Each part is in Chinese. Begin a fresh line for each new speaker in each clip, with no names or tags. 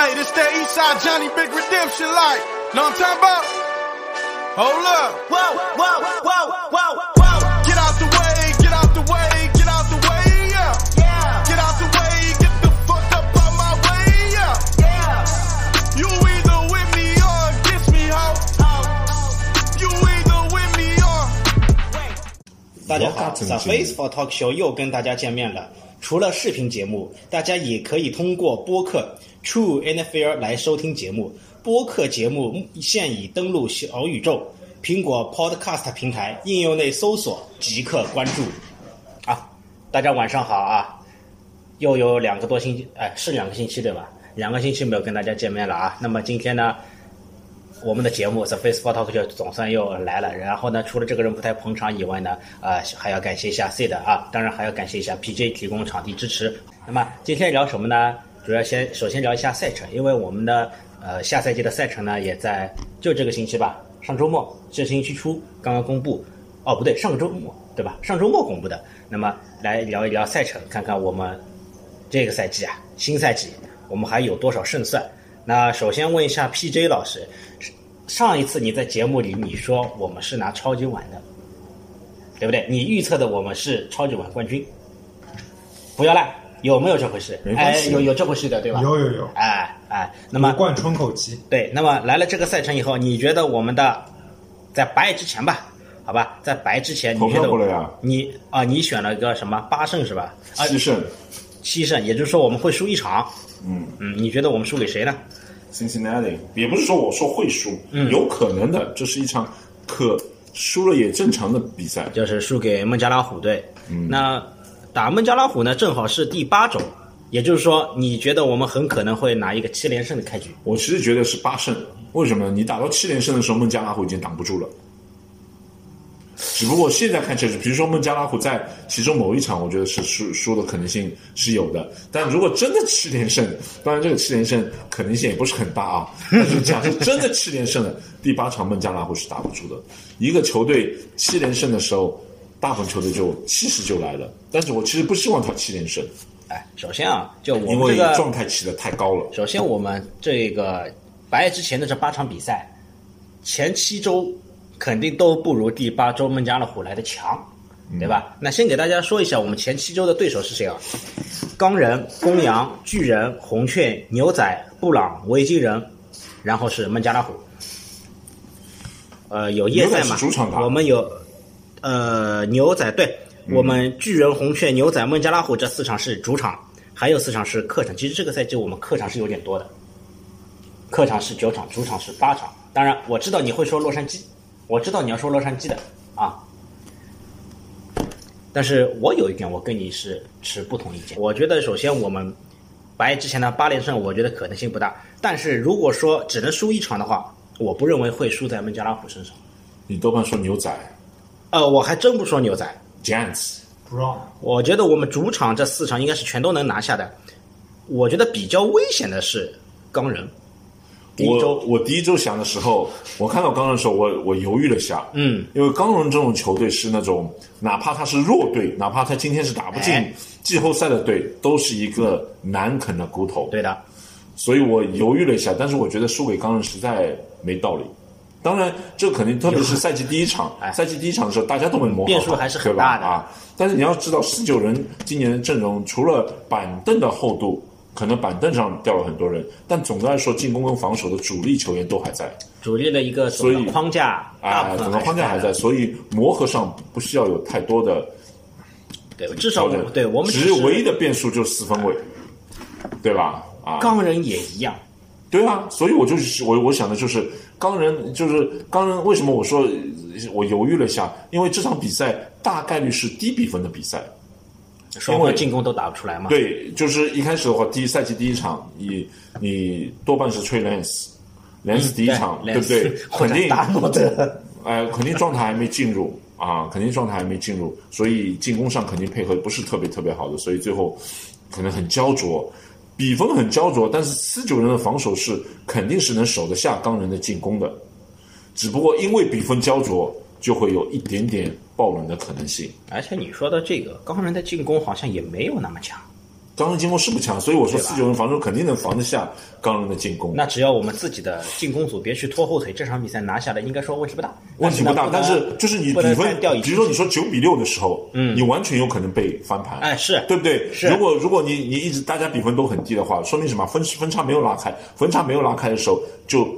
Hey, this that Eastside Johnny Big Redemption like. Know what I'm talking about? Hold up. Whoa, whoa, whoa, whoa, whoa. Get out the way, get out the way, get out the way, yeah. Yeah. Get out the way, get the fuck up out my way, yeah. Yeah. You either with me or against me, ho. You either with me or
大家好
Welcome to the
，Surface for Talk Show 又跟大家见面了。除了视频节目，大家也可以通过播客 True NFL 来收听节目。播客节目现已登陆小宇宙、苹果 Podcast 平台应用内搜索即刻关注。啊，大家晚上好啊！又有两个多星期，哎，是两个星期对吧？两个星期没有跟大家见面了啊。那么今天呢，我们的节目《The Face Photo》就总算又来了。然后呢，除了这个人不太捧场以外呢，呃，还要感谢一下 C 的啊，当然还要感谢一下 PJ 提供场地支持。那么今天聊什么呢？主要先首先聊一下赛程，因为我们的呃下赛季的赛程呢也在就这个星期吧，上周末这星期初刚刚公布，哦不对，上个周末对吧？上周末公布的。那么来聊一聊赛程，看看我们这个赛季啊，新赛季我们还有多少胜算？那首先问一下 PJ 老师，上一次你在节目里你说我们是拿超级碗的，对不对？你预测的我们是超级碗冠军，不要赖，有没有这回事
没？关
哎，
系
有有这回事的，对吧？
有有有，
哎哎，那么
夺冠窗口期，
对，那么来了这个赛程以后，你觉得我们的在白之前吧，好吧，在白之前，
投
你
票
觉得
过了呀
你啊、你选了个什么八胜是吧？啊，
七胜，
七胜，也就是说我们会输一场。
嗯
嗯，你觉得我们输给谁呢？
，Cincinnati 也不是说我说会输，有可能的，这是一场可输了也正常的比赛。
就是输给孟加拉虎队。
嗯
那打孟加拉虎呢，正好是第八周，也就是说，你觉得我们很可能会拿一个七连胜的开局？
我其实觉得是八胜，为什么呢？你打到七连胜的时候，孟加拉虎已经挡不住了。只不过现在看起来是，比如说孟加拉虎在其中某一场，我觉得是输输的可能性是有的。但如果真的七连胜，当然这个七连胜可能性也不是很大啊。但是假设真的七连胜了，第八场孟加拉虎是打不住的。一个球队七连胜的时候，大部分球队就七十就来了。但是我其实不希望他七连胜，
哎，首先啊，就我
因
们
为
这个
状态起得太高了。
首先，我们这个白之前的这八场比赛，前七周肯定都不如第八周孟加拉虎来的强，对
嗯
吧？那先给大家说一下我们前七周的对手是谁啊？钢人、公羊、巨人、红雀、牛仔、布朗、维京人，然后是孟加拉虎。呃，有夜赛
牛仔
嘛？
是主场吧
我们有呃，牛仔队，
嗯
我们巨人、红雀、牛仔、孟加拉虎这四场是主场，还有四场是客场。其实这个赛季我们客场是有点多的，客场是九场，主场是八场。当然，我知道你会说洛杉矶，我知道你要说洛杉矶的啊，但是我有一点，我跟你是持不同意见。我觉得首先我们白之前的八连胜，我觉得可能性不大。但是如果说只能输一场的话，我不认为会输在孟加拉虎身上。
嗯你多半说牛仔
呃，我还真不说牛仔。
Giants。
不让
我觉得我们主场这四场应该是全都能拿下的。我觉得比较危险的是钢人，第一周
我我第一周想的时候，我看到钢人的时候，我我犹豫了下，
嗯，
因为钢人这种球队是那种，哪怕他是弱队，哪怕他今天是打不进
哎
季后赛的队，都是一个难啃的骨头，
对的，
所以我犹豫了一下，但是我觉得输给钢人实在没道理。当然，这肯定，特别是赛季第一场
哎，
赛季第一场的时候，大家都没磨合好，
变数还是很
对吧
大的
啊。但是你要知道，四九人今年的阵容除了板凳的厚度，可能板凳上掉了很多人，但总的来说，进攻跟防守的主力球员都还在。
主力的一个总
所以
的框架，大
啊，
部
整
分
个框架还
还
在，
在，
所以磨合上不需要有太多的
对，至少
调
我
整
们。对我们
只是唯一
的
的变数就是四分位，对吧？啊，
钢人也一样，
对啊，所以我就是我我想的就是钢人，就是钢人。为什么我说我犹豫了一下？因为这场比赛大概率是低比分的比赛。
双方进攻都打不出来嘛。
对，就是一开始的话，第一赛季第一场，你你多半是吹 Lance。兰斯第一场，
嗯对
对不对
Lance？
肯定
或者达诺 德，
呃，肯定状态还没进入啊，肯定状态还没进入，所以进攻上肯定配合不是特别特别好的，所以最后可能很焦灼，比分很焦灼，但是四九人的防守是肯定是能守得下钢人的进攻的，只不过因为比分焦灼，就会有一点点爆冷的可能性。
而且你说的这个钢人的进攻好像也没有那么强，
钢人进攻是不强，所以我说四九人防守肯定能防得下钢人的进攻。
那只要我们自己的进攻组别去拖后腿，这场比赛拿下来应该说问题不大。
问题不大，但
呢
是就是你
不能
比
再
分
掉以，
比
轻
如
心
说你说九比六的时候，嗯，你完全有可能被翻盘，
哎是
对不对？
是
如果如果你你一直大家比分都很低的话，说明什么？分分差没有拉开，分差没有拉开的时候，就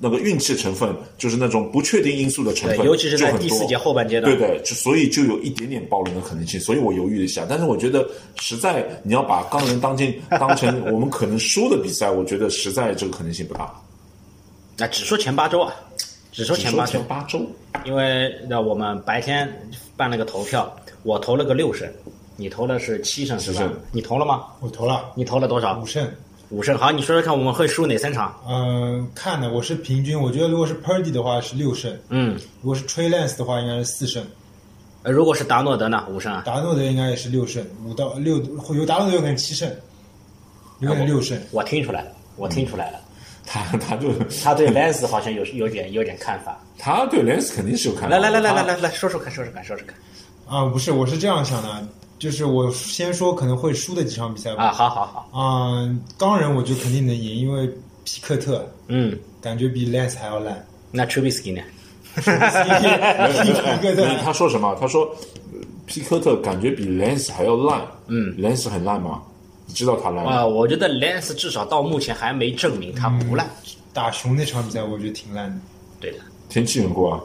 那个运气成分，就是那种不确定因素的成分，
对尤其是在
就很
第
多
四节后半阶段
对的，就所以就有一点点爆冷的可能性，所以我犹豫了一下，但是我觉得实在你要把钢人当进当成我们可能输的比赛，我觉得实在这个可能性不大。
那只说前八周啊，只说
你
前
说
八周
前，八周，
因为那我们白天办了个投票，我投了个六胜，你投的是七胜是吧
胜？
你投了吗？
我投了
你投了多少
五？胜。
五胜。好，你说说看我们会输哪三场？
嗯，看的我是平均，我觉得如果是 Purdy 的话是六胜，
嗯，
如果是 Trey Lance 的话应该是四胜，
呃如果是达诺德呢？五胜啊。
达诺德应该也是六胜，五到六有达诺德有可能七胜，有可能六胜。
我听出来了，我听出来
嗯
了，
他他就
他对 Lens 好像有有点有点看法。
他对 Lens 肯定是有看法
来
的。
来来来来
他
来来，说说看，说说看，说说看。
啊，不是，我是这样想的，就是我先说可能会输的几场比赛吧。
啊，好好好，
啊、钢人我就肯定能赢，因为皮克特
嗯，
感觉比 Lance 还要烂。
那 Trubisky 呢？
皮克特
哎 他说什么？他说呃皮科特感觉比 Lens 还要烂。嗯，Lens 很烂吗？你知道他烂吗？
啊，我觉得 Lens 至少到目前还没证明他不烂。
打熊那场比赛我觉得挺烂的。
对的，
天气缘故啊，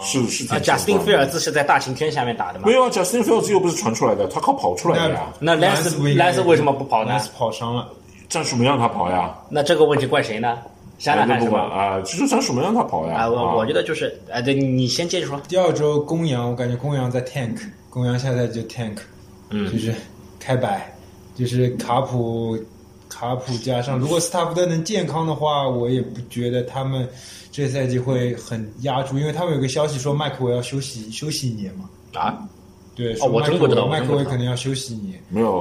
是是
啊，
天气
贾
缘
斯汀
故啊
菲尔兹是在大晴天下面打的嘛
没？有啊，贾斯汀菲尔兹又不是传出来的，他靠跑出来的呀，
那 Lance
不应该
Lance 为什么不跑呢
？Lance 跑伤了，
战术没让他跑呀，
那这个问题怪谁呢？沙拉
人
汉
家
是
不管
吧？
啊，就是战术没让他跑呀。
啊，我我觉得就是，哎，对，你先接着说。
第二周公羊，我感觉公羊在 tank，公羊下赛季就 tank，嗯，就是开摆，就是卡普卡普加上，如果斯塔福德能健康的话，我也不觉得他们这赛季会很压住，因为他们有个消息说麦克维要休息休息一年嘛，
啊，
对，
哦我真不知道我
麦
真
克
不知
维
道
可能要休息一年，
没有，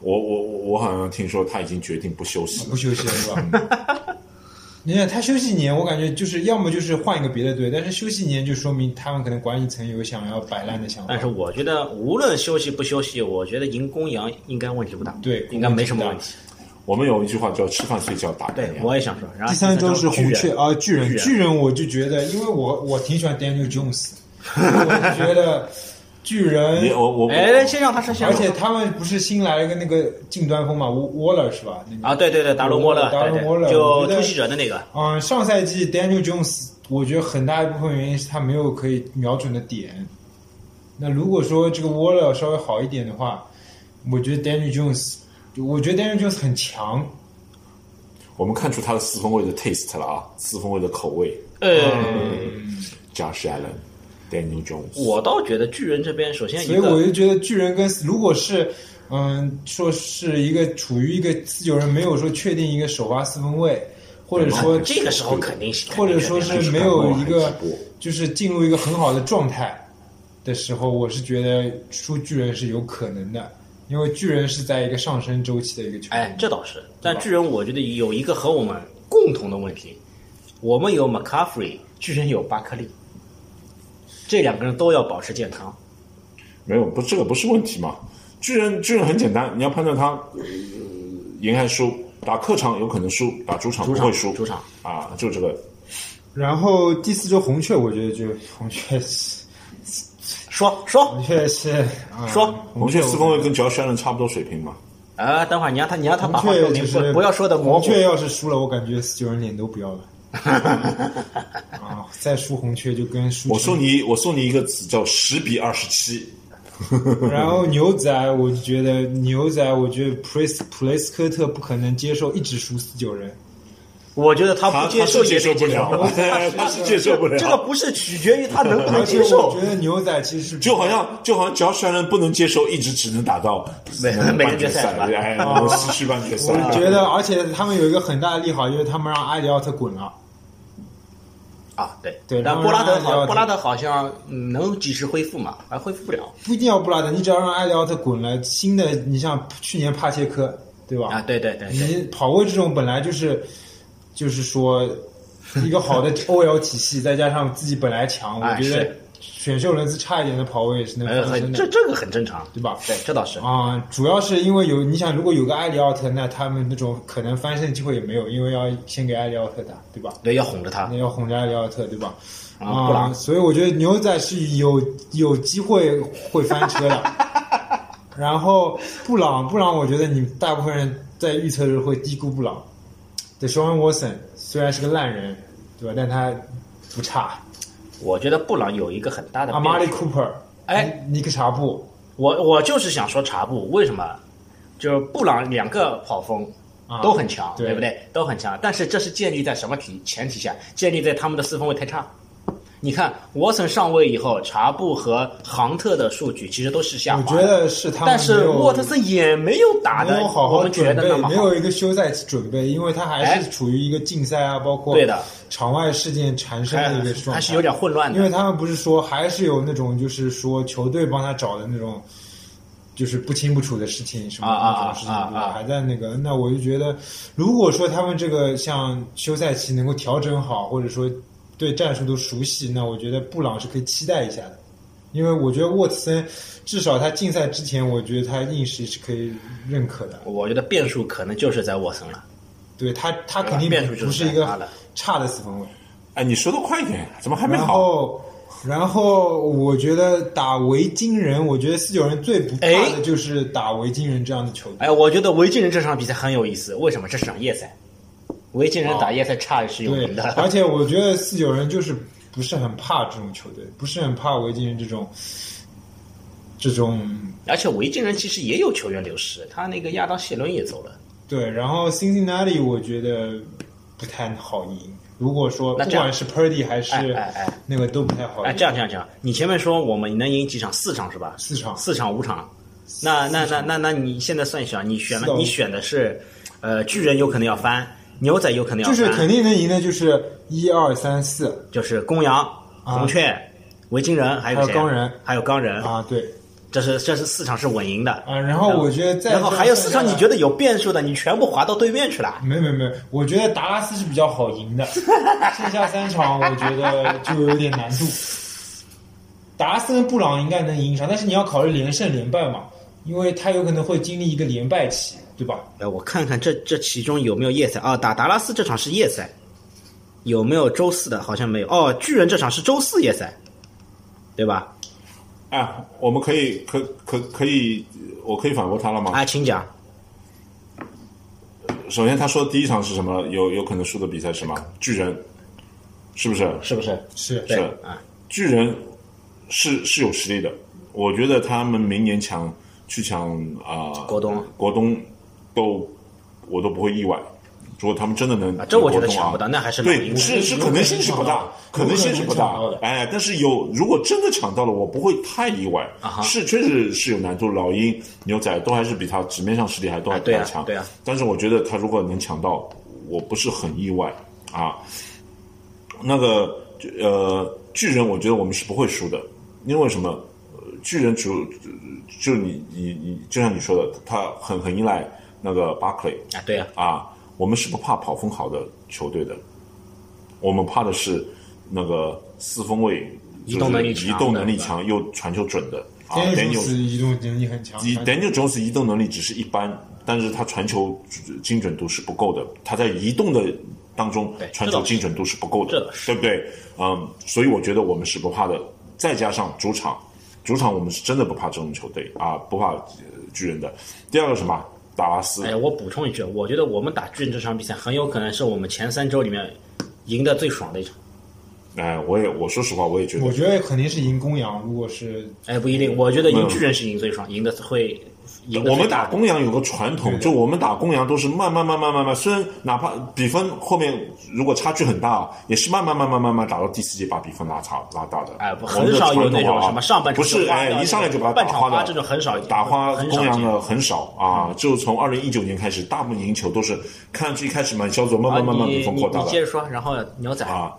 我我我我好像听说他已经决定不休息
不
了。
休息了是吧？ 你看他休息一年，我感觉就是要么就是换一个别的队，但是休息一年就说明他们可能管理层有想要摆烂的想法
但。是我觉得无论休息不休息，我觉得赢公羊应该问题不大，
对
应该没什么问题。
我们有一句话叫“吃饭睡觉打
对
烊”，呀。
我也想说。然后
啊第三周是
巨
红
人
雀啊，巨人，
巨人
巨人，我就觉得，因为我我挺喜欢 Daniel Jones，我就觉得巨人
你，我我我
哎，先让他说，先
而
让他
且
说
他们不是新来了一个那个近端锋嘛，Wa-，Waller 是吧？那个
啊，对对对，达伦莫勒，
达
对
伦莫勒
对，就
我觉得
突袭者的那个，
嗯，上赛季 Daniel Jones，我觉得很大一部分原因是他没有可以瞄准的点。那如果说这个 Waller 稍微好一点的话，我觉得 Daniel Jones，我觉得 Daniel Jones 很强，
我们看出他的四分卫的 taste 了啊，四分卫的口味。
呃，
Josh Allen、Daniel Jones。
我倒觉得巨人这边首先
所
一
以我
个
就觉得巨人跟如果是嗯，说是一个处于一个四九人没有说确定一个首发四分卫，或者说
这个时候肯定是，
或者说
肯定
是没有一
还
个
是不
就是进入一个很好的状态的时候，我是觉得输巨人是有可能的，因为巨人是在一个上升周期的一个球队。
哎，这倒是。但巨人我觉得有一个和我们共同的问题，我们有 McCaffrey，巨人有巴克利，这两个人都要保持健康。
没有，不，这个不是问题嘛。巨人，巨人很简单，你要判断他、呃、赢还输。打客场有可能输，打主场不
主场
会输。
主场
啊，就这个。
然后第四周红雀，我觉得就红雀是
说说
红雀是啊
说
红雀四分卫跟 Josh Allen 差不多水平嘛。
啊，等会儿你让他你让他把
红
话
雀
说
就
明，
是
不不要说的模糊
红。雀要是输了，我感觉四九人脸都不要 了。啊，再输红雀就跟输。
我送。你，我送你一个词叫十比二十七。
然后牛仔，我觉得牛仔，我觉得普雷斯普雷斯科特不可能接受一直输四九人。
我觉得他
他
不接
他
受
是
也
接受
得
不
接
了
受，
他是接受不了。
这个不是取决于他能不能
而且
接
我
受
觉，得牛仔其实
就好像就好像 Josh Allen 不能接受，一直只能打到
美美
半
联
决
决赛
赛
是，吧
哎，然后西区半决赛。
我觉得，而且他们有一个很大的利好，就是他们让埃里奥特滚了。
啊，对
对
但
然后
布拉德
让他
好，
聊
布拉德好像嗯能及时恢复嘛，还恢复不了
不一定要布拉德，你只要让埃里奥特滚了，新的你像去年帕切科，对吧？
啊。对对对对，
你跑位这种本来就是， 就是说一个好的 OL 体系，再加上自己本来强，我
哎
觉得
是
选秀轮次差一点的跑位是能
呃，
翻身
很这
的，
这个很正常，
对吧？
对，这倒是。
啊、主要是因为有你想，如果有个埃里奥特，那他们那种可能翻身的机会也没有，因为要先给埃里奥特打，对吧？
对，要哄着他
那。要哄着埃里奥特，对吧？
然
啊
后布朗
所以我觉得牛仔是有有机会会翻车的。 然后布朗，布朗，我觉得你大部分人在预测的时候会低估布朗。对 s h a n Watson 虽然是个烂人，对吧？但他不差。
我觉得布朗有一个很大的
阿
变
玛利
数
Cooper，
哎，
尼尼克查布，
我我就是想说查布，为什么？就是布朗两个跑锋
啊
都很强，
对
不对？都很强，但是这是建立在什么提前提下？建立在他们的四分卫太差。你看，沃森上位以后，查布和杭特的数据其实都是下
我
滑
觉
的，
得是他们
但
没
是
有
沃特斯也没有打
没
的，
有好
我
好
们觉
准
得
备
那，么
没
好。
有一个休赛期准备，因为他还
哎
是处于一个竞赛啊，包括
对的
场外事件缠身的一个状态，
还是有点混乱的
因为他们不是说还是有那种就是说球队帮他找的那种，就是不清不楚的事情什么
啊啊啊
那种事情，
啊
对吧
啊
还在那个，那我就觉得，如果说他们这个像休赛期能够调整好，或者说对战术都熟悉，那我觉得布朗是可以期待一下的。因为我觉得沃特森至少他竞赛之前，我觉得他硬实是可以认可的。
我觉得变数可能就是在沃森了。
对他，他肯定
变数就是
不是一
在他
个
了
差的四分卫。
哎，你说的快一点，怎么还没
然
好？
后，然后我觉得打维京人，我觉得四九人最不怕
哎
的就是打维京人这样的球队。
哎，我觉得维京人这场比赛很有意思，为什么？这是场夜赛，维京人打夜赛差是有
对
名，
而
的。
且我觉得四九人就是不是很怕这种球队，不是很怕维京人这种这种。
而且维京人其实也有球员流失，他那个亚当谢伦也走了。
对，然后 Cincinnati 我觉得不太好赢。如果说
那
不
这样
管是 Purdy 还是
哎哎哎
那个都不太好
哎，
赢
这。样这样这样，你前面说我们能赢几场？四场是吧？
四场
四场五场。那那那那那你现在算一下，你选
四到
了
五
你选的是，呃，巨人有可能要翻，牛仔有可能要
就
翻，
是肯
哎
定能赢的，就是一二三四
就是公羊、
啊
红雀、维京人，还有
还有
谁啊
钢人
还有钢人。
啊，对
这是这是四场是稳赢的
啊。然后我觉得再
然后还有四场你觉
得
得有变数的，你全部滑到对面去了。
没有没有没有，我觉得达拉斯是比较好赢的，剩下三场我觉得就有点难度。达拉斯跟布朗应该能赢一场，但是你要考虑连胜连败嘛，因为他有可能会经历一个连败期，对吧？
哎，我看看这这其中有没有夜赛啊？打达拉斯这场是夜赛，有没有周四的？好像没有。哦，巨人这场是周四夜赛，对
哦
吧？
哎，我们可以可可可以，我可以反驳他了吗？
啊，请讲。
首先，他说第一场是什么？有有可能输的比赛是吗？巨人，是不是？
是不是？
是
对
是
啊，
巨人是是有实力的，我觉得他们明年抢去抢啊、呃
国东
国东都我都不会意外。如果他们真的能，
啊这我觉得
国东啊
抢不到那还是老
对，
鹰
是是可能性是不大，可
有可能
能
抢到
性是不
有
大
可能抢到的。
哎，但是有如果真的抢到了，我不会太意外。
哈
是确实是有难度，老鹰、牛仔都还是比他纸面上实力还都还
啊对啊
比他强。
对啊
但是我觉得他如果能抢到，我不是很意外啊。那个呃，巨人，我觉得我们是不会输的，因为什么？呃巨人主就你你你，就像你说的，他很很依赖那个巴克雷
啊，对啊，
啊。我们是不怕跑锋好的球队的，我们怕的是那个四分卫
移动能力
就是
强
移动能力
的
强又传球准的啊。
丹尼
Daniel
斯移动能力很强，
以 Daniel Jones 移动能力只是一般，但是他传球精准度是不够的，他在移动的当中
对
传
这
球
倒是
精准度是不够
这
的
倒，
对不对？嗯，所以我觉得我们是不怕的。再加上主场，主场我们是真的不怕这种球队啊，不怕呃巨人的。第二个什么？达拉斯
哎，我补充一句，我觉得我们打巨人这场比赛很有可能是我们前三周里面赢得最爽的一场。
哎，我也我说实话，我也觉得
我觉得肯定是赢公羊，如果是
哎，不一定，我觉得赢
没有
巨人是赢最爽，赢的会赢得
嗯我
最
们
大
打
的
公羊有个传统，就我们打公羊都是慢慢慢慢慢慢，虽然哪怕比分后面如果差距很大，啊也是慢慢慢慢慢慢打到第四节把比分拉长拉大的。
哎不
我们
很
的
少有那种
传统啊
什么上半场
不是
就花掉
哎，一上来就把它
半
打
场
花
花
的
这种很少见
打花
很少
公羊
见嗯
的很少啊。就从二零一九年开始，大部分赢球都是看上去一开始蛮焦灼，慢
啊，
慢慢慢
你
比分
你
扩大
你
了
接。着说，然后牛仔
啊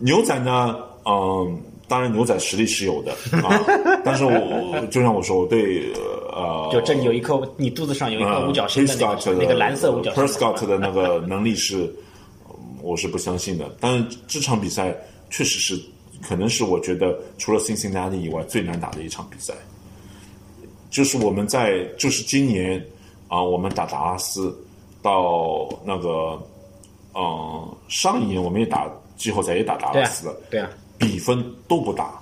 牛仔呢，嗯、当然牛仔实力是有的啊，但是我就像我说，我对呃
就这里有一颗，你肚子上有一颗
呃
五角星的那
Prescott
个那个蓝色五角星。
Prescott 的那呃个能力是，嗯我是不相信的。但是这场比赛确实是可能是我觉得除了辛辛那提以外最难打的一场比赛。就是我们在就是今年啊、我们打达拉斯，到那个嗯、上一年我们也打季后赛也打达
对
拉
啊
斯了，，
对啊，
比分都不大，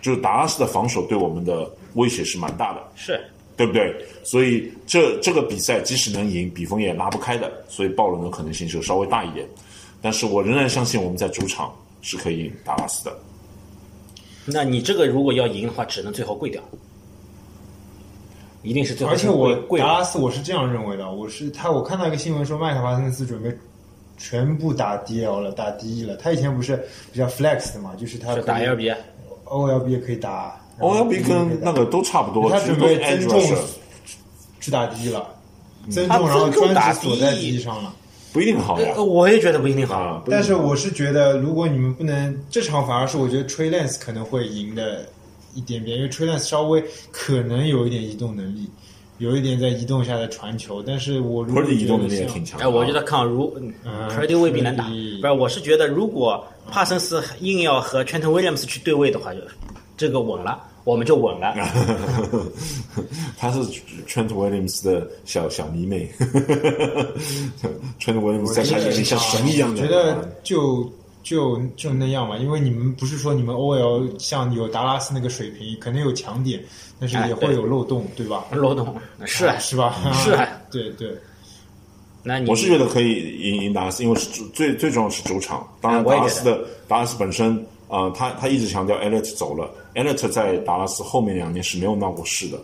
就是达拉斯的防守对我们的威胁是蛮大的。
是
对不对？所以这这个比赛即使能赢，比分也拉不开的，所以爆冷的可能性就稍微大一点。但是我仍然相信我们在主场是可以赢达拉斯的。
那你这个如果要赢的话，只能最后跪掉，一定是最后
而且
跪
我
跪
达拉斯我是这样认为的，我是他，我看到一个新闻说麦克华森斯准备全部打 DL 了，打 DE 了。他以前不是比较 flex 的嘛，就是他
是打 L B，啊
OLB 也可以打
OLB 跟哦那个都差不多，
他
其实
准
都
备
是
增
edge
重
rusher，
去打 DE 了，增
他
重然后
增重打
专职锁在
DE
DE 上了。
不一定好呀。
呃我也觉得不一定好。
啊，不一定
但是我是觉得，如果你们不能这场，反而是我觉得 Trey Lance 可能会赢的一点点，因为 Trey Lance 稍微可能有一点移动能力，有一点在移动下的传球。但是我如果
或者移动能力
觉
也
得像
挺强的
哎，
啊。
我觉得看如
嗯
t r a d 未必能打，
Trady
不是，我是觉得如果帕森斯硬要和 Trent Williams 去对位的话，就这个稳了，我们就稳了。
他是 Trent Williams 的小小迷妹 ，Trent Williams 在他眼里像神一样的。
我觉得就就就那样吧，因为你们不是说你们 OL 像有达拉斯那个水平，可能有强点，但是
哎
也
对
会有漏洞，对吧？
罗董是啊
啊是吧？
是啊
对对。
那你
我是觉得可以赢赢达拉斯，因为是主最最重要是主场。当然，
嗯我
达
也
拉斯
觉
的达拉斯本身，呃，他他一直强调 Elliot 走了，Elliot 在达拉斯后面两年是没有闹过事的，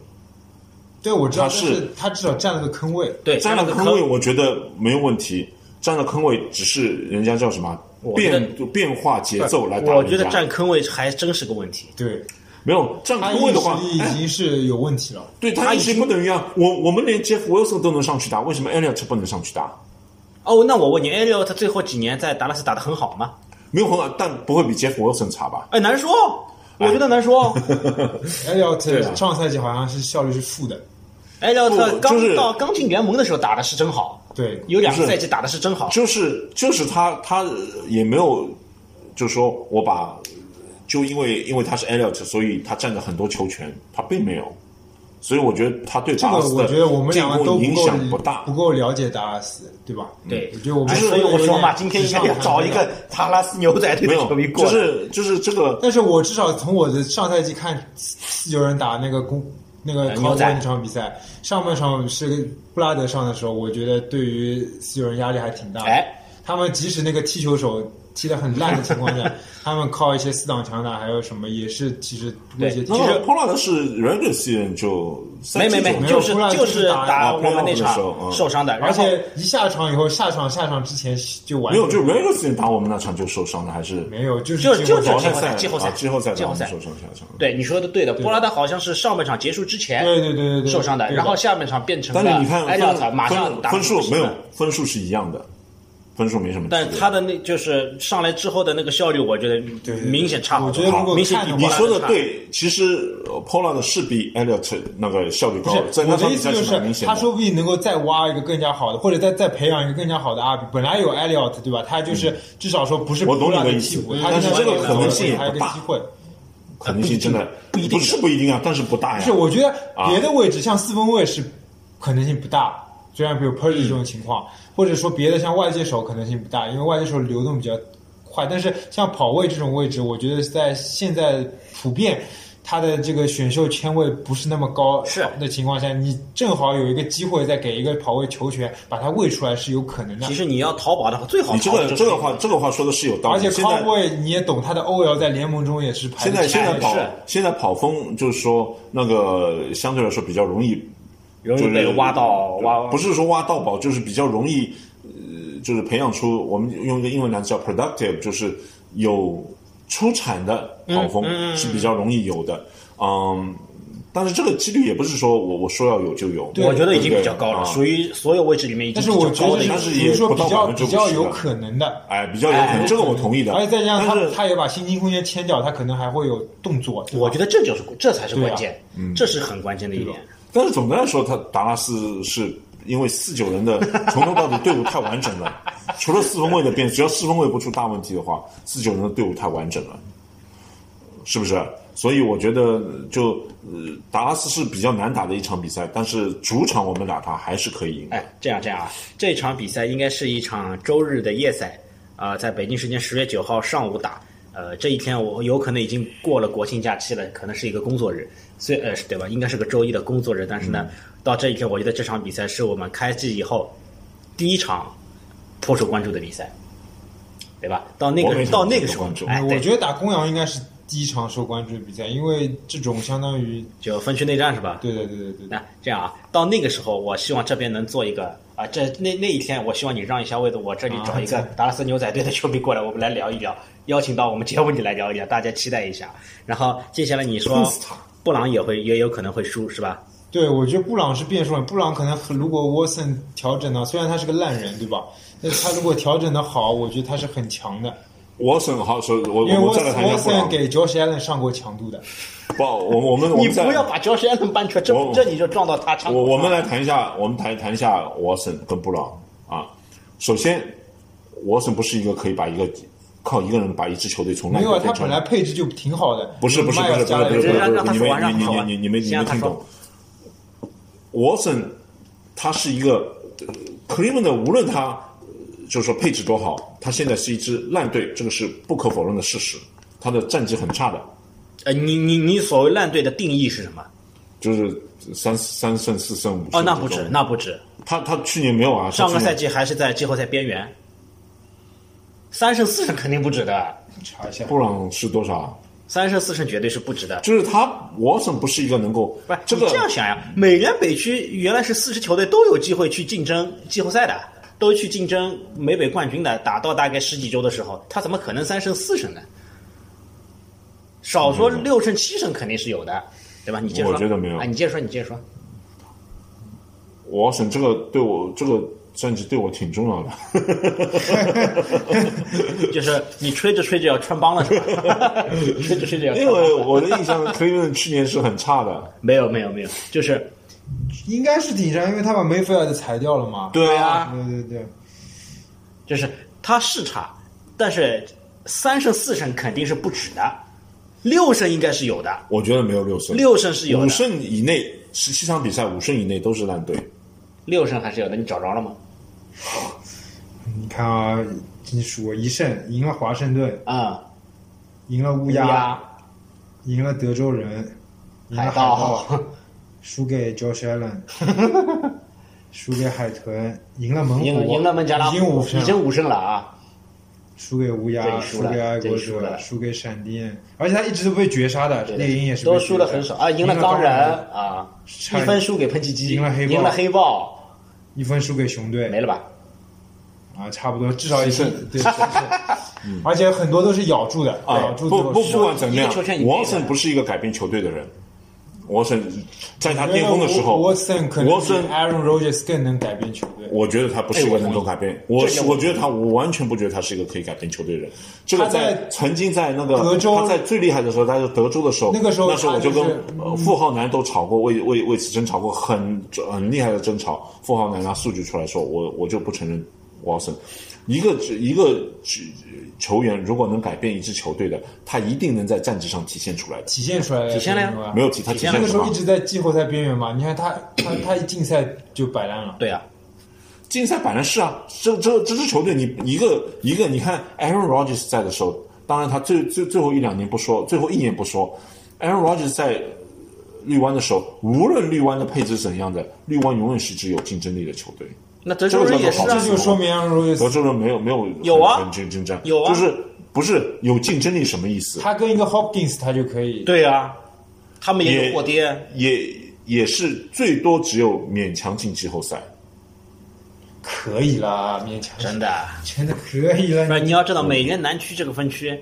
对，我知道，
他
但
是
是他至少占了个坑位，
对
占了坑位，我觉得没有问题。占了坑位，只是人家叫什么
我觉得
变变化节奏来打
我
人
觉得
家
占坑位还真是个问题。
对，
没有占
他
坑位的话，
硬实力
哎
已经是有问题了。
对
他
他
已
一直不等于啊。我我们连 Jeff Wilson 都能上去打，为什么 Elliot 不能上去打？
哦，那我问你 a l i o 他最后几年在达拉斯打得很好吗？
没有很好，但不会比 Jeff Wilson 差吧？
哎，难说，我觉得难说。
艾利奥特
啊
上赛季好像是效率是负的，
a l i o
哎不
特哎刚
就是
到刚进联盟的时候打的是真好，
对，
有两
不
个
是
赛季打的是真好。
就是就是他他呃也没有，就说我把就因为因为他是 Elliot，所以他占着很多球权，他并没有，所以我觉得他对
这
达
个
拉斯
我觉得我
的
们
进
两个都
攻
不
影
够
响不大
不。够了解达拉斯，对吧？嗯
对
我觉得我们
哎所以我说嘛，今天应该要找一
纸上
个达拉斯牛仔队
没
的
有
球迷，过
就
来。
是就是这个
但是我至少从我的上赛季看，有人打那个公那个
呃
考
牛
古
仔
那场比赛，上半场是个布拉德上的时候，我觉得对于西有人压力还挺大的。
哎，
他们即使那个踢球手踢得很烂的情 况下，他们靠一些四挡强打还有什么，也是其实威胁。
那
其
个
实
Pollard 是 regular season 就
没没没，
没
就
有
是
不然
就
就是
是打
打
打
我们那
playoff 的
场
时候嗯
受伤的，
而
然后
且一下场以后，下场下场之前就完
没有
全
就 regular season 打我们那场就受伤了，还是
没有，就是
就
进
就
过
是
球
淘
季
汰
后赛
赛
季后赛
啊季后赛
季
打
后
我
赛
们受伤下场。
对你说的对的，布拉德好像是上半场结束之前
对对对对对
受伤的，
对
然后下半场变成
但
了
是你看
埃利奥特啊哎马上
分
打
分数
不行
没有
了
分数是一样的，分数没什么区别。
但是他的那就是上来之后的那个效率，我觉得
对对
明显差好
我
多，
觉得如果
明显
看
比
的
布
你
拉
说
德
的
差。
对，其实呃 Pollard 是比 Elliot 那个效率
不
高
是，
在那
我的
场
意
比
思
赛
就是
蛮明
是，
显
他
的。
说不定能够再挖一个更加好的，或者再再培养一个更加好的阿比。本来有埃利奥特，对吧？他就是至少说不是
我懂
布拉
你的
德
意思
替补，
嗯
他
但是
就是
这个
有
可能
性也
还有一
不
个
大
机会。
可能性真的
不一定
是不一定啊，但是不大
不
呀
是，。我觉得
啊
别的位置像四分卫是可能性不大，虽然比如 Purdy
嗯
这种情况，或者说别的像外接手可能性不大，因为外接手流动比较快。但是像跑位这种位置，我觉得在现在普遍他的这个选秀签位不是那么高
是
的情况下，你正好有一个机会再给一个跑位球权，把它喂出来是有可能的
其。实你要淘宝的话，最好
你这
淘宝
个
就是
这个话这个话说的是有道
而
理。
且
现在
Cowboy 你也懂，他的 OL 在联盟中也是排
现
得
在
起
现
来
在
的
跑
是
现在跑风就是说那个相对来说比较容易，
容易
就
被
是
挖到挖，
不是说挖到宝，就是比较容易，呃，就是培养出我们用一个英文单词叫 productive，就是有出产的
嗯
跑锋是比较容易有的，嗯。但是这个几率也不是说我我说要有就有，
我觉得已经
对不对
比较高了，
啊
属于所有位置里面已经
但
比
是
较高
我觉得
的一个
但是
比
也
如说
不到
比较
50%
比较有
的
可能的，
哎，比较有可能，这个我同意的。
而且再加上
但
他
是
他也把薪金空间签掉，他可能还会有动作。对吧
我觉得这就是这才是
对啊
关键，这是很关键的一点。
但是总的来说，他达拉斯是因为四九人的从头到尾队伍太完整了，除了四分卫的变，只要四分卫不出大问题的话，四九人的队伍太完整了。是不是？所以我觉得就呃达拉斯是比较难打的一场比赛，但是主场我们打他还是可以赢的。
哎，这样这样啊，这场比赛应该是一场周日的夜赛啊、在北京时间十月九号上午打。呃，这一天我有可能已经过了国庆假期了，可能是一个工作日，虽呃是对吧？应该是个周一的工作日，但是呢，
嗯
到这一天，我觉得这场比赛是我们开季以后第一场颇受关注的比赛，对吧？到那
我
个
没什么
到那个时
受
候
关注，
哎，
我
对
觉得打公羊应该是第一场受关注的比赛，因为这种相当于
就分区内战是吧？
对对对对对对
那这样啊，到那个时候，我希望这边能做一个啊，这那那一天，我希望你让一下位子，我这里找一
啊
个达拉斯牛仔队的球迷过来，我们来聊一聊，邀请到我们节目里来聊一聊，大家期待一下。然后接下来你说
恨死他
布朗也会也有可能会输是吧？
对，我觉得布朗是变数了。布朗可能很如果沃森调整呢，虽然他是个烂人，对吧？但是他如果调整的好，我觉得他是很强的。
沃森好，所以我
因为
我
沃
们再来谈一
沃
下布
森
朗。
给 Josh Allen 上过强度的，
不，我我们我
你
们再
不要把 Josh Allen 搬出来，这
我
这你就撞到他枪口
我
上。
我们来谈一下，我们谈谈一下沃森跟布朗啊。首先，沃森不是一个可以把一个靠一个人把一支球队从
没
烂
有啊，
队
他
变成
本来配置就挺好的。
不是不是不
迈尔
是不
加
是
了
不是
一个
让让
不
他
是，你
说
没
完让
你
他说
你
完
你你没你
先让
没
他
听
说
懂。沃森他是一个克利 l 的，无论他呃就是说配置多好，他现在是一支烂队，这个是不可否认的事实。他的战绩很差的，
呃，你你你所谓烂队的定义是什么？
就是三三胜四胜五胜
哦，那不
这种
止，那不止，
他他去年没有啊，
上个
他去
赛
年
季还是在季后赛边缘，三胜四胜肯定不止的，
查一下，
布朗是多少啊？
三胜四胜绝对是不止的。
就是他沃森不是一个能够
不是
这个
你这样想呀，美联北区原来是四支球队都有机会去竞争季后赛的，都去竞争美北冠军的。打到大概十几周的时候，他怎么可能三胜四胜呢？少说六胜七胜肯定是有的，对吧？你接着说，
嗯我觉得没有
哎，你接着说，你接着说。
沃森这个对我这个战绩对我挺重要 的。
就是你吹着吹着要穿帮了是吧？ 吹着吹着要穿
因
帮了
为我的印象，克利顿去年是很差的。
没有没有没有，就是
应该是挺差，因为他把梅菲尔德裁掉了嘛。
对
啊
对对对，
就是他是差，但是三胜四胜肯定是不止的，六胜应该是有的，
我觉得没有六胜，
六胜是有的，
五胜以内，十七场比赛五胜以内都是烂队。
六胜还是有的，你找着了吗？
你看啊，你数一胜，赢了华盛顿，
啊、
赢了乌
乌
鸦，
鸦、
赢了德州人，赢了
海
海
盗，
输给 Josh Allen，输给海豚，赢了猛虎，
赢 了赢了孟加拉
已经
虎，
五胜
已经五胜了啊！
输给乌鸦，
这里输
输
了
给爱
这
国
里输
者，
了
输给闪电，而且他一直都被绝杀的，
对的
猎鹰也是被
都
绝杀
输了很少啊，赢
了
了钢
人
人，啊，一
差
分输给喷气机，
赢了黑豹
赢了黑豹，
一分输给熊队
没，了吧？
啊，差不多至少一分，对，是 是而且很多都是咬住的，咬
啊，
住
不
这种
不
事
不管怎么
一个球权以
样，
内的
沃森不是一个改变球队的人。沃森在他
我觉得
巅峰的时候，
沃森可能
沃
比
森
Aaron Rodgers 更能改变球队。
我觉得他不
哎
是一个能够改变，我
这
是
个我
我觉得他，我完全不觉得他是一个可以改变球队的人。这个
他在
曾经在那个
德州
他在最厉害的时候，他在德州的时候，
那个时候
那时候我就跟
他就是
呃傅浩南都吵过，为为为此争吵过很很厉害的争吵。傅浩南拿数据出来说，我我就不承认沃森。一个一个球员如果能改变一支球队的，他一定能在战绩上体现出来的。
体现出来了，
体现了呀
对吧
没有体，他体
体现
现
了
那个
什
时候
么
一？直在季后赛边缘嘛，你看他他他一竞赛就摆烂了，
对啊，
竞赛本来是啊，这这这支球队你一个一个，你看 Aaron Rodgers 在的时候，当然他最最最后一两年不说，最后一年不说，Aaron Rodgers 在绿湾的时候，无论绿湾的配置怎样的，绿湾永远是支有竞争力的球队。
那德州人也是
这个
啊
这
叫做好
就说明 Aaron
德
Rodgers
州人没有没有
有啊
很竞竞争
有啊
就是不是有竞争力什么意思？
他跟一个 Hopkins 他就可以，
对啊，他们也
也
有火爹，
也也是最多只有勉强进季后赛。
可以啦，勉强
真的。
真的可以
不
了。
是，你要知道，美联南区这个分区，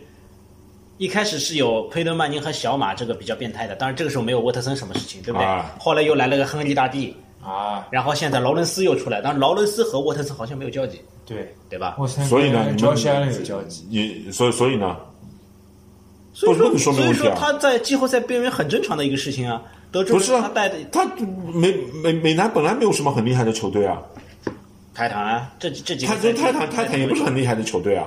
一开始是有佩德曼宁和小马这个比较变态的，当然这个时候没有沃特森什么事情，对不对？
啊
后来又来了个亨利大帝，
啊，
然后现在劳伦斯又出来，但是劳伦斯和沃特森好像没有交集，
对，
对吧？
我现在
所以呢，
跟
你
Josh Allen 有交
们
集，
也所以所以呢，
所以
不
说，
能
所
说明
以
问题
说
啊
他在季后赛边缘很正常的一个事情啊。德州
不是啊
他带的
他美美美南本来没有什么很厉害的球队啊，
泰坦啊，这这几个
泰坦
赛季
泰坦泰坦也不是很厉害的球队啊，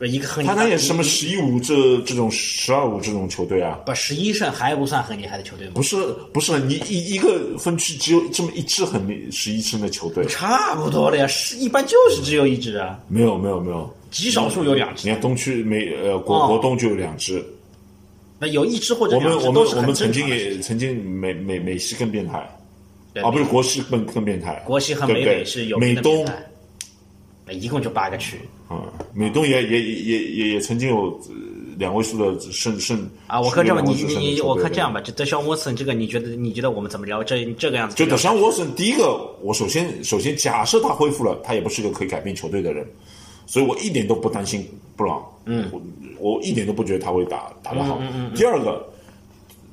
一个很
他那也是什么十一五这这种十二五这种球队啊，
不十一胜还不算很厉害的球队吗
不？是不是啊你一一个分区只有这么一支很厉十一胜的球队，
差不多了呀，是一般就是只有一支啊，
没有没有没有，
极少数有两支
你，看东区没呃国
哦
国东就有两支，
那有一支或者
我们
两支
我们
都是
我
很
们
正
曾
常
经
的事
也曾经美美美西更变态
对
啊，不是国西更更变态，
国西和
对
美
不对
北是有
美
名的比
东
赛，那一共就八个区
啊，美东也也也也也曾经有呃两位数的胜胜
啊。我看这么你
胜
你
的
你，
球
我
队
看这样
对
吧，就德肖沃森这个，你觉得你觉得我们怎么聊这这个样子？
就德尚沃森，第一个，我首先首先假设他恢复了，他也不是一个可以改变球队的人，所以我一点都不担心布朗。嗯，我我一点都不觉得他会打打得好。
嗯
第二个，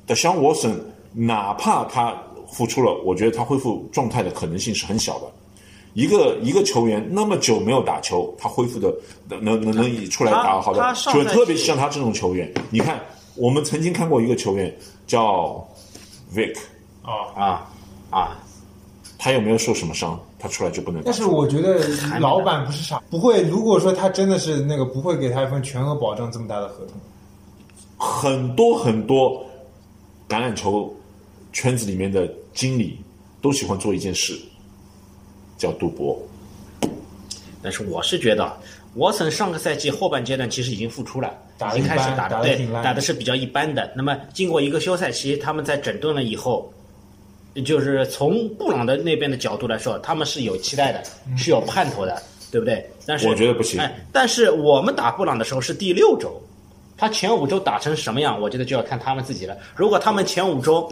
德尚沃森，哪怕他复出了，我觉得他恢复状态的可能性是很小的。一个一个球员那么久没有打球，他恢复的能能能能出来打好
他
的
他上
球员，
赛
特别
季
是像他这种球员，你看，我们曾经看过一个球员叫 Vic，
啊。
啊啊，
他有没有受什么伤？他出来就不能打
但是我觉得老板不是傻，不会。如果说他真的是那个，不会给他一份全额保障这么大的合同。
很多很多橄榄球圈子里面的经理都喜欢做一件事，叫赌博。
但是我是觉得，沃森上个赛季后半阶段其实已经复出了，
打
已经
得一
开
般
始打
打得
对
挺烂
打的是比较一般的。那么经过一个休赛期，他们在整顿了以后，就是从布朗的那边的角度来说，他们是有期待的，
嗯
是有盼头的，对不对？但是
我觉得不行
哎，但是我们打布朗的时候是第六周，他前五周打成什么样，我觉得就要看他们自己了。如果他们前五周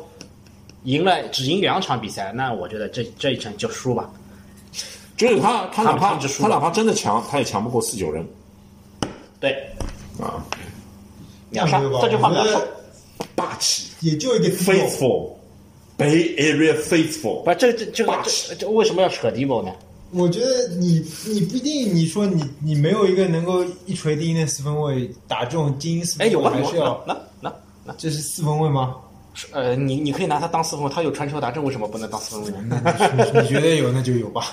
赢了只赢两场比赛，那我觉得这这一场就输吧。
就是他，他哪
他
怕
们就输
他
了
哪怕真的强，他也强不过四九人
对，
啊！
秒杀
那没有吧
这句话
我觉
秒杀
得。
霸气
也就一个 deal
，faithful，Bay Area faithful。
不，这这这个
霸气
这这为什么要扯 d i b o 呢？
我觉得你你不一定，你说你你没有一个能够一锤定音的四分卫打这种精英四
哎，
分
有
卫，
啊
还
有
是
啊
要，
那那那，
这是四分卫吗？
是呃，你你可以拿他当四分卫，他有传球达阵，为什么不能当四分卫呢？
你你觉得有那就有吧。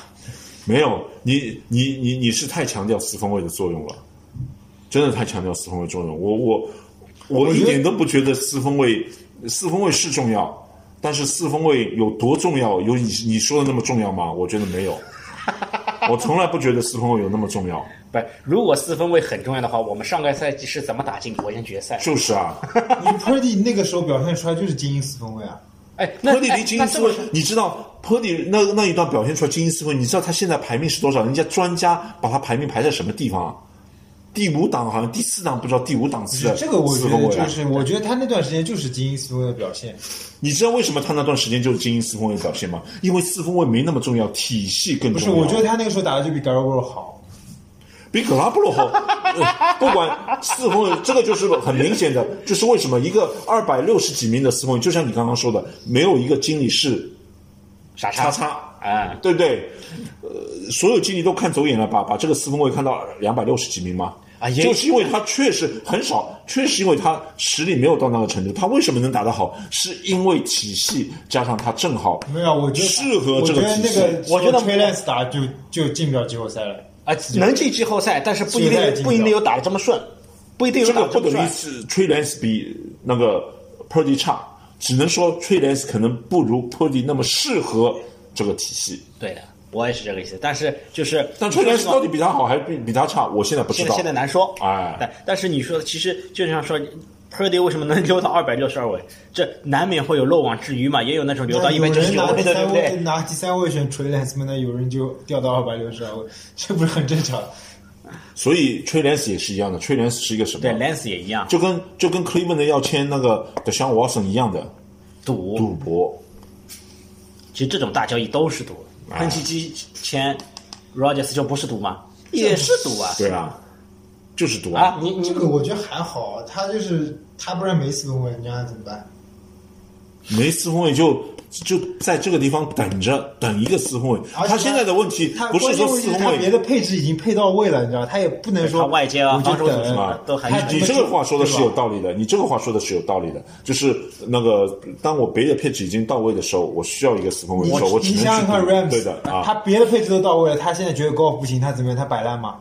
没有，你你你你是太强调四分卫的作用了，真的太强调四分卫作用。我我我
觉
一
得
点都不觉得四分卫四分卫是重要，但是四分卫有多重要？有你你说的那么重要吗？我觉得没有，我从来不觉得四分卫有那么重要。
不是，如果四分卫很重要的话，我们上个赛季是怎么打进国联决赛？
就 是啊，
你 Purdy 那个时候表现出来就是精英四分卫啊，
哎，那
波迪
哎
离精
那
英
这
四
么
分
说，
你知道波迪那那一段表现出来精英四分，你知道他现在排名是多少？人家专家把他排名排在什么地方啊？第五档好像第四档，不知道第五档次的
这个我
四
觉
分
得
卫啊
就是，我觉得他那段时间就是精英四分卫的表现。
你知道为什么他那段时间就是精英四分卫表现吗？因为四分卫没那么重要，体系更
不
重
是，
要。
我觉得他那个时候打的就比 Garoppolo 好。
比格拉布罗好、呃 不管四分卫，这个就是很明显的，就是为什么一个二百六十几名的四分卫，就像你刚刚说的，没有一个经理是
傻叉
叉叉，
啊，
对不对？呃，所有经理都看走眼了，把把这个四分卫看到两百六十几名吗？
啊也
就是因为他确实很少，确实因为他实力没有到那个程度，他为什么能打得好？是因为体系加上他正好
没有，啊我觉得
适合这
我觉
个
得
体
那
系。
个
我觉得
t r a y l a n c 打就就进不了季后赛了。
啊，能进季后赛，但是不一
季后赛
定
进
不
不
一
了
定有打的这么顺，不一定有
这
打
个
的
不
这么
等于
顺。
是 t r e l a n c e 比那个 Purdy 差，只能说 t r e l a n c e 可能不如 Purdy 那么适合这个体系。
对的，我也是这个意思。但是就是，
但 t r e l a n
说
c
实
e
话
到底比他好还是比比他差，我现在不知
现
道
在。现在难说。
哎
但但是你说，其实就像说，Purdy 为什么能溜到二百六十二位，这难免会有漏网之鱼嘛，也有那种溜到一
有
百
人
九十九
拿
位
第
的，对不
三位
对？
拿第三位选 t r a y l a n c 那有人就掉到二百六十二位，这不是很正常？
所以 t r e l a n c e 也是一样的 t r e l a n c e 是一个什么？
对，Lance 也一样，
就跟就跟 Cleveland 要签那个 d e s h a n Watson 一样的
赌。
赌博，
其实这种大交易都是赌。
哎
喷气机签 Rogers 就不是赌吗？也是赌啊。
对啊，就是赌
啊，你
这
你
个我觉得还好，啊他就是他不然没四分卫，你让他怎么办？
没四分卫就就在这个地方等着，等一个四分卫。
而且
他现在的问题
他
不是
关键
说
问
四
题是
分
他别
卫
的配置已经配到位了，你知道，他也不能
他
说
外接啊
我就
防守组织
等
啊都还
他
是
你这个话说的是
对
有
吧
道理的，你这个话说的是有道理的，就是那个当我别的配置已经到位的时候，我需要一个四分卫
你
的时候，我只
你
能
想想看
去赌。对
Rams，
的
他
啊，
别的配置都到位了，他现在觉得 Golf 不行，他怎么样？他摆烂嘛？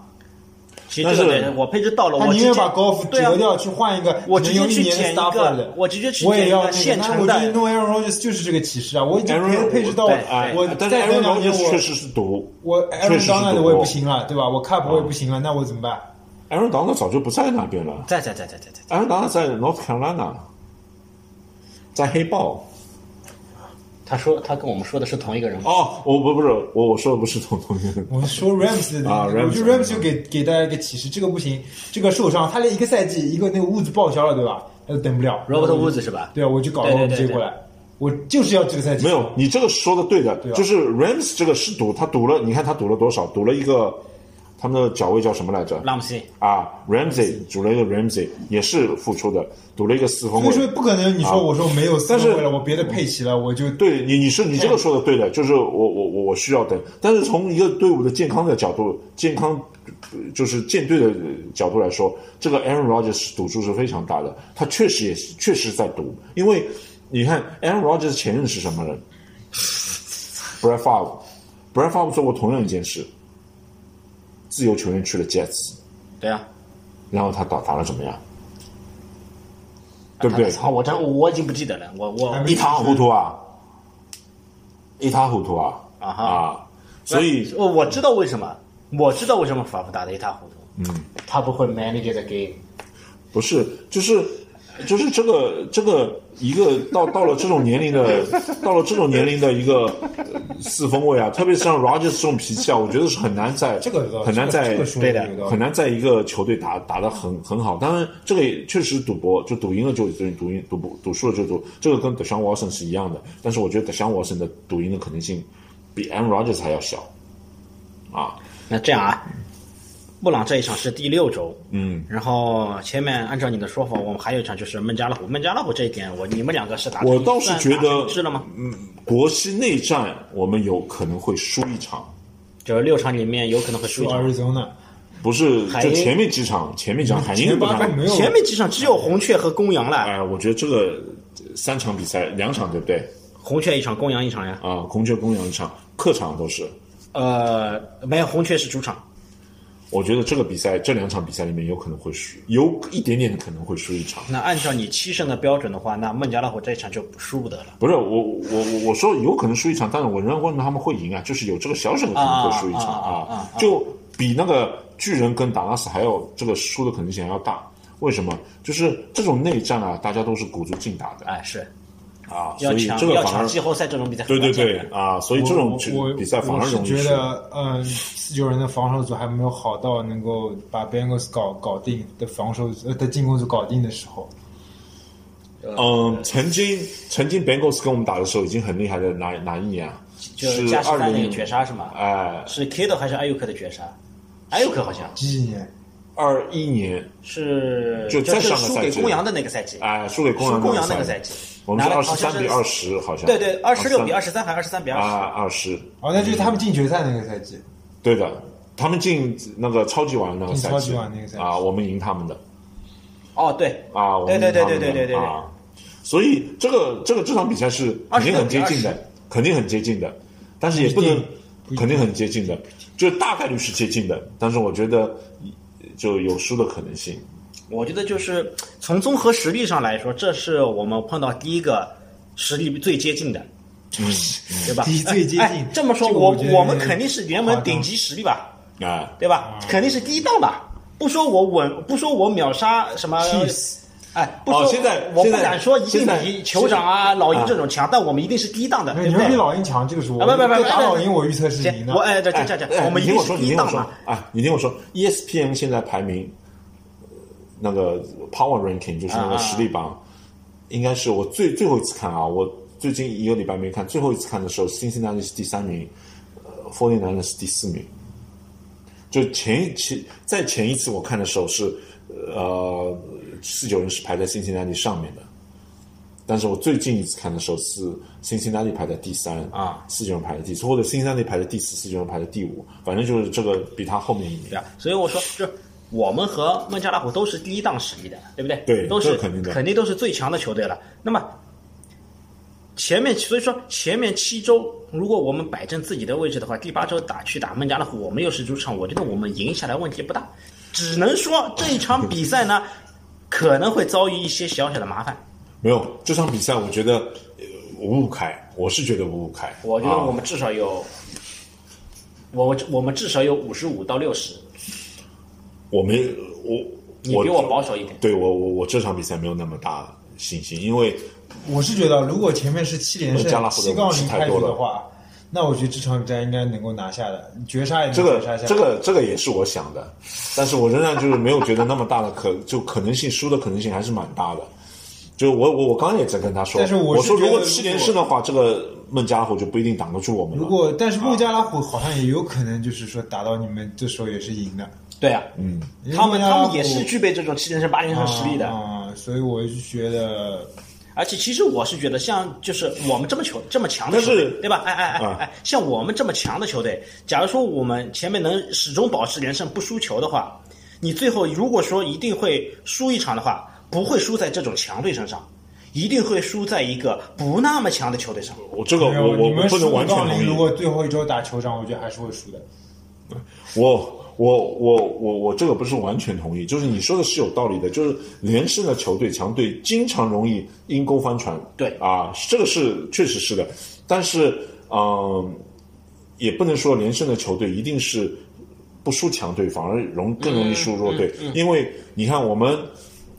其实这个
但是
人我配置到了，
他
呃我
宁
直
愿
接
把高尔夫
对啊
折掉，去换一个
我
只
直
能
接
用一
去
年
捡一
Stafford
个
的，，
我直接去
我也
捡一
要那
个
个
现
那
成
我觉得
的。
弄 Aaron Rodgers 就是这个歧视啊！我已经
Aaron
配
Rodgers-
配置到我啊
对哎
我
但
再
是
等
Aaron
两年
Rodgers 确
我
实是毒，
我
确
Aaron
实是
Donald
赌
我也
博
不行了，对吧？
啊
我 Cup 我也不行了，那我怎么办？
Aaron Donald 早就不在那边了
在在在在在在，
，Aaron Donald 在 North Carolina，在黑豹。
他说他跟我们说的是同一个人吗？
哦，我不不是我我说的不是同同学，
我说 Rams 的，
啊
我觉得
Rams-
Rams 就给给大家一个启示，这个不行，这个受伤，他连一个赛季一个那个物质报销了，对吧？他都等不
哦
了。
Robert
嗯
Woods 是吧
对啊，我就搞
对对
Robert
对
J
对
过来，我就是要这个赛季
没有，你这个说的对的，
对啊吧
就是 Rams 这个是赌，他赌了，你看他赌了多少？赌了一个他们的角位叫什么来着？
拉姆西，
啊，Ramsey 赌了一个 Ramsey，也是付出的，赌了一个四分
所以说
卫。
不可能，你
啊
说我说没有四
但是
分卫了，我别的配齐了，我就
对你，你是你这个说的对
哎
的，就是我我我我需要等，但是从一个队伍的健康的角度，健康呃就是舰队的呃角度来说，这个 Aaron Rodgers 赌注是非常大的，他确实也是确实在赌，因为你看 Aaron Rodgers 前任是什么人？Brad Favre，Brad Favre 做过同样一件事，自由球员去了 Jets，
对啊，
然后他打打了怎么样？对不对？
操，我真我已经不记得了，我我
还没
一塌糊涂啊，一塌糊涂啊
啊哈
啊！所以
呃我我知道为什么，我知道为什么法布打得一塌糊涂。嗯，他不会 manage the game。
不是，就是就是这个这个一个到到了这种年龄的，到了这种年龄的一个呃四分卫啊，特别是像 Rogers 这种脾气啊，我觉得是很难在
这个有道理
很难在
这个说的
对的
有道理
很难在一个球队打打得很很好。当然，这个也确实赌博，就赌赢了就赌赌赢，赌不赌输了就赌，这个跟 d e s h a n Watson 是一样的。但是我觉得 d e s h a n Watson 的赌赢的可能性比 Aaron Rodgers 还要小啊。
那这样啊，布朗这一场是第六周，嗯，然后前面按照你的说法，我们还有一场就是孟加拉虎，孟加拉虎这一点，我你们两个是打成
我倒是
算
觉
打
得
成一致了吗？
嗯，国西内战我们有可能会输一场，
就是六场里面有可能会输
输
一
啊
场。
Arizona，
不是
海
就
鹰
前面几场，前面几场海鹰
嗯前
不
八个
看
没。有
前面几场只有红雀和公羊了，
哎，我觉得这个呃三场比赛，两场对不对？
红雀一场，公羊一场呀。
啊，红雀公羊一场，客场都是。
呃，没有，红雀是主场。
我觉得这个比赛，这两场比赛里面有可能会输，有一点点的可能会输一场。
那按照你七胜的标准的话，那孟加拉虎这一场就输不得了。
不是我我我我说有可能输一场，但是我仍然认为他们会赢啊，就是有这个小小的可能会输一场
啊啊啊啊啊
就比那个巨人跟达拉斯还要这个输的可能性还要大。为什么？就是这种内战啊，大家都是鼓足劲打的
哎，是
啊，
要
所以
抢
这个
要
反而
抢季后赛这种比赛
对
很
对
关键的，
对啊，所以这种
我我
比赛反
我
而
是
容易
觉
输。
得，嗯，四九人的防守组还没有好到能够把 Bengals 搞搞定的防守呃的进攻组搞定的时候，
嗯，曾经曾经 Bengals 跟我们打的时候已经很厉害的哪哪一年啊？
就是
是
加时
二
赛那
零
个绝杀是吗？
哎，
是 Kido 还是艾尤克的绝杀？艾尤克好像
几几年？
二一年
是
就再
是
上个
输
赛
给
季
公羊的那个赛季，
哎输给公
输
羊
公羊那
那
个
个
赛
赛
季，
我们是
拿了
二
好
十
像
三
是
比二十，好像
对对，二十六比二
23
十三还二十三比
啊，
二
二十，
哦，那就是他们进决赛那个赛季，
对的，他们进那个超级碗那个赛季，
进超级碗那个赛季
啊，我们赢他们的
十，哦对，
啊，我们
对对
赢
对
他们
对
的
对对对对
啊，所以这个这个这场比赛是肯定很接近
26比
的，肯定很接近的，但是也不能肯定很接近的，就大概率是接近的，但是我觉得就有输的可能性。
我觉得就是从综合实力上来说，这是我们碰到第一个实力最接近的，
嗯
对吧？
第一最接近
哎哎这么说，
这个
我
我觉得
我们肯定是联盟
夸张
顶级实力吧，
啊，
对吧？肯定是第一档吧。不说我稳，不说我秒杀什么
Chiefs，
哎，不说、
哦现在
我不
现在
敢说一定
现在哎
比酋长啊、老鹰这种强，但我们一定是第一档的，
那
对
哎你
不
们
呃对？
比老鹰强，这个是我
啊不不不不不
打老鹰，我预测是赢
行
的
我。哎，这这这
哎
这，我们
你
一
听
定
我
是
说，
第
你
一
听我
档
说
嘛。，
哎，你听我说，ESPN 现在排名呃那个 Power Ranking 就是那
啊啊
个实力榜，应该是我最最后一次看啊，我最近一个礼拜没看，最后一次看的时候，辛辛那提是第三名，呃，Forty n 是第四名。就前一期在前一次我看的时候是，呃，四九人是排在辛辛那提上面的，但是我最近一次看的时候是辛辛那提排在第三
啊，
四九人排在第四，或者辛辛那提排在第四，四九人排在第五，反正就是这个比他后面一
对
名。
啊，所以我说，就是我们和孟加拉虎都是第一档实力的，对不对？
对
都是
这肯定的
都是最强的球队了。那么前面，所以说前面七周，如果我们摆正自己的位置的话，第八周打去打孟加拉虎，我们又是主场，我觉得我们赢下来问题不大。只能说这一场比赛呢，可能会遭遇一些小小的麻烦。
没有这场比赛，我觉得呃五五开，我是觉得五五开。
我觉得我
啊
们至少有，我我我们至少有五十五到六十，
我没我
你
我
比我保守一点。
对我我我这场比赛没有那么大信心，因为
我是觉得，如果前面是七连
加拉
胜、
福德
七杠零
太
开
多
局
了
的话，那我觉得这场比赛应该能够拿下的，绝杀也能
这
绝
个
杀下来。
这个这个也是我想的，但是我仍然就是没有觉得那么大的可就可能性输的可能性还是蛮大的。就我我我刚刚也在跟他说，
但是我
我
是
说
觉
如
得
果
如
七
果
连胜的话，这个孟加拉虎就不一定挡得住我们了。
如果，但
啊
是孟加拉虎好像也有可能，就是说打到你们这时候也是赢的。
对啊，
嗯，
因为
他们
孟加拉
他
虎
们也是具备这种七连胜、八连胜实力的。
啊，所以我就觉得
而且其实我是觉得，像就是我们这么球这么强的
但
球队
是，
对吧？哎哎哎
啊
哎，像我们这么强的球队，假如说我们前面能始终保持连胜不输球的话，你最后如果说一定会输一场的话，不会输在这种强队身上，一定会输在一个不那么强的球队上。
我这个
没有
哦我我
你
我
们
不能
输
完全
杠
同
零，
意。
如果最后一周打酋长，我觉得还是会输的。
我我我我我这个不是完全同意，就是你说的是有道理的，就是连胜的球队强队经常容易阴沟翻船，
对
啊，这个是确实是的，但是嗯、也不能说连胜的球队一定是不输强队，反而容更
嗯
容易输弱队，因为你看我们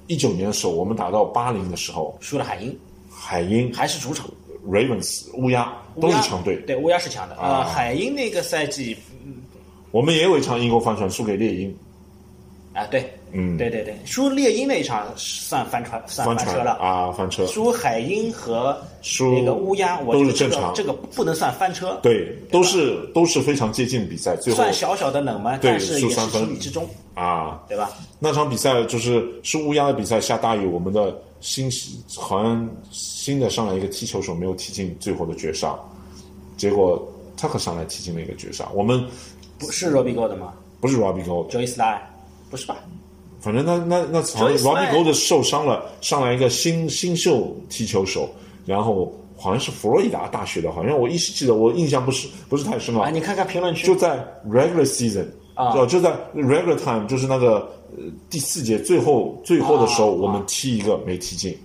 一九年的时候，我们打到八零的时候，
输了海鹰
海鹰、
还是主场，
Ravens、乌鸦都
乌
是
鸦
强队，
对乌鸦是强的啊、呃海鹰那个赛季
我们也有一场阴沟翻船输给猎鹰，
啊，对，
嗯
对对对，输猎鹰那一场算翻船算
翻
翻
船
车了。
啊，翻车。
输海鹰和
输
那个乌鸦，我觉
都是
得这
正
个
常
这个不能算翻车，，
对，都是都是非常接近比赛，最后
算小小的冷门，
对
但是
输
也
三
是
分
情理之中，
啊，
对吧？
那场比赛就是是乌鸦的比赛下大雨，我们的新好像新的上来一个踢球手没有踢进最后的绝杀，结果他可上来踢进了一个绝杀，我们
不是 Robbie Gold 吗
不是 Robbie Gold，
？Joey Sly 不是吧？
反正那那那好像
Joyce
Robbie
Lyle
Gold 受伤了，上来一个新新秀踢球手，然后好像是佛罗里达大学的，好像我依稀记得，我印象不是不是太深了。
啊，你看看评论区
就，在 regular season 哦
啊
就就在 regular time，就是那个呃第四节最后最后的时候，
啊啊
我们踢一个没踢进，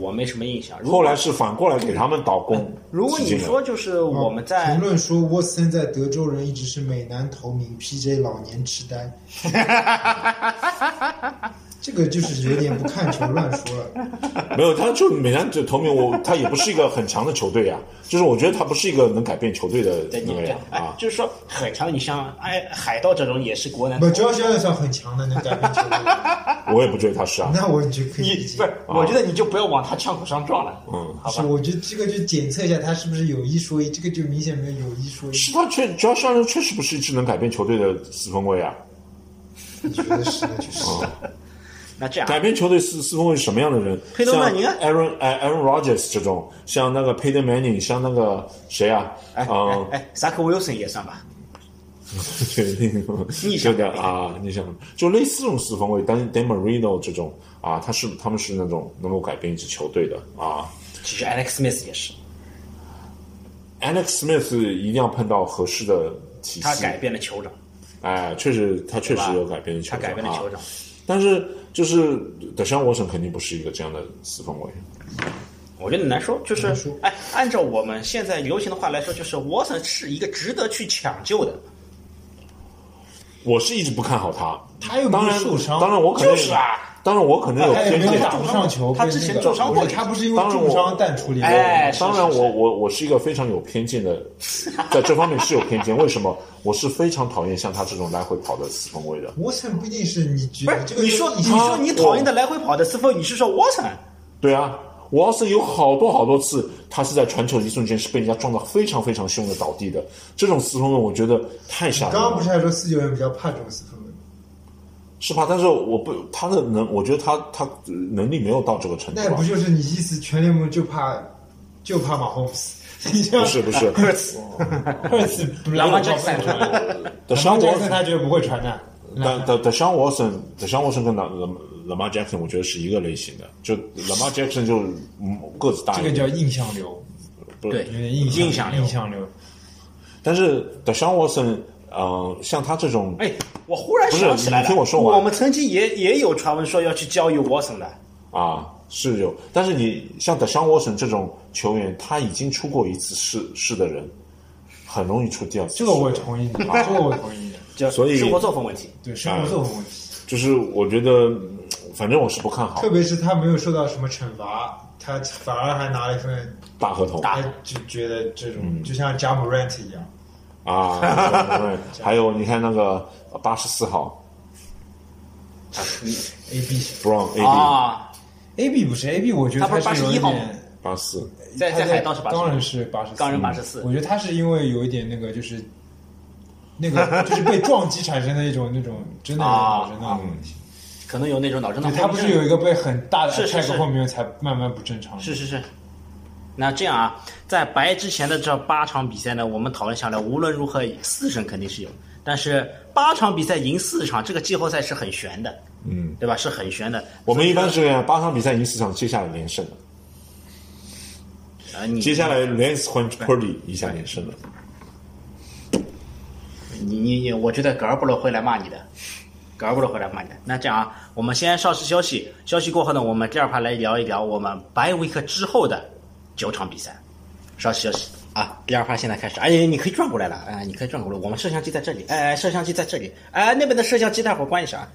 我没什么印象。如
后
果
来是反过来给他们倒攻。
如果
踢
你
进了
说就是我们在
啊评论说沃斯森在德州人一直是美男头名，PJ 老年痴 呆。这个就是有点不看球乱说了。
没有，他就美兰就头名，我他也不是一个很强的球 队啊，就是我觉得他不是一个能改变球队的
对你
那
这
个人
样，哎
啊，。
就是说很强，你像哎海盗这种也是国南
不，焦肖也算很强的能改变球队 的，
我也不觉得他是啊，
那我就可以
你
理
不
解
是。，我觉得你就不要往他枪口上撞了，
嗯，
好
是，
吧？
我觉得这个就检测一下他是不是有一说一，这个就明显没有有一说 一。
是他确主要是他确实不是一支能改变球队的四分卫啊，
你觉得是的，就是。
那这样
改变球队四四分卫是什么样的人？
佩德曼宁啊
像 Aaron 哎 Aaron Rodgers 这种，像那个 Peyton Manning，像那个谁啊？
哎哎
嗯，
哎，萨克 Wilson 也算吧，
对，那个
逆
有
向
点啊，逆向就类似这种四分卫，但是 Dan Marino 这种啊，他是他们是那种能够改变一支球队的啊。
其实 Alex Smith 也是，
Alex Smith 一定要碰到合适的体系，
他改变了酋长，
哎，确实他确
对
实
吧
有改变球
他
队，
改变了酋
啊
长。
但是就是德尚沃森肯定不是一个这样的四分卫，
我觉得很难说，就是
难说
哎，按照我们现在流行的话来说，就是沃森是一个值得去抢救的，
我是一直不看好他。
他又没
当
有
然
受伤，
当然我可能
就是啊，
当然我可能有
他也
偏
没有
见。
打不上球，
他之前
被那
受
个
伤过
我觉得他不是因为
当然我
重伤淡出联
哎
盟，
是
当然
是
我，我我是一个非常有偏见的，在这方面是有偏见。为什么？我是非常讨厌像他这种来回跑的四分卫的。
沃森不一定是你觉
不
得
是
这？个
你
就
说啊
是
你
一
说你讨厌的来回跑的斯科，你是说沃森？
对啊，我要是有好多好多次，他是在传球的一瞬间是被人家撞得非常非常凶的倒地的。这种四分卫我觉得太吓人
刚刚不
了
是，还说四九人比较怕这种四分卫吗？
是吧？但是我不他的能，我觉得他他呃能力没有到这个程度啊
那
吧
不？就是你意思全联盟就怕就怕马霍姆斯？ 你这
不
样
是不是，
赫茨不 是
狼王
不是
杰森
不是
德
然
尚
后
沃
杰
森
森他觉得不会传的，
但但但像沃森，但像沃森跟拉拉拉马杰克逊，我觉得是一个类型的。就拉马杰克逊就嗯个子大
这
一
个
点，
叫印象流，
不是
有点印
印象
象印
流
象流。
但是德尚沃森呃，像他这种，
哎，我忽然
不是
想起来了，
你听我说完
们曾经也也有传闻说要去交易 Watson 的，
啊，是有，但是你像德尚沃森这种球员，他已经出过一次事事的人，很容易出第二次。
这个我同意你，
啊
这个我同意你。
就
所以
生活作风问题。
对，生活作风问题，
就是我觉得，嗯反正我是不看好
特别是他没有受到什么惩罚，他反而还拿了一份，
大合同
他就觉得这种就像加姆 rent 一样，
啊。对对还有你看那个八十四号
A B
Brown AD
啊，
A B 不是 A B，我觉得
他不是
是有一
81号吗
点。
八四，
在
他在
海盗是八十
当然是八十，
钢人84
我觉得他是因为有一点那个，就是 那个就是被撞击产生的一种那种真的有
啊
脑震荡的问题。
可能有那种脑震
对
荡。
他不是有一个被很大的
是是
attack
是
后面才慢慢不正常吗。
是是是。那这样啊，在白之前的这八场比赛呢，我们讨论下来，无论如何四胜肯定是有，但是八场比赛赢四场，这个季后赛是很悬的，
嗯，
对吧？是很悬的。
我们一般是八场比赛赢四场，接下来连胜了，
啊，你
接下来 Lance 换 Purdy 一下连胜了。
你你你，我觉得格尔布罗会来骂你的，格尔布罗会来骂你的。那这样啊，我们先稍事休息，休息过后呢，我们第二趴来聊一聊我们白 week 之后的九场比赛。稍事休息啊，第二趴现在开始。哎，你可以转过来了，哎、你可以转过来，我们摄像机在这里，哎，摄像机在这里，哎，那边的摄像机待会儿关一下啊。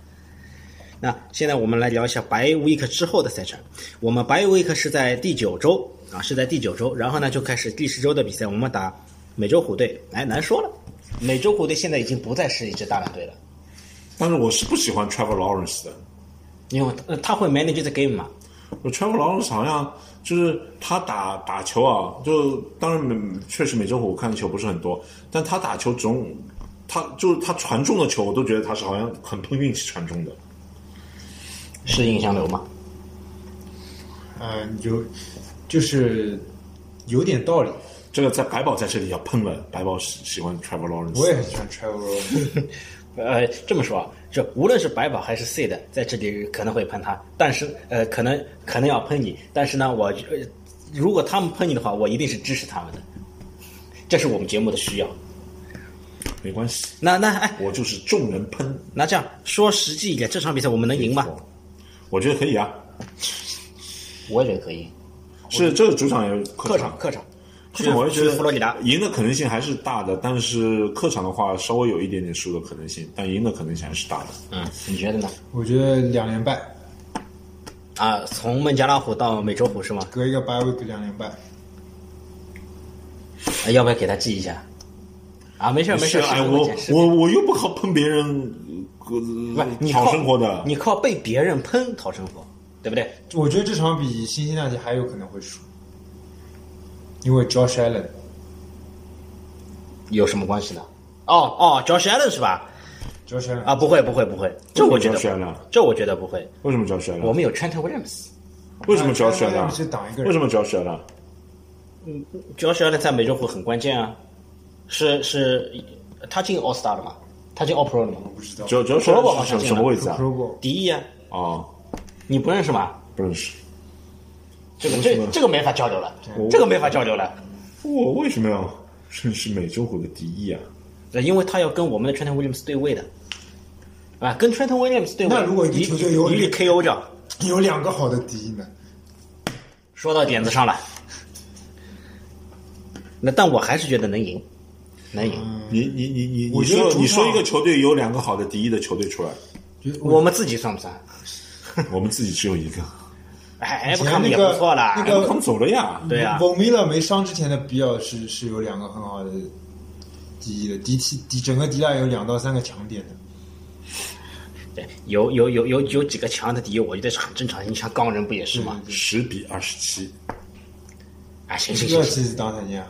那现在我们来聊一下白 week 之后的赛程。我们白 week 是在第九周啊，是在第九周，然后呢就开始第十周的比赛，我们打美洲虎队。哎，难说了，美洲虎队现在已经不再是一支大烂队了，
但是我是不喜欢 Trevor Lawrence 的，
因为呃他会 manage the game 嘛。
我 Trevor Lawrence 好像就是他打打球啊，就当然美确实美洲虎看的球不是很多，但他打球总他就是他传中的球，我都觉得他是好像很碰运气传中的。
是印象流吗？
嗯，有就是有点道理。
这个在白宝在这里要喷了，白宝喜喜欢 Trevor
我也
Lawrence，
很喜欢 Travel，
呃，这么说啊，这无论是白宝还是 C 的，在这里可能会喷他，但是呃，可能可能要喷你，但是呢，我呃，如果他们喷你的话，我一定是支持他们的，这是我们节目的需要。
没关系，
那那哎，
我就是众人喷。
那这样说实际一点，这场比赛我们能赢吗？
我觉得可以啊，
我也觉得可以。
是这个主场也
客
客
场，客场，
客场我也觉得
去佛罗里达
赢的可能性还是大的，但是客场的话稍微有一点点输的可能性，但赢的可能性还是大的。
嗯，你觉得呢？
我觉得两连败，
啊，从孟加拉虎到美洲虎是吗？
隔一个 bye week 两连败。
啊要不要给他记一下？啊，没事儿没事儿，
哎，
是
我
件事
我我又不靠喷别人，呃
不，你靠
讨生活的。
你靠被别人喷讨生活，对不对？
我觉得这场比辛辛那提还有可能会输，因为 Josh Allen
有什么关系呢？哦哦，Josh Allen 是吧？
Josh Allen
啊，不会不会不会，这我觉得
为什么 Josh Allen？
这我觉得不会。
为什么 Josh Allen？
我们有 Trent Williams，Josh
为什么 Josh
啊
Allen？
就挡一个人
为什么 Josh Allen？
Allen 在美洲虎很关键啊，是是，他进 All Star 了吗？他进 All Pro 了吗？
不知道。
Josh Josh
哦 Pro Bowl
Allen
好像
是什么
进了
什么位置啊？
Pro Bowl
第一呀，
啊，
你不认识吗？
不认识。
这个这这个没法交流了，这个没法交流了，
我为什么要认识美洲虎的敌意啊？
呃因为他要跟我们的 Trent Williams 对位的，啊，跟 Trent Williams 对位，
那如果
一
一个球队有
一律 KO 掉，
你有两个好的敌呢，
说到点子上了。那但我还是觉得能赢，能赢。
你你你你
我
你
觉得
说
主场
你说一个球队有两个好的敌意的球队 出来，
我们自己算不算？
我们自己只有一个，
哎，
以
不
前
看
那
也不
个
错啦。
那个
他们走了呀。
对啊
v o m i l a 没伤之前的比尔是是有两个很好的第一的，迪提迪整个迪亚有两到三个强点的。
对，有有有有有几个强的敌，我觉得是很正常。你像钢人不也是吗？
十比二十七，
啊，行行
十月
行，
七是当坦尼亚，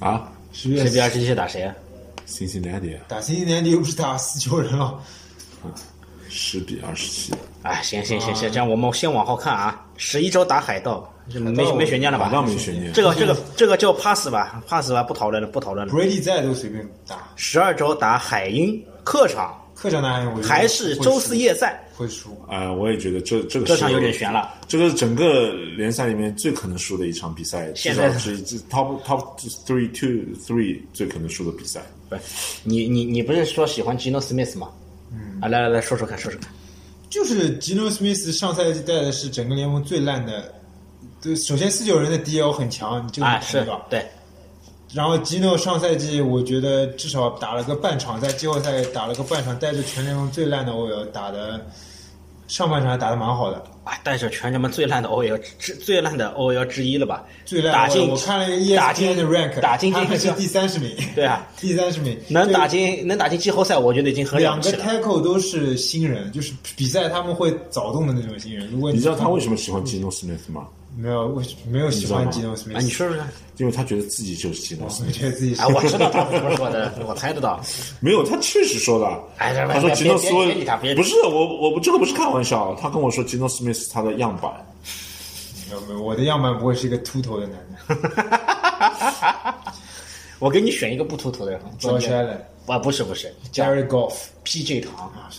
啊
十
谁
月
比二十七打谁啊？
，Cincinnati
打新一年里又不是打死球人了，
十比二十七，
啊，行行行行，这样我们先往后看啊。十一周打海盗，这没没悬念了吧？
打到没悬念。
这个这个这个就 pass 吧，pass 吧，不讨论了，不讨论了。
，Brady 在都随便打。
十二周打海鹰，客场
客场的爱我觉得
还是周四夜赛，
会输，
啊，我也觉得这这个
这场
是
有点悬了。
这个是整个联赛里面最可能输的一场比赛，至
现
少
在
是是 top top three two three 最可能输的比赛。
不是，你你你不是说喜欢 Gino Smith 吗？嗯，啊，来来来说说看，说说看。
就是 Geno Smith 上赛季带的是整个联盟最烂的。对，首先四九人的 DL 很强，你嗯这个
啊，
肯定
是
的。
对，
然后 Gino 上赛季我觉得至少打了个半场，在季后赛打了个半场，带着全联盟最烂的 OL 打的，上半场还打的蛮好的。
啊，带着全联盟最烂的 OL 之最烂的 OL 之一了吧？
最烂的
打进
OL 我看了 E
打
ESPN
进
的 rank，
打进
他
这个
们是第三十名。
对啊，
第三十名
能
对
打进能打进季后赛，我觉得已经很了
两
不
个
起了。
tackle 都是新人，就是比赛他们会躁动的那种新人。如果
你知道他为什么喜欢吉诺斯密斯吗？
没有我没有喜欢
你知
Gino
啊，你
Smith，
说说看。
因为他觉得自己就是吉诺斯
我
密斯。
觉得自己 是
啊，我知道他怎么说的，我猜得到。
没有，他确实说的。
哎这
他说
别
吉诺斯
别别理他别理他
不是我，我不这个不是开玩笑。他跟我说吉诺斯密斯他的样板，
没有没有我的样板不会是一个秃头的男的
我给你选一个不秃头的人
，Josh Allen、
啊，不是不是
Jerry Golf，
，PJ 堂啊，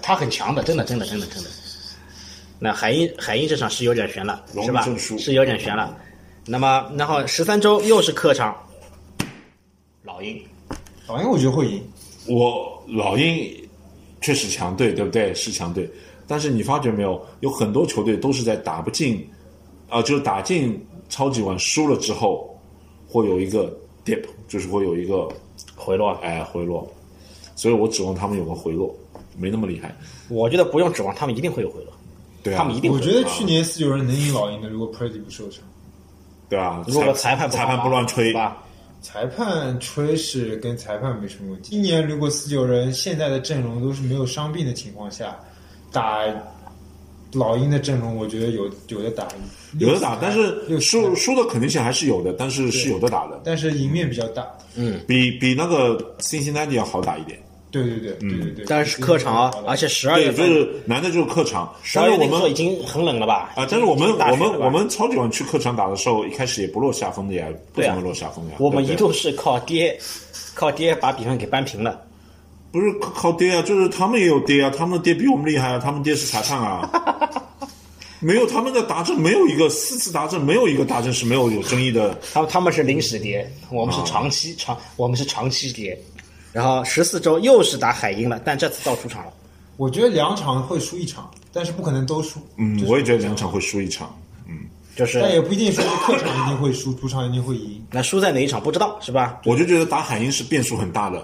他很强的，真的真的真的真的。那海鹰海鹰这场是有点悬了，
荣誉
是吧
证？书
是有点悬了。那么，然后十三周又是客场，老鹰
老鹰我觉得会赢，
我老鹰确实强队，对不对？是强队，但是你发觉没有，有很多球队都是在打不进，啊、就是打进超级碗输了之后，会有一个 dip，就是会有一个
回落。
哎回落，所以我指望他们有个回落，没那么厉害。
我觉得不用指望他们一定会有回落，
对啊，
他们一定
我
会有
觉得去年四九人能赢老鹰的，如果 Purdy 不受伤。
对啊，
如果裁判
裁判不乱吹
是，吧？
裁判吹是跟裁判没什么问题。今年如果四九人现在的阵容都是没有伤病的情况下，打老鹰的阵容，我觉得有有的打，
有的打，但
六
是
十三
输输的可能性还是有的，但是是有的打的，
但是赢面比较大。
比比那个辛辛那提要好打一点。
对对对对对对。
但是客场啊，而且十二月
对，
份，
就是难的就是客场，
十
但
二
是
月
我
那个时候
们
已经很冷了吧？
啊，但是我们
已经大
我
雪了
们
吧
我们超级碗去客场打的时候，一开始也不落下风的呀，不
对
怎
啊
么落下风呀。
我们一
对不对
度是靠跌，靠跌把比分给扳平了。
不是靠靠跌啊，就是他们也有跌啊，他们的跌比我们厉害啊，他们跌是裁判啊。没有他们的达阵，没有一个四次达阵，没有一个达阵是没有有争议的。
他们他们是临时跌，我们是长期、长，我们是长期跌。然后十四周又是打海鹰了，但这次到主场了。
我觉得两场会输一场，但是不可能都输。
嗯，我也觉得两场会输一场。
就
但也
是
不一定说客场一定会输，主场一定会赢。
那输在哪一场不知道是吧？
我就觉得打海鹰是变数很大的，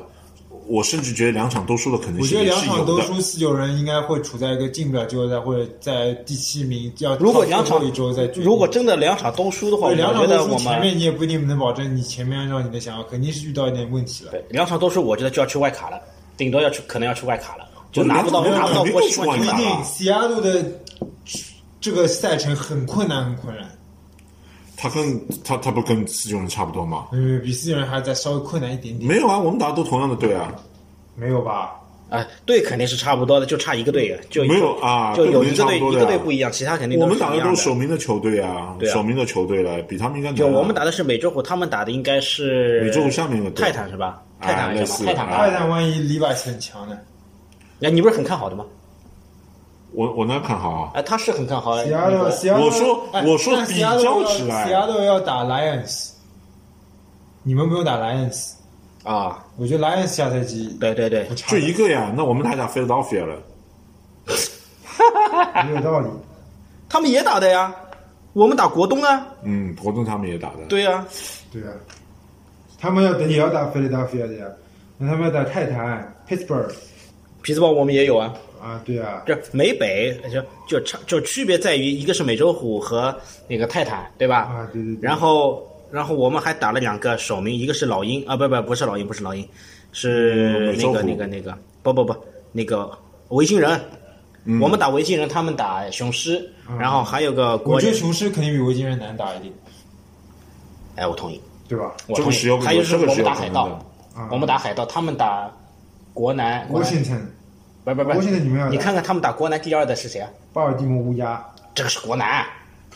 我甚至觉得两场都输的可能
我觉
性
得
也
两
是
场
有
都
的。
输，四九人应该会处在一个进不了季后赛或者在第七名，要
如果
到最
两场
后一周再决定
如果真的两场都输的话，我
对，两
觉
场
得
都输，
我
前
们
面你也不一定能保证你前面按照你的想法，肯定是遇到一点问题了。
对两场都输，我觉得就要去外卡了，顶多要去可能要去外卡了，就
不是
拿不到
两场
拿不到
肯定
国际
都是
冠军
外
了
卡。
对，西雅图的这个赛程很困难，很困难，
他跟他他不跟四九人差不多吗？
嗯，比四九人还再稍微困难一点点，
没有啊，我们打的都同样的队啊，
没有吧？
啊，队肯定是差不多的，就差一个队，就
没有啊
就有一个队
队肯定差
一
不多的
个队不一样，其他肯定
我
都
们
是
打
一
的
样
都是首名的球队啊，
对啊
首名的球队了，比他们应该难啊
就我们打的是美洲虎，他们打的应该是
美洲虎下面有队
泰坦是吧？
啊
泰坦还是
类
什
似
么？泰坦
啊
吧。
二战万一里瓦奇很强呢？
哎，你不是很看好的吗？
我我那看好啊。
哎，他是很看好
西雅
那
图，
个
西雅图，
我说
哎
我说
但
比
西雅图
较
要
起来
西雅图要打 Lions，你们不用打 Lions，
啊，
我觉得 Lions 下赛季
对对对
不，差
就
的，
一个呀，那我们还打 Philadelphia 了，
也有道理。
他们也打的呀，我们打国东啊，
嗯，活动他们也打的，
对呀，
对啊，他们要等也要打菲利达菲亚的呀，那他们要打泰坦、Pittsburgh
匹兹堡我们也有啊，
啊，对啊，
这美北就就差就区别在于一个是美洲虎和那个泰坦，对吧？
啊对对对
然后然后我们还打了两个首名，一个是老鹰啊，不不不是老鹰，不是老鹰，是那
嗯
个
美洲虎
那个那个不不不那个维京人。
嗯
我们打维京人，他们打雄狮，
啊
然后还有个国
我觉
联
得，雄狮肯定比维京人难打一点，
哎，我同意，
对吧？
我
这
同
个
意
是有可
还有就是
这个
我
是
们
有
打
可
海
能
盗，
的。
啊
我们打海盗，他们打国南，国南
Washington
不不不，
Washington 你们要打
你看看他们打国南第二的是谁啊？
巴尔的摩乌鸦
这个是国南，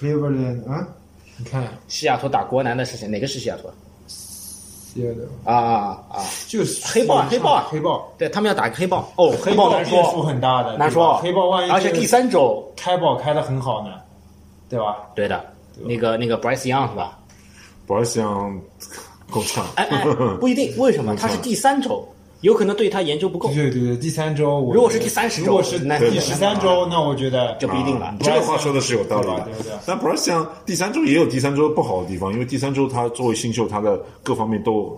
，Cleveland 啊，
你看
西雅图打国南的是谁？哪个是西雅图？
第二轮
啊啊啊！
就是
黑豹啊黑豹啊
黑豹，
对他们要打黑豹哦，黑豹难
变数
说
很大的，
难
对吧
说，
黑豹万一
而且第三周
开宝开的很好呢，对吧？
对的，那个那个 Bryce Young 是吧？
保尔想够呛。
哎 哎，不一定，为什么他是第三周，有可能对他研究不够，
对对对，第三周我
如果是第30周
如果是
那
第
那
十三周，那我觉得
这不一定了。
嗯这个话说的是有道理
对吧对
的
吧，
但不是像第三周也有第三周不好的地方，因为第三周他作为新秀，他的各方面都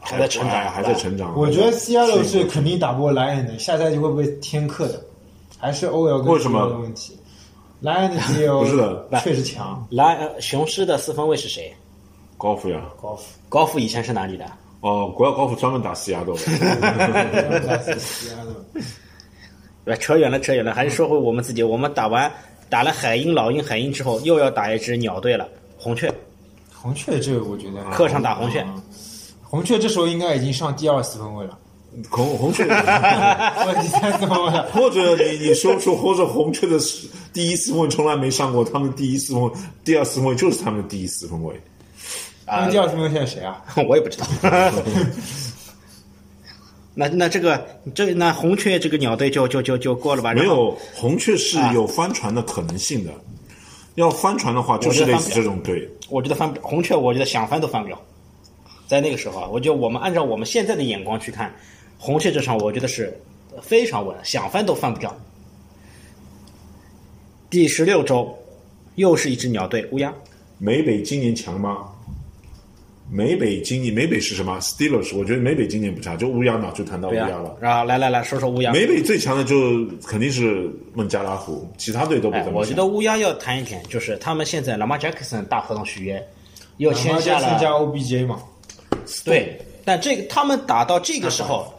还在成长
还还在成长。
我觉得
还在
C L 是肯定打不过莱恩的，下赛季会不会添课的，还是 O L 跟
为什么
CL 的问题？莱恩 的 C L
不是的
确实 强，
来，呃雄狮的四分卫是谁？
高尔夫呀，
高夫
高夫以前是哪里的？
哦，国药高尔夫专门打西雅豆的，
来扯远了，扯远了，还是说回我们自己。我们打完打了海鹰、老鹰、海鹰之后，又要打一支鸟队了，红雀。
红雀这个我觉得
客场打红雀
嗯红雀这时候应该已经上第二四 分位了，
红红雀。
或者第三四分位 了。
或者你你说出，或者红雀的第一次分从来没上过，他们第一次分、第二次分就是他们的第一次分位。
他们第二四分位现在谁啊？
我也不知道。那那这个这那红雀这个鸟队就就就就过了吧？
没
哎然后，哎
有红雀是有翻船的可能性的，要翻船的话就是类似这种队。
我觉得翻不了红雀，我觉得想翻都翻不了。在那个时候啊，我觉得我们按照我们现在的眼光去看，红雀这场我觉得是非常稳，想翻都翻不掉。第十六周，又是一支鸟队乌鸦，
美北今年强吗？美北今年美北是什么？Steelers，我觉得美北今年不差，就乌鸦嘛，就谈到乌
对啊
鸦
呀、
了。
然后来来来说说乌鸦，
美北最强的就肯定是孟加拉虎，其他队都不
哎
怎，么
我觉
强。
得乌鸦要谈一点，就是他们现在 Lamar Jackson 大合同续约，又签下
加
了
加 O B J 嘛，
对，但这个他们打到这个时
啊
候，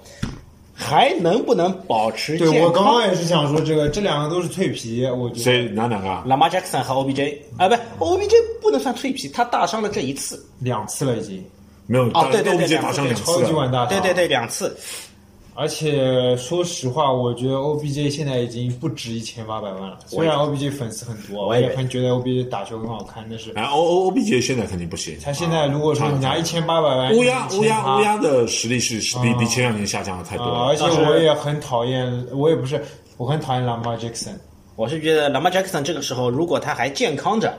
还能不能保持健
对
康？
我刚刚也是想说这个，这两个都是脆皮，我觉得
谁哪两个啊？
Lamar Jackson 和 OBJ 啊，不，OBJ 不能算脆皮，他大伤了这一次，
两次了已经，
没有，
哦对对对
都已经
两
打上
个
两
超
次
级碗
了。
大
对对，对，两次，
而且说实话，我觉得 OBJ 现在已经不值一千八百万了。虽然 OBJ 粉丝很多，
我
我
也
也很觉得 OBJ 打球很好看，但是
哎，O O O B J 现在肯定不行。
他现在如果说你
啊
拿一千八百万，
乌鸦乌鸦乌
啊、
鸦的实力是是比
啊
比前两年下降了太多了。
呃而且我也很讨厌，我也不是，我很讨厌 Lamar Jackson。
我是觉得 Lamar Jackson 这个时候如果他还健康着，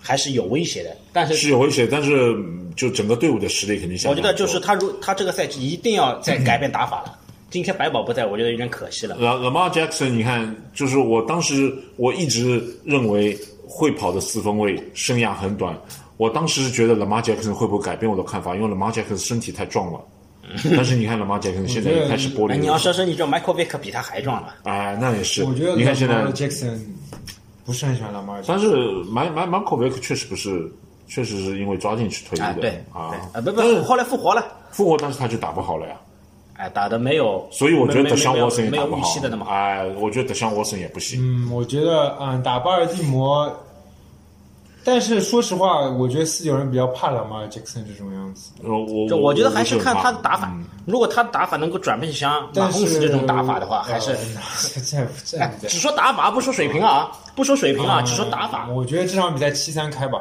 还是有威胁的，但是
是有威胁，但是嗯就整个队伍的实力肯定下降
我
很
觉
多。
得就是他如他这个赛季一定要再改变打法 了。今天百宝不在，我觉得有点可惜了。
拉拉马 Jackson，你看，就是我当时我一直认为会跑的四分卫生涯很短，我当时是觉得拉马 Jackson 会不会改变我的看法，因为拉马 Jackson 身体太壮了。但是你看拉马 Jackson 现在也开始玻
哎，
璃
你要
了，
说说，你这 Michael Vick 比他还壮了。
哎，那也是。
我觉得
你看现在
Lamar，Jackson 不是很喜欢 Lamar Jackson。
但是马马马可维克确实不是，确实是因为抓进去退
啊，
役
对
的啊
啊，不不，后来复活了，
复活，但是他就打不好了呀。
哎，打的没有，
所以我觉得德尚
没
沃
有
森也
没
打
有
不
预
好
期的那么。好。
哎，我觉得德尚沃森也不行。
嗯，我觉得嗯，打巴尔的摩，但是说实话，我觉得四九人比较怕 Lamar Jackson 这种样子。
呃我
就我觉得还是看他的打。
我
法
嗯，
如果他的打法能够转变成马
但
洪
是
斯这种打法的话， 还是
呃这不这
哎
不，
只说打法不说水平啊，不说水平啊，
嗯
只说打法。
我觉得这场比赛七三开吧，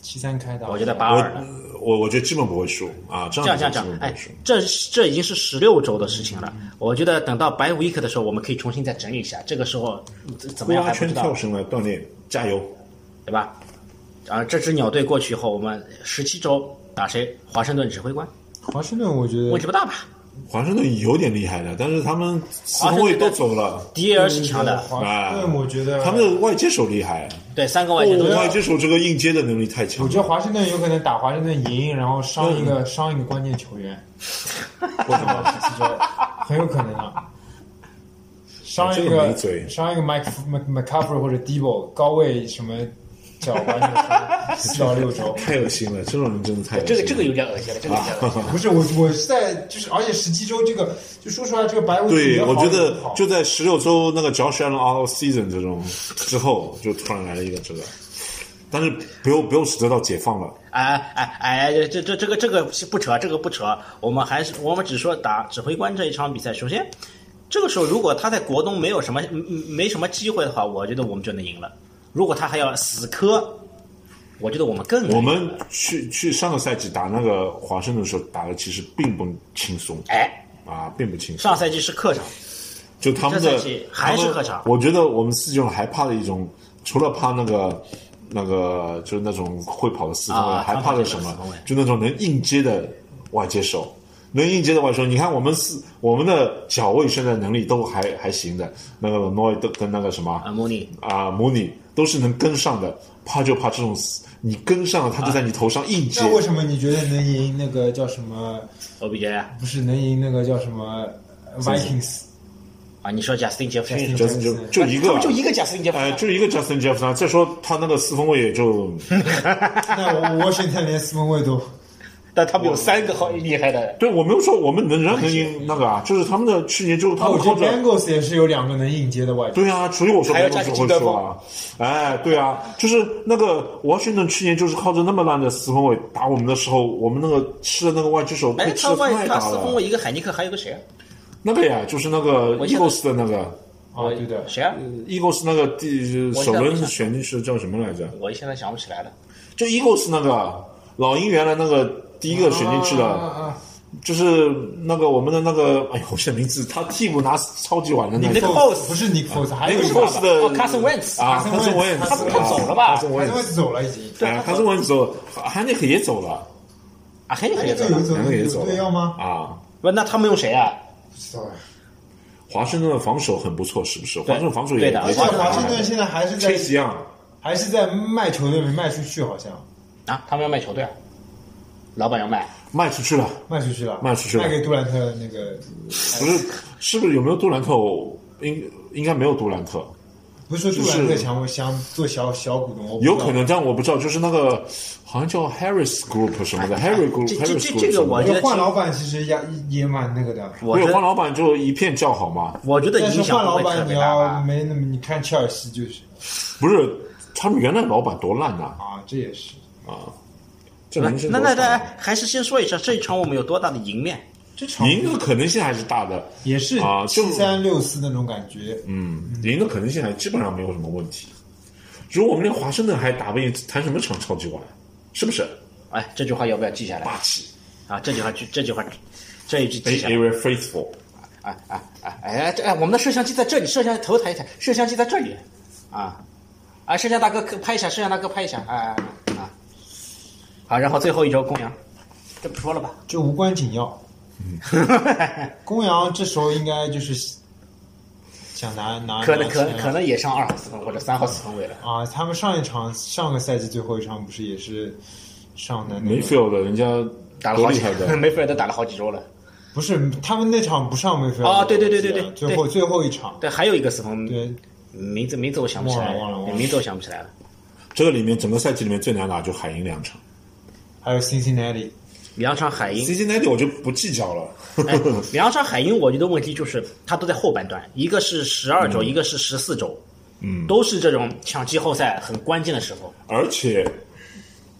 七三开的。
我觉得八二的，
我我觉得基本不会输啊，这
这样
样
这样这
子
样
基本，不
哎
会输。，
这这已经是十六周的事情了。
嗯
我觉得等到白 week 的时候，我们可以重新再整理一下。这个时候怎么样
乌
还
鸦
不
圈
知
跳
道，
绳来锻炼，加油！
对吧？啊，这支鸟队过去以后，我们十七周打谁？华盛顿指挥官
华盛顿，我觉得
问题不大吧？
华盛顿有点厉害的，但是他们四分卫都走了，
迪尔是强的，
华
哎
盛顿，我觉得
他们的外接手厉害，哦
对，三个外线都
外接手这个应接的能力太强
我
了。
觉得华盛顿有可能打华盛顿赢，然后伤一个伤一个关键球员，
为什嗯么？
很有可能啊。伤一
这个没
个
嘴
伤一个 Mike Mc McCaffrey 或者 Debo 高位什么脚踝扭 伤，四到六周。
太恶心了，这种人真的太恶心
这
了
个这个有点恶心了，这个有
啊
点恶心了。
不是我，我是在就是，而且十七周这个，就说出来这个白无
对，我觉得就在十六周那个 Josh Allen out of season 这种之后，就突然来了一个这个，但是不用不用使得到解放了。
哎哎哎，这这这这个这个不扯，这个不扯。我们还是我们只说打指挥官这一场比赛。首先，这个时候如果他在国东没有什么嗯嗯没什么机会的话，我觉得我们就能赢了。如果他还要死磕，我觉得我们更
我们去去上个赛季打那个华盛顿的时候打的其实并不轻松
哎，
啊，并不轻松。
上赛季是客场，
就他们
这
的
赛季还是客场
他们我觉得我们四九还怕的一种，除了怕那个那个就是那种会跑的四分卫，
啊
还怕的什么
长跑的四分卫？
就那种能应接的外接手，能应接的外接手。你看我们四我们的脚位现在能力都还还行的，那个诺伊都跟那个什么
啊，莫尼
啊摩尼都是能跟上的，怕就怕这种死你跟上了，他就在你头上应接。
那为什么你觉得能赢那个叫什么？
OBJ 啊
不是能赢那个叫什么呃 Vikings？
啊，你说贾斯汀杰弗逊
Justin
贾斯汀就就一
他
个
们，就一个贾斯汀杰夫
呃，就一个 Justin Jefferson。再说他那个四分卫也就
那我我选他连四分卫都
但他们有三个好厉害的。
对，我没有说我们能人能赢那个啊，就是他们的去年就是他
啊，我
们
觉
靠
得
着。
Bengals 也是有两个能应接的外援。
对啊，所以我说
还要
没
加
东
个
西
金
会
德
说啊，哎，对啊，就是那个华盛顿去年就是靠着那么烂的四分卫打我们的时候，我们那个吃的那个外接手被
哎，
吃
他
的
外
太
他
大
四分
了
卫。一个海尼克，还有个谁啊？
那个呀，就是那个
我记得
Eagles 的那个
啊，对的，
谁啊？
Eagles 那个第
我记
首
得
轮
我记得
选进去的叫什么来着？
我现在想不起来了。
就 Eagles 那个啊老鹰原来那个第一个选进
啊
去的，就是那个我们的那个，哎呦，我现在名字，他替补拿超级碗的那
那个
个。啊
Foles 不是 Nick Foles，还有一
Nick
个
Foles 的
哦，Carson Wentz
啊，
Carson
他是
Wentz，
我也
他
他走了吧
他是我
他
也
他妈走了已经。
哎，他是我也走，汉尼克也走了
啊，海尼克
那
也
个
走
有
了。
走
两个也走了
对要吗？
啊。
不，那他们用谁啊？
不知道呀。
华盛顿的防守很不错，是不是？华盛顿防守也
对的
而
而
且华盛
啊
顿现在还是
崔
在
西样，
还是在卖球队没卖出去，好像
啊，他们要卖球队啊，老板要卖。
卖出去了，
卖出去了，
卖出去了
卖给杜兰特那个
不是？是不是有没有杜兰特？我应应该没有杜兰特，
不是说杜兰
就
特
是
想我想做小小股东，我不知道
有可能，但我不知道，就是那个好像叫 Harris Group 什么的，Harry
这
Group，Harris
哎这
Group
这这
什么的
个我觉
我觉
得
得换老板其实也也蛮那个的。
我觉
对换
得，
老板就一片叫好嘛。
我觉得
但是
影响
换
不
老
会特
板，你
别大
要
吧？
没那么，你看切尔西就是
不是，他们原来老板多烂呐
啊，这也是
啊！这
那
人生
那
多
那
惨
那
啊，
还是先说一下这一场我们有多大的赢面。
这场
赢的可能性还是大的。
也是
啊就
七三六四那种感觉，
嗯，赢的可能性还基本上没有什么问题。如果我们连华盛顿还打不赢，谈什么场超级碗？是不是
哎，这句话要不要记下来
霸气
啊？这句话，这这句话，这一句记
？They
下
哎
来。
they were faithful。
啊啊啊！哎这哎，我们的摄像机在这里，摄像头抬一抬，摄像机在这里，啊啊！摄像大哥可拍一下，摄像大哥拍一下，啊啊！好，然后最后一周公羊，这不说了吧？
就无关紧要。公羊这时候应该就是想拿拿
可能
拿
可
钱
能
了
可能也上二号四分或者三号四分位了。
啊，他们上一场上个赛季最后一场不是也是上的那
没
个？
feel 的，人家
打了好
多
几
厉害 的。
梅菲尔德打了好几周了。
不是，他们那场不上梅菲尔德
啊对对对对对
最后最后一场，
对，还有一个四分，
对，
名字名字我想不起来
忘了忘了忘了
名字我想不起来了。
这个里面整个赛季里面最难打就海鹰两场
还有 Cincinnati，
两场海鹰，
，Cincinnati 我就不计较了。
哎，两场海鹰，我觉得问题就是它都在后半段，一个是十二
嗯
周，一个是十四周，嗯，都是这种抢季后赛很关键的时候。
而且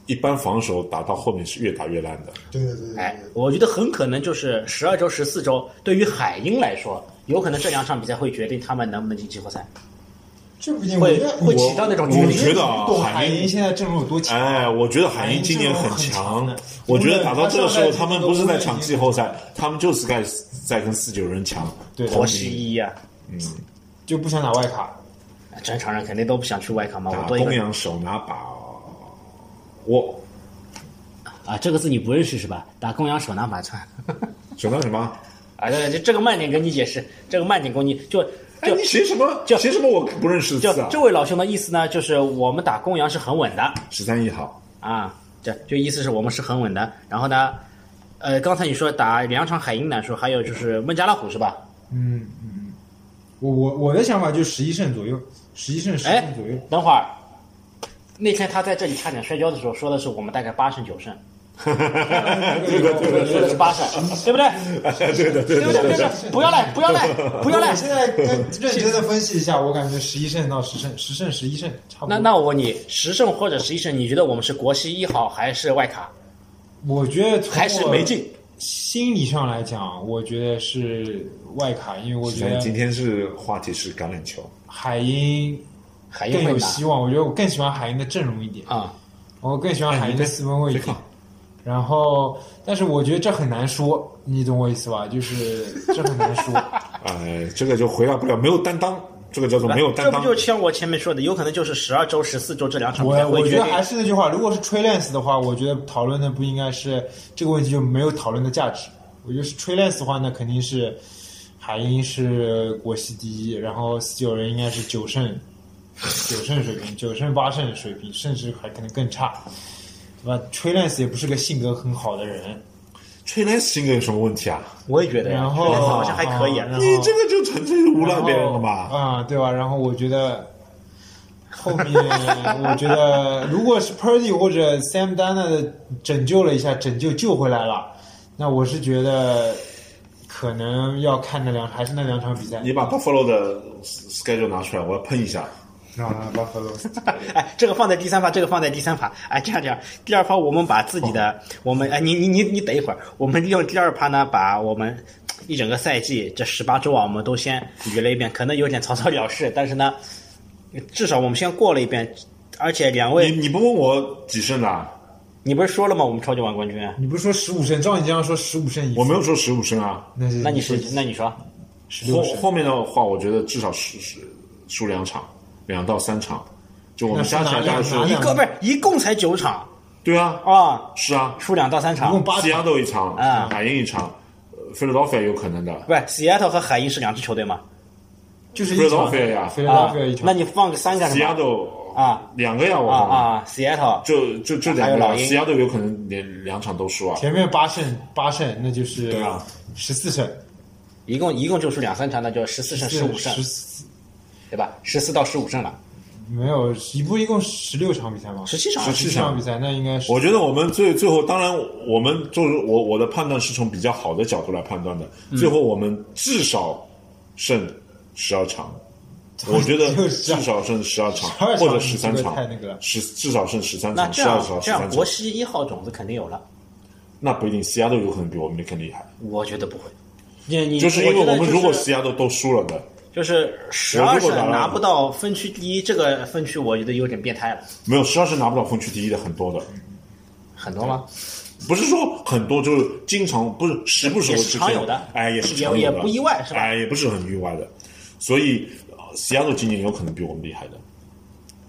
一般防守打到后面是越打越烂的。
对对对
哎，我觉得很可能就是十二周、十四周，对于海鹰来说，有可能这两场比赛会决定他们能不能进季后赛，
这不仅
会
我觉得
会起到那种
我
决定
觉得啊
懂
海
海
鹰
鹰现在阵容有多强？
哎，我觉得海鹰今年强，我觉得打到这个时候，他们不是在抢季后赛，他们就是在在跟四九人抢
对
婆
同
媳
级
一呀、
就不想打外卡。
正常人肯定都不想去外卡嘛，
打
我多一
公
个
羊手拿宝，我
啊，这个字你不认识是吧？打公羊手拿把叉。
手拿什么？
啊，对，这这个慢点给你解释，这个慢点给你就
哎，
就
你写什么？
就
写什么？我不认识的
就
字啊
这！位老兄的意思呢，就是我们打公羊是很稳的
十三亿好，
啊，这就意思是我们是很稳的。然后呢，呃，刚才你说打两场海鹰来说，还有就是孟加拉虎是吧？
嗯嗯嗯，我我我的想法就十一胜左右，十一胜十
哎
胜左右。，
等会儿，那天他在这里差点摔跤的时候说的是我们大概八胜九胜，
这个这
说的是八胜，对不对？
对的，对
对不对？对不对？不要赖，不要赖，啊不要赖
我。现在 跟认真的分析一下，我感觉十一胜到十胜，十胜十一胜差不多。
那那我问你，十胜或者十一胜，你觉得我们是国西一好还是外卡，
我觉得从
还是
我
没进？
心理上来讲，我觉得是外卡，因为我
十
觉
三亿今
得
天是话题是橄榄球，
海鹰
海鹰
更
会
有
拿
希望。我觉得我更喜欢海鹰的阵容一点。
啊、哎
我更喜欢海因的四分卫一点。然后，但是我觉得这很难说，你懂我意思吧？就是这很难 说。
哎，这个就回答不了，没有担当，这个叫做没有担
这
当
不。就像我前面说的，有可能就是十二周、十四周这两场比
我
赛会
我
决
觉得
定。
还是那句话，如果是 t r a y Lance 的话，我觉得讨论的不应该是这个问题，就没有讨论的价值。我觉得是 t r a y Lance 的话，那肯定是海鹰是国西第一，然后四九人应该是九胜九胜水平，九胜八胜水平，甚至还可能更差，对吧 t r a y Lance 也不是个性格很好的人，
吹来性格有什么问题啊？
我也觉得，
然后
这两场好像还可以。啊
然后
你这个就纯粹是诬赖别人了
然
吧？
后啊、对吧？然后我觉得后 面，我觉得如果是 Purdy 或者 Sam d a n a 的拯救了一下，拯救救回来了，那我是觉得可能要看那两还是那两场比赛
你把 Buffalo 的 schedule 拿出来，我要喷一下。
啊，巴夫罗斯。
哎，这个放在第三趴，这个放在第三趴。哎，这样这样，第二趴我们把自己的，我们哎，你你你你等一会儿，我们利用第二趴呢，把我们一整个赛季这十八周啊，我们都先捋了一遍，可能有点草草了事，但是呢，至少我们先过了一遍。而且两
你
位，
你不问我几胜啊？
你不是说了吗？我们超级碗冠军，
你不是说十五胜？照你这样说，十五胜一负
我没有说十五胜啊。
那是
那你是那你说，
十
后
六胜。
后面的话，我觉得至少输输输两场，两到三场。就我们
那
加起来大概是
哪，
一
两
个不是一共才九场
对啊，
啊，
是啊，
输两到三
一
场
共，八
西
场
雅都一场，
啊
海鹰一场，呃，Philadelphia 有可能的。
不是 Seattle 和海鹰是两支球队嘛？
就是一场
Philadelphia 呀
菲利
啊
达菲一，场。
那你放个三个
西
什
雅
么？
都
啊
两个呀，我
啊
忘了。
啊，Seattle
就就就
还
两
有
个
老
啊，
鹰
西雅都有可能连两场都输啊。
前面八胜八胜，那就是
对啊
十四胜，
一共一共就是两三场，那就十四胜、十五胜
十，四
对吧？十四到十五胜了，
没有一部一共十六场比赛吗？
十七场
十
啊。
七
这
场
场比赛，那应该是
我觉得我们最最后，当然我们就是我我的判断是从比较好的角度来判断的。
嗯
最后我们至少胜十二场，我觉得
就
至
是啊
少胜十二场
12场
或者十三
这个
场
太那个了，
十至少胜十三
那
场，
这
十二
样
场十
这样，
三
国
场，
西一号种子肯定有了，
那不一定。西雅都有可能比我们更厉害，
我觉得不会。你你
就是因为
我觉
我
得
们
就
如果
是
西雅都都输了的，
就是十
我
二
如果
胜
打了
拿不到分区第一，这个分区我觉得有点变态了，
没有十二是拿不到分区第一的很多的，
很多吗？
不是说很多，就是经常不是时不时
也
会
是
出
常
现
有的
哎，也是
也
常有的，
也不意外是吧
哎，也不是很意外的，所以呃西雅图今年有可能比我们厉害的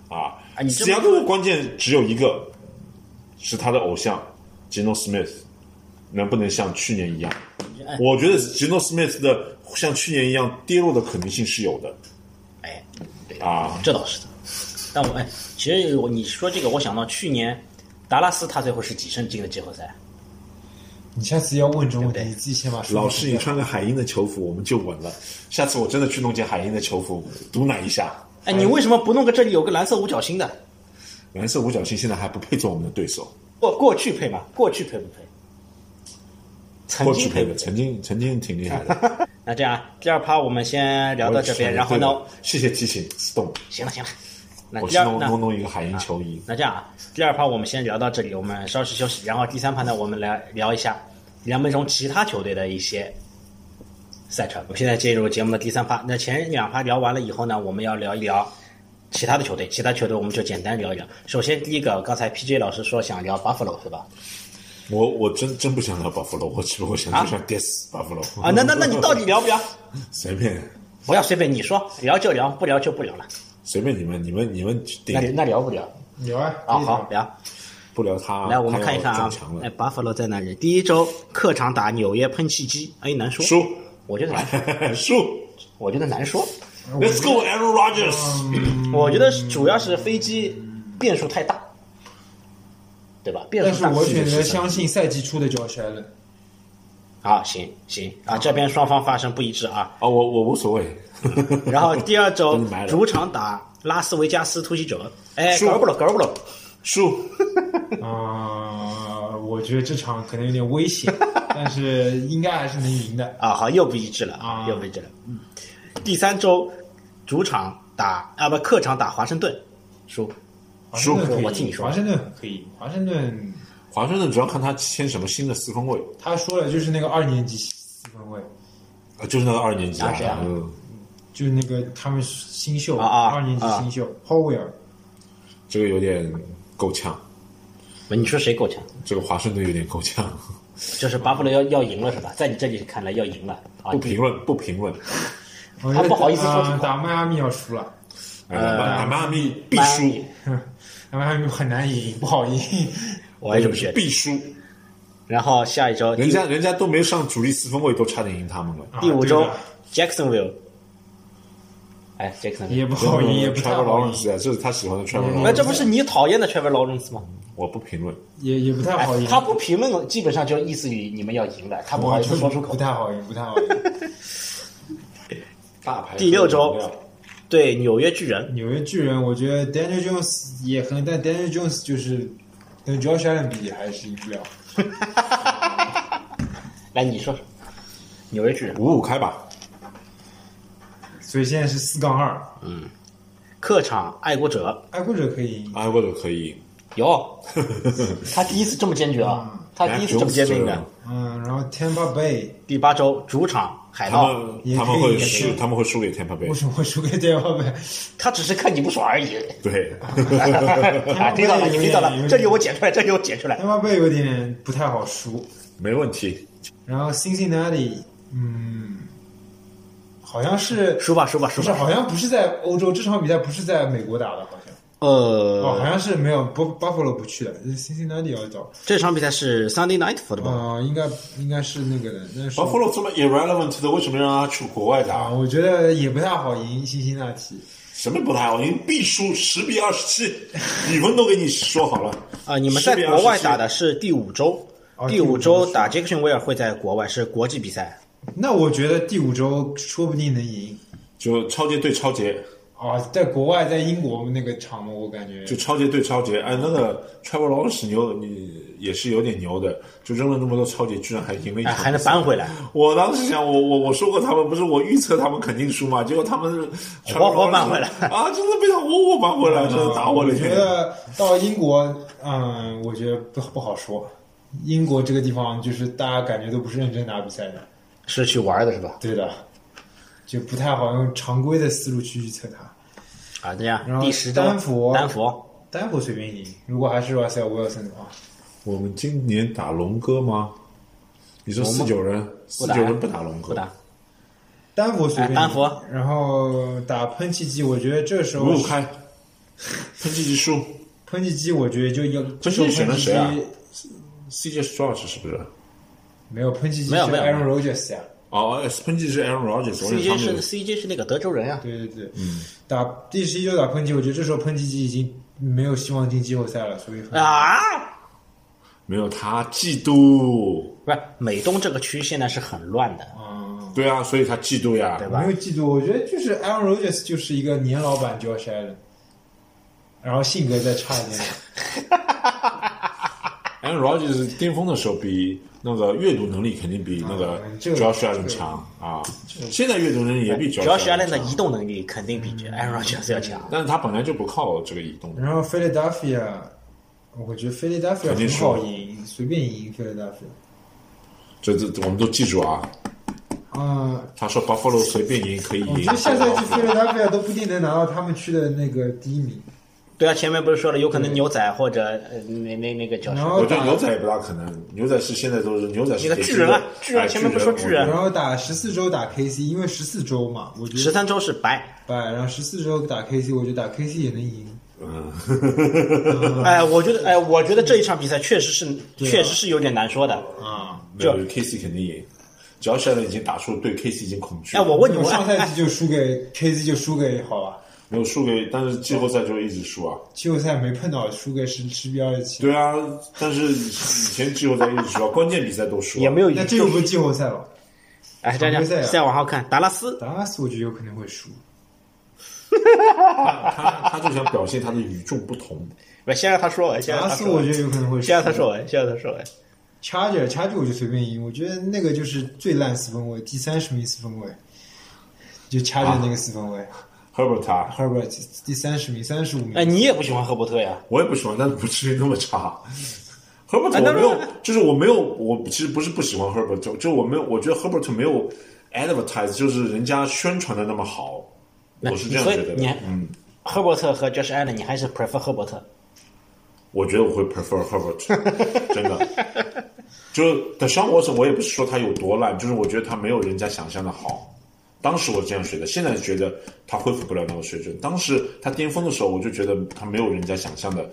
啊
啊你。这
西
么
雅图的关键只有一个，是他的偶像吉诺· Smith 能不能像去年一样？
哎
我觉得吉诺· Smith 的像去年一样跌落的可能性是有的
哎，
啊。
这倒是的。但我哎，其实我你说这个，我想到去年达拉斯他最后是几胜进了季后赛？
你下次要问这种问
对不对
题，你自己先把说
老师，你穿个海鹰的球服，我们就稳了。下次我真的去弄件海鹰的球服，毒奶一下。
哎，你为什么不弄个这里有个蓝色五角星的？
蓝色五角星现在还不配做我们的对手，
过过去配吗？过去配不配？曾
过去
经
配
不
的，曾经曾经挺厉害的。
那这样啊，第二趴我们先 聊到这边，然后呢，
谢谢提醒，Stone，
行了行了，那
我
第
去
二
弄
那
弄弄一个海鹰球衣。
那这样啊，第二趴我们先聊到这里，我们稍事休息，然后第三趴呢，我们来聊一下梁门中其他球队的一些赛程。我们现在进入节目的第三趴，那前两趴聊完了以后呢，我们要聊一聊其他的球队，其他球队我们就简单聊一聊。首先第一个，刚才 PJ 老师说想聊 Buffalo 是吧？
我我真真不想聊 Buffalo，我只不过想
啊
就想 diss Buffalo
啊，那那那你到底聊不聊？
随便
不要随便你说，聊就聊，不聊就不聊了。
随便你们，你们你们去
那
定
那聊不聊？
有啊，
啊，好聊。
不聊他，
来，我们
他
看一
要
看啊
撞墙，
哎
了，
，Buffalo 在哪里？第一周客场打纽约喷气机，哎，难说，
输，
我觉得难说，
输
我觉得难说，
，Let's go Aaron
嗯
Rodgers，
我觉得主要是飞机变数太大，对吧？变
但
数
是
大。
我选择相信赛季初的 Josh Allen。
好，行行啊，这边双方发生不一致 啊。
啊，我我无所谓，
然后第二周
都是埋了
主场打拉斯维加斯突袭者，哎，
输
搞不了，搞不了，
输，
啊、我觉得这场可能有点 危险，但是应该还是能赢的。
啊，好，又不一致了啊，
啊
又不一致了。嗯，第三周主场打啊不客场打华盛顿，输。
华盛顿
舒
可
服
以，
我听你说
华盛顿可以，华盛顿
华盛顿主要看他签什么新的四分卫，
他说了，就是那个二年级四分卫，
啊，就是那个二年级
啊
啊
谁啊，
嗯
就是那个他们新秀
啊啊
二年级新秀 Howell，
这个有点够呛。
你说谁够强？
这个华盛顿有点 够呛。
就是巴布罗要要赢了是吧？在你这里看来要赢了啊
不！评论，不评论。
我觉得
他不好意思
呃
说出
打
口
打迈阿密要输了，
哎打迈阿密必
迈阿密
输，
他们很难赢，不好赢。哎
我也这么觉得。
必输。
然后下一周
人
第
家人家都没上主力四分卫，都差点赢 他们了。
第五周
啊
Jacksonville，哎，Jacksonville，
也不好赢，哦也不太
Trevor
好嗯赢，
Lawrence 啊，这是他喜欢的 Trevor
那
Lawrence。
哎这不是你讨厌的 Trevor Lawrence 吗？
我不评论，
也也不太
哎
好赢。
他不评论，基本上就意思于你们要赢了，他不好
我
意
就
思
是
说出口
不。太好赢，不太好赢。
大牌。
第六周对纽约巨人，
纽约巨人，我觉得 Daniel Jones 也很，但 Daniel Jones 就是跟 Josh Allen 比还是赢不了。
来你说说纽约巨人
五五开吧。
所以现在是四杠二，
客场爱国者
爱国者可以赢。
艾沃德可以 赢，
有，他第一次这么坚决啊，他第一次这么坚定 的。
嗯，然后 Tampa Bay
第八周主场海
哎他
盗，
们
哦也可以
他们会
也可以
输，他们会输给 Tampa
为
Bay。
什么会输给 Tampa Bay？
他只是看你不爽而已。
对，
啊， 听到了，你听到
有
了，
点
这里我剪出来，这里我剪出来。
Tampa Bay 有点不太好输。
没问题。
然后 Cincinnati，嗯，好像 是
输吧，输吧，输
不是？
吧。
好像不是在欧洲，这场比赛不是在美国打的，好像。哦，好
呃，
像是没有不 Buffalo 不去的，Cincinnati 要找。
这场比赛是 Sunday Night Football，
啊、应该应该是那个的，那是
巴夫洛这么 irrelevant 的，为什么让他去国外
啊，
打？
我觉得也不太好赢辛辛那提。
什么不太好赢，必输十比二十七， 语文都给你说好了。
啊，你们在国外打的
10比27，
是第五周，
哦
第五周打 Jackson 威尔会在国外，是国际比赛。
那我觉得第五周说不定能赢
就超级对超级，
啊，在国外，在英国那个场嘛，我感觉
就超级对超级。哎，那个 Trevor Lawrence 牛，你也是有点牛的，就扔了那么多超级，居然还赢了一
哎，
场，
还能扳回来，
我当时想，我我我说过他们不是我预测他们肯定输嘛，结果他们
活活扳回来 嗯
啊！真的被他活活扳回来，真的打我
我
了一
觉
天。
得到英国，嗯，我觉得不不好说。英国这个地方就是大家感觉都不是认真打比赛的，
是去玩的是吧？
对的，就不太好用常规的思路去预测它。
啊，这样
然后
第十周
丹佛
丹佛，
待会随便赢，如果还是 Russell Wilson 的话，
我们今年打龙哥吗？你说四九人，四
不打
九人不打龙哥，
不打。
丹佛随便赢，
哎丹佛
然后打喷气机，我觉得这时候
五五开，喷气机输。
喷气机，我觉得就要这
喷
时候
气
喷
选了
气机
谁啊？CJ Stroud 是不是？
没有喷气机是
没有没有
Aaron Rodgers 呀、
哦，哎喷气是 Aaron Rodgers，我以为他
CJ 是
们
CJ 是那个德州人啊，
对对对，打第十一周打喷气，我觉得这时候喷气机已经没有希望进季后赛了，所以很
啊，
没有他嫉妒。
不是美东这个区现在是很乱的，
嗯，
对啊，所以他嫉妒呀
对。吧
没有嫉妒，我觉得就是 Aaron Rodgers 就是一个年老版 Josh Allen，然后性格再差一点，
Aaron Rodgers 巅峰的时候比那个阅读能力肯定比那个
嗯这个
Josh Allen 强啊，现在阅读能力也比
Josh
Allen
Allen 的
强
移动能力肯定比
嗯
Aaron Rodgers 要强。
但是他本来就不靠这个移动的，
嗯
然后 Philadelphia，我觉得 Philadelphia
肯定
很
是
好赢，随便赢 Philadelphia。
这这我们都记住啊。
啊、
他说 Buffalo 随便赢可以
嗯
我
赢
觉得下赛季 Philadelphia 都不一定能拿到他们区的那个第一名。
对啊，前面不是说了，有可能牛仔或者呃那那那个叫什
然
么？
后
我觉
打
得牛仔也不大可能，牛仔是现在都是牛仔是
那个
铁
巨
血
人啊
的
巨人
哎
前面不说巨人啊
然后打十四周打 KC，因为十四周嘛，我觉
十
得
三周是白，
哎，然后十四周打 KC，我觉得打 KC 也能赢。
哎，我觉得，哎，我觉得这一场比赛确实是，确实是有点难说的。
啊，
没有 KC 肯定赢。只要 Allen 已经打出对 KC 已经恐惧
哎，
了，
我问你，
我
我
上赛季就输给 KC，就输给好吧，
没有输给，但是季后赛就一直输啊。
季后赛没碰到，输给十十比二十七。
对啊，但是以前季后赛一直输啊， 关键比赛都输啊。
哎也没有
那这又不是季后赛了，
哎，这样
常规赛啊
再往后看，达拉斯
达拉斯我觉得有可能会输。
他他就想表现他的与众不同。
不，先让他说完，先
达
让
拉
他
斯
说
我
完
觉，得有可能会输。
先让他说完，先让他说完。
Charger Charger 我就随便赢，我觉得那个就是最烂四分位，第三十名四分位，就 Charger 那个四分位、
Herbert 啊，
h e r b e r t 第三十名、三十五名。
哎，你也不喜欢赫伯特呀？
我也不喜欢，但是不至于那 么
啊
差。Herbert
哎
我
但
没
是
有，就是我没有，我其实不是不喜欢 Herbert，就就我没有，我觉得 Herbert 没有 advertise，就是人家宣传的那么好，我是这样
所
觉
以
得
你
的
还。
嗯，
赫伯特和 Josh Allen，你还是 prefer 赫伯特？
我觉得我会 prefer Herbert，真 的。就是的，伤我我也不是说他有多烂，就是我觉得他没有人家想象的好。当时我这样觉得，现在觉得他恢复不了那个水准。当时他巅峰的时候，我就觉得他没有人家想象的，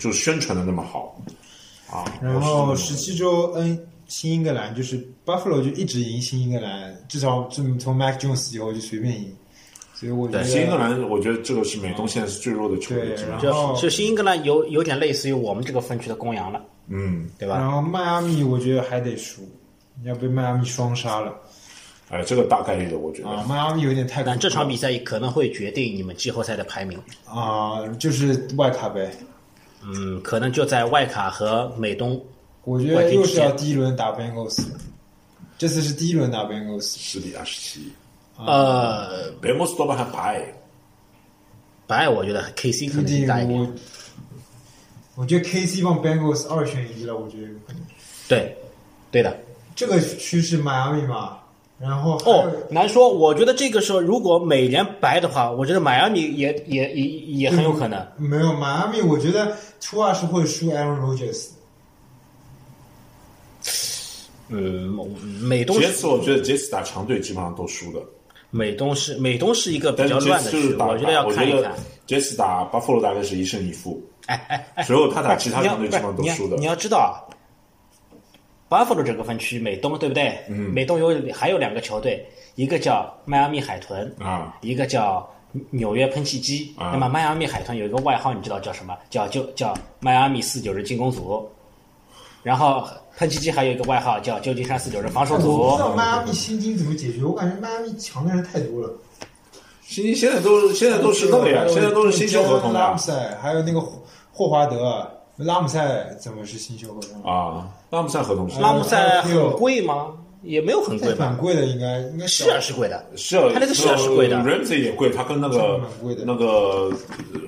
就宣传的那么好啊。
然
我
后
是
十七周，嗯，新英格兰就是 Buffalo 就一直赢新英格兰，至少从从 Mac Jones 以后就随便赢，所以我觉得
新英格兰，我觉得这个是美东现在是最弱的球队，啊
对
基本
然
上。
后
就就新英格兰有有点类似于我们这个分区的公羊了，
嗯，
对吧？
然后迈阿密我觉得还得输，要被迈阿密双杀了
哎，这个大概率的，我觉得。
啊！迈阿密有点太恐怖了
但这场比赛可能会决定你们季后赛的排名，
啊，就是外卡呗，
嗯，可能就在外卡和美东。
我觉得又是要第一轮打 Bengals，这次是第一轮打 Bengals，
十比二十七，啊
呃，
雷蒙斯多巴还白，
白爱我觉得 KC 可
不
能
定
性大一点。
我。我觉得 KC 帮 Bengals 二选一了，我觉得有可能。
对，对的。
这个区是迈阿密嘛，然后还有
哦，
哎
难说。我觉得这个时候如果美联白的话，我觉得迈阿密也也也也很有可能。
没有迈阿密，我觉得初二是会输 Aaron Rodgers 的。
嗯，美东
杰斯我觉得杰斯打强队基本上都输的，
美东是美东是一个比
但
较
是杰
乱的
斯就
区，
是打，
我觉得要
我
看
觉
一
得
看。
杰斯打巴夫罗大概是一胜一负，
哎哎哎，
所有他打其他
你要
强队
不是
基本上都
你要
输的
你。要知道啊，Buffalo 这个分区，美东对不对？嗯，美东有还有两个球队，一个叫迈阿密海豚
啊，
一个叫纽约喷气机。
啊
那么迈阿密海豚有一个外号，你知道叫什么？叫就叫迈阿密四九人进攻组。然后喷气机还有一个外号叫旧金山四九人防守
哎
哦
我不
组
知。
嗯
道迈阿密薪金怎么解决，我感觉迈阿密强的人太多了。
现现在都现在都是那个呀，现在都是新秀合同啊的
拉姆
呀
塞，还有那个霍华德，拉姆塞怎么是新秀合同？
啊，拉姆塞合同是
拉姆塞
还有
很贵吗？也没有很贵
这
吧
蛮？贵的，应该应该
是啊，是贵的。
是啊
他那个是啊是贵的
Ramsey 也贵，他跟那
这
个
蛮贵的
那个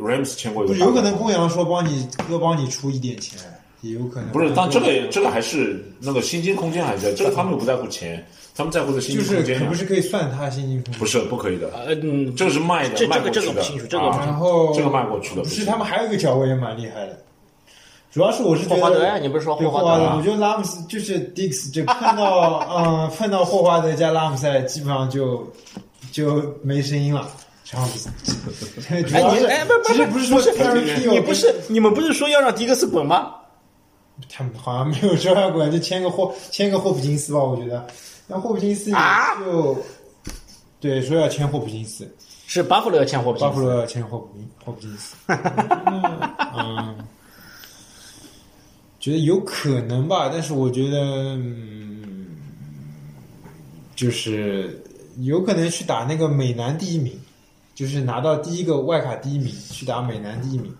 Rams 签过一
不
个
是有
大合同，
可能公羊说帮你哥帮你出一点钱，也有可能
不是，但这个也这个还是那个薪金空间还在，这个他们又不在乎钱，他们在乎的薪
就
金
是
空
可
间啊呀
不是可以算他薪金分
不是不可以的，
呃，嗯，
这个是卖的，
这
卖
这
过
个这
去
个
的
不清楚，这个
啊
不清
然
楚。
后
这个卖过去
不
的不
是，
是
他们还有一个脚位也蛮厉害的，主要是我是觉得
霍华德呀你不是说
对
霍华
霍
德
华
啊
我觉得拉姆斯就是 Dix 就碰到嗯碰到霍华德加拉姆塞，基本上就就没声音了。这样子， 主要是
哎不不不
其实不是说 Terry Hill
你不是你们不是说要让迪克斯滚吗？
他们好像没有说要管，就签个霍签个霍普金斯吧，我觉得。那霍普金斯
啊
就、对说要签霍普金斯，
是巴甫洛要签霍普
巴
金
甫
斯。
洛要签霍普金霍普金斯。嗯，觉得有可能吧，但是我觉得，嗯，就是有可能去打那个美南第一名，就是拿到第一个外卡第一名，去打美南第一名。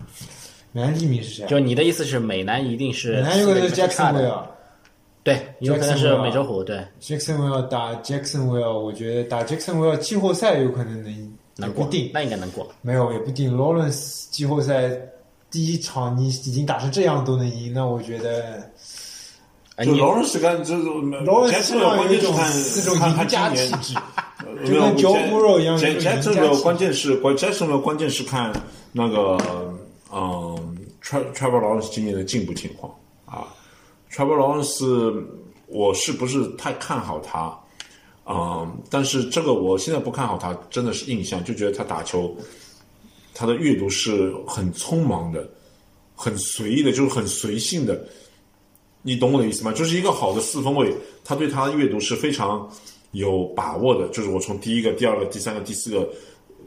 美南第一名是谁啊？
就你的意思是，美男一定是
美南有可
四个
能是啊
里面最差
Jacksonville
的，。对，有可能是
Jacksonville
美洲虎，对，
Jacksonville 打 Jacksonville，我觉得打 Jacksonville 季后赛有可能能
能
也
过
不，定，
那应该能过。
没有也不定。Lawrence 季后赛第一场你已经打成这样都能赢，那我觉觉
哎
就
你
劳伦斯干这
得
种，杰
Lawrence
斯
身上
关
有一
键是
种
看啊
这种
看他
赢
今
家气
年。
质，
没有
就跟 Joe Burrow 一样
杰
有一种
杰
赢
森
家
的
气
关键是关杰森的关键是看那个嗯，Tra Trevor Lawrence 今年的进步情况啊，Trevor Lawrence 我是不是太看好他？嗯，但是这个我现在不看好他，真的是印象，就觉得他打球，他的阅读是很匆忙的，很随意的，就是很随性的。你懂我的意思吗？就是一个好的四分卫，他对他的阅读是非常有把握的。就是我从第一个、第二个、第三个、第四个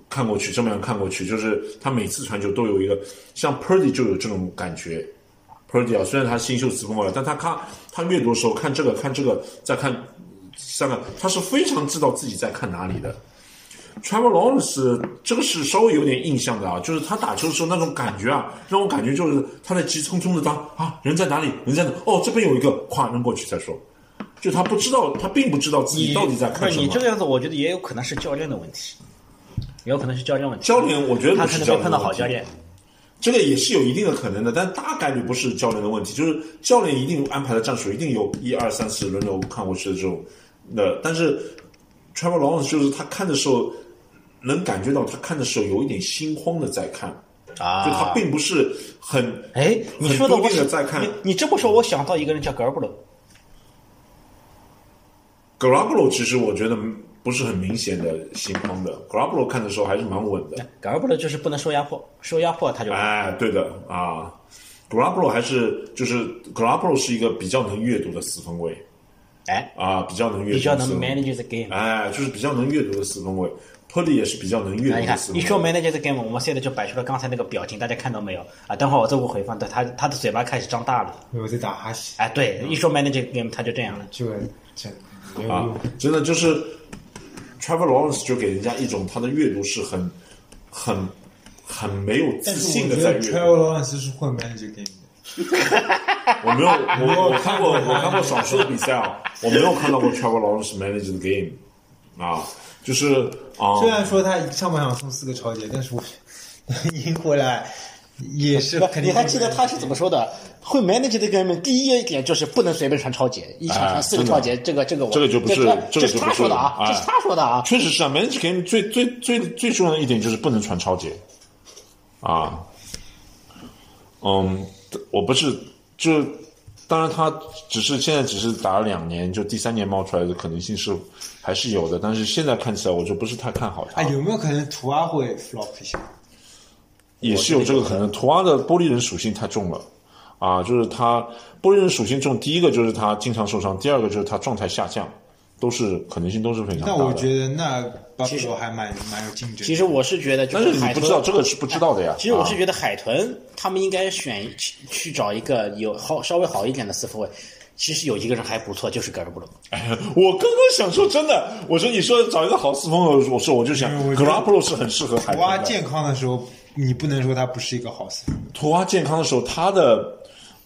看过去，这么样看过去，就是他每次传球都有一个，像 Purdy 就有这种感觉。Purdy 啊，虽然他新秀四分卫，但他看他阅读的时候看这个看这个，再看三个，他是非常知道自己在看哪里的。Trevor Lawrence 这个是稍微有点印象的啊，就是他打球的时候那种感觉啊，让我感觉就是他在急匆匆的当啊人在哪里，人在哪？哦，这边有一个，咵扔过去再说。就他不知道，他并不知道自己到底在
不
看
是
什
你
么。
这个样子，我觉得也有可能是教练的问题，也有可能是教练问题。
教练我觉得不
他
是
可能
教
没
练
碰到
的
好
问题
教练，
这个也是有一定的可能的，但大概率不是教练的问题，就是教练一定安排的战术一定有一二三四轮流看过去的这种，那但是 Trevor Lawrence 就是他看的时候能感觉到他看的时候有一点心慌的在看，
啊
就他并不是很
哎，你说的
很
我
固定的在看
你你这么说，我想到一个人叫格尔布罗，
g r a b l o 其实我觉得不是很明显的新风的 g r a b l o 看的时候还是蛮稳的。
格尔布罗就是不能受压迫，受压迫他就
哎，对的啊 g r a b l o 还是就是 g r a b l o 是一个比较能阅读的四分卫
哎
啊，比较能阅读
比较
的
能
四分卫
manage the game。
哎，就是比较能阅读的四分卫 p u l l y 也是比较能阅
啊，
读
你
的
看
四
一
分
说
卫。
manage the game，我们现在就摆出了刚才那个表情，大家看到没有？啊，等会儿我做个回放，对他他的嘴巴开始张大了。
我在打哈欠，
哎，对，一说 manage the game，他就这样了。
这这没有
啊
用。，
真的就是 Trevor Lawrence 就给人家一种他的阅读是很很很没有自
但是
信
我
的
觉
在阅
得
读。
Trevor Lawrence 是会 manage game 的，
我没有，我我
我
看
看
过
过
我看过少数的比赛啊，我没有看到过 Trevor Lawrence manage the game 啊，就是啊，
虽然说他上半场送四个超节，但是我 赢回来也是肯定。
你还记得他是怎么？说的？会 manage the game，第一点就是不能随便传超节，一场传四个超节，这个这个我
啊这个就不是这
这
个
是
就
他
不是
说的啊，
哎
这是他说的啊。
确实是啊，manage game 最最最最重要的一点就是不能传超节啊，嗯，我不是就。当然，他只是现在只是打了两年，就第三年冒出来的可能性是还是有的，但是现在看起来我就不是太看好他啊
哎，
了。
有没有可能图阿会 flop 一下？
也是有这个可能。图阿的玻璃人属性太重了，啊，就是他玻璃人属性重，第一个就是他经常受伤，第二个就是他状态下降，都是可能性都是非常大
但
的。
我觉得那 Buffalo 还蛮蛮有竞争力。
其实我是觉得，就
但是
海
你不
豚
知道这个是不知道的呀。
其实我是
啊
觉得海豚他们应该选去去找一个有好稍微好一点的四分卫。其实有一个人还不错，就是格尔布罗。
我刚刚想说真的，我说你说找一个好四风友，我说我就想
嗯我觉
格
得
拉布罗是很适合海
图阿
豚的。
健康的时候，你不能说他不是一个好四分卫。
图阿健康的时候，他的。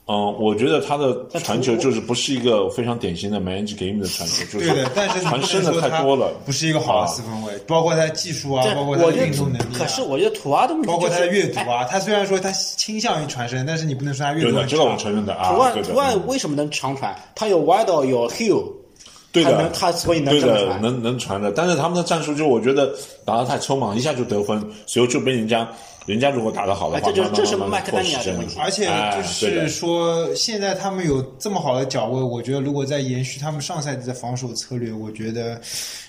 嗯，我觉得他的传球就是不是一个非常典型的 manage game 的传球，就是
对 的，但是你不
传
能
深的
说
太
他
多了，
不是一个好
啊
的四分卫，包括他的技术啊，
但
包括他
我
的
觉得
运动能力啊，
可是我觉得图阿的问题
包括
就
他
是
的阅读啊，他虽然说他倾向于传声，但是你不能说他阅
对
读
的，
很
这个我
差。
承认的啊。
哎图案
对的
图案
嗯
为什么能长传？他有 Wide 有 Hill，
对
他
的
能，他所以能
对
这么
的
传
能能传的，但是他们的战术就我觉得打的太匆忙，一下就得分，随后就被人家人家如果打得好的
哎
话，
这就
慢慢
这是
慢慢
麦克丹尼尔
拓
的
时间
问题
而且
哎
就
对的
是说，现在他们有这么好的脚位，我觉得如果再延续他们上赛季的防守策略，我觉得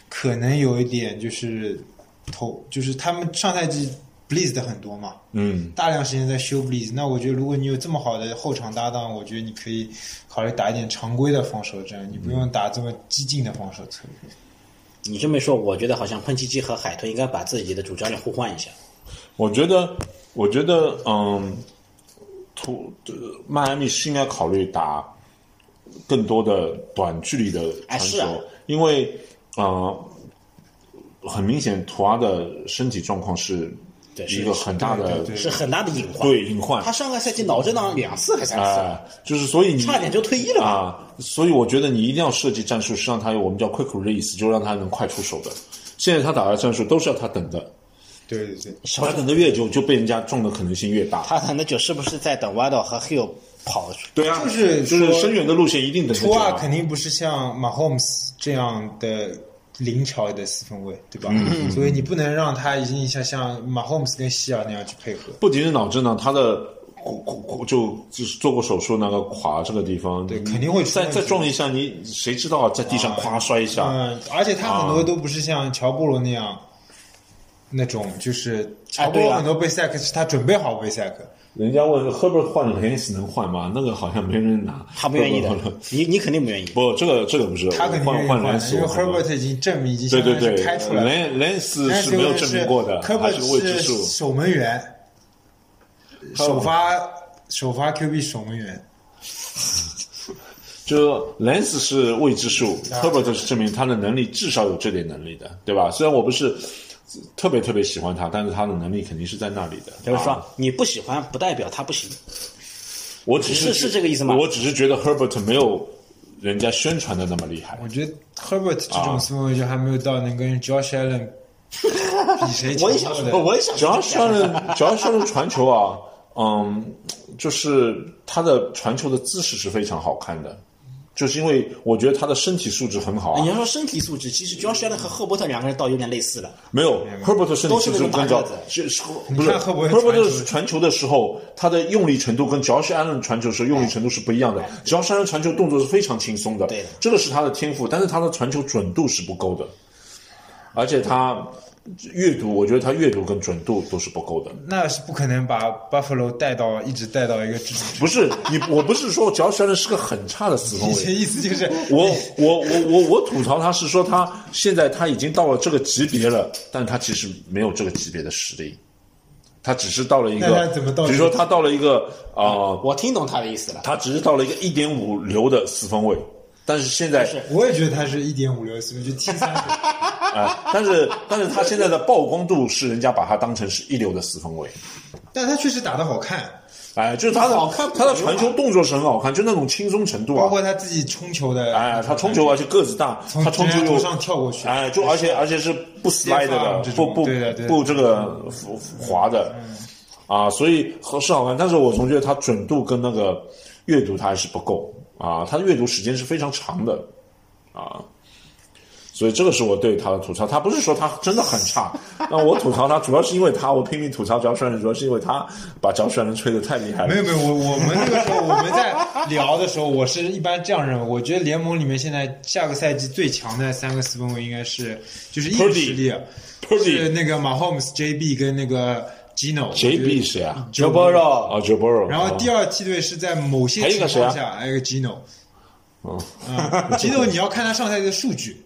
可能有一点就是投，就是他们上赛季 blitz 的很多嘛，
嗯，
大量时间在修 blitz。那我觉得如果你有这么好的后场搭档，我觉得你可以考虑打一点常规的防守战，你不用打这么激进的防守策略。
你这么一说，我觉得好像喷气机和海豚应该把自己的主教练互换一下。
我觉得我觉得嗯，图呃迈阿密是应该考虑打更多的短距离的
哎
传
是
球，
啊
因为呃，很明显图阿的身体状况是
对是
一个很大的
对
是很大的隐患。
对隐患
他上个赛季脑震荡两次还三次，
啊，就是所以你
差点就退役了吧
啊！所以我觉得你一定要设计战术，是让他有我们叫 quick release，就让他能快出手的。现在他打的战术都是要他等的，
对对对，
他等的越久，就被人家中的可能性越大。
他很久是不是在等 Wide 和 Hill 跑出？
对啊，
就是
就是
说
深远的路线一定等得
图
久啊、
二肯定不是像马 a 姆斯这样的灵巧的四分卫，对吧？
嗯
所以你不能让他一定像像马 a 姆斯跟希尔那样去配合。
不仅是脑震荡，他的骨骨骨就就是做过手术那个垮这个地方，对
肯定会出
再
问题
再撞一下，你谁知道在地上咵摔一下？
嗯，而且他很多都不是像乔布罗那样。那种就是乔布
对
哎
罗
啊
了
很多被 sack 是他准备好被 sack，
人家问 Herbert 换 h e n s 能换吗？那个好像没人拿，
他不愿意的
Herbert 换，
你你肯定不愿意。
不，这个这个不是
他肯定
换
愿意
换
换，
莱斯，
因为
我觉得
Herbert 已经证明已经
对
相
对
当于
对
是开出来了。
，Len Lens
但
是没有证明过的，
科
还
本
是个未知
是
数。
守门员，首发首发 QB 守门员，
就 Lens 是未知数，Herbert
啊
是证明他的能力至少有这点能力的，对吧？虽然我不是特别特别喜欢他，但是他的能力肯定是在那里的。
就是说
啊，
你不喜欢不代表他不行。
我只是
是是这个意思吗
我只是觉得 Herbert 没有人家宣传的那么厉害。
啊
我觉得 Herbert 这
啊
种四分卫就还没有到能跟 Josh Allen 比谁强
我也想
的
说，。我也想
只要
说，
上了， 只要上了传球啊，嗯，就是他的传球的姿势是非常好看的，就是因为我觉得他的身体素质很好
你
啊。
要说身体素质，其实 Josh Allen 和赫伯特两个人倒有点类似了。
没有，Herbert 的身体素质
都是那
更高
种大个子，
是是
你
不是
看会不会传球
Herbert 传球的时候，他的用力程度跟 Josh Allen 传球的时候用力程度是不一样的。Josh Allen 传球动作是非常轻松的，
哎对的
这个是他的天赋，但是他的传球准度是不够的，而且他阅读，我觉得他阅读跟准度都是不够的。
那是不可能把 Buffalo 带到一直带到一个至。
不是你，我不是说 Josh Allen 是个很差 的四分
以
卫
前，意思就是
我我我我我吐槽他是说他现在他已经到了这个级别了，但他其实没有这个级别的实力，他只是到了一
那
个
他怎么，到
比如说他到了一个啊、呃
我听懂他的意思了。
他只是到了一个一点五流的四分位，但是现在
我也觉得他是一点五六四分，就 T 三分。
啊、但是但是他现在的曝光度是人家把他当成是一流的四分位。
但他确实打得好看，
哎，就是他的
好看不
他的
好
传球动作是很好看，就那种轻松程度
包
啊。
括他自己冲球的，
哎，他冲球而且个子大，
从
他冲球
人家
又
头上跳过去
哎，就而且而且是不 slide 的，
这种
不不
对的对的嗯
不这个浮浮滑的，啊，所以合适好看，但是我总觉得他准度跟那个阅读他还是不够啊，他的阅读时间是非常长的啊，所以这个是我对他的吐槽。他不是说他真的很差，那我吐槽他主要是因为他，我拼命吐槽脚甩人，主要是因为他把脚甩人吹得太厉害
没有。
了
没有，我我们那个时候我们在聊的时候，我是一般这样认为。我觉得联盟里面现在下个赛季最强的三个四分卫应该是就是硬
Purdy
实力，是
Purdy
那个 Mahomes、JB 跟那个 Gino。
JB 谁啊
Joe
Burrow
啊 j o b o r o
然后第二梯队是在某些
还有一
情
个
况
谁啊
下，还有一个 Gino。嗯，Gino 你要看他上赛季的数据，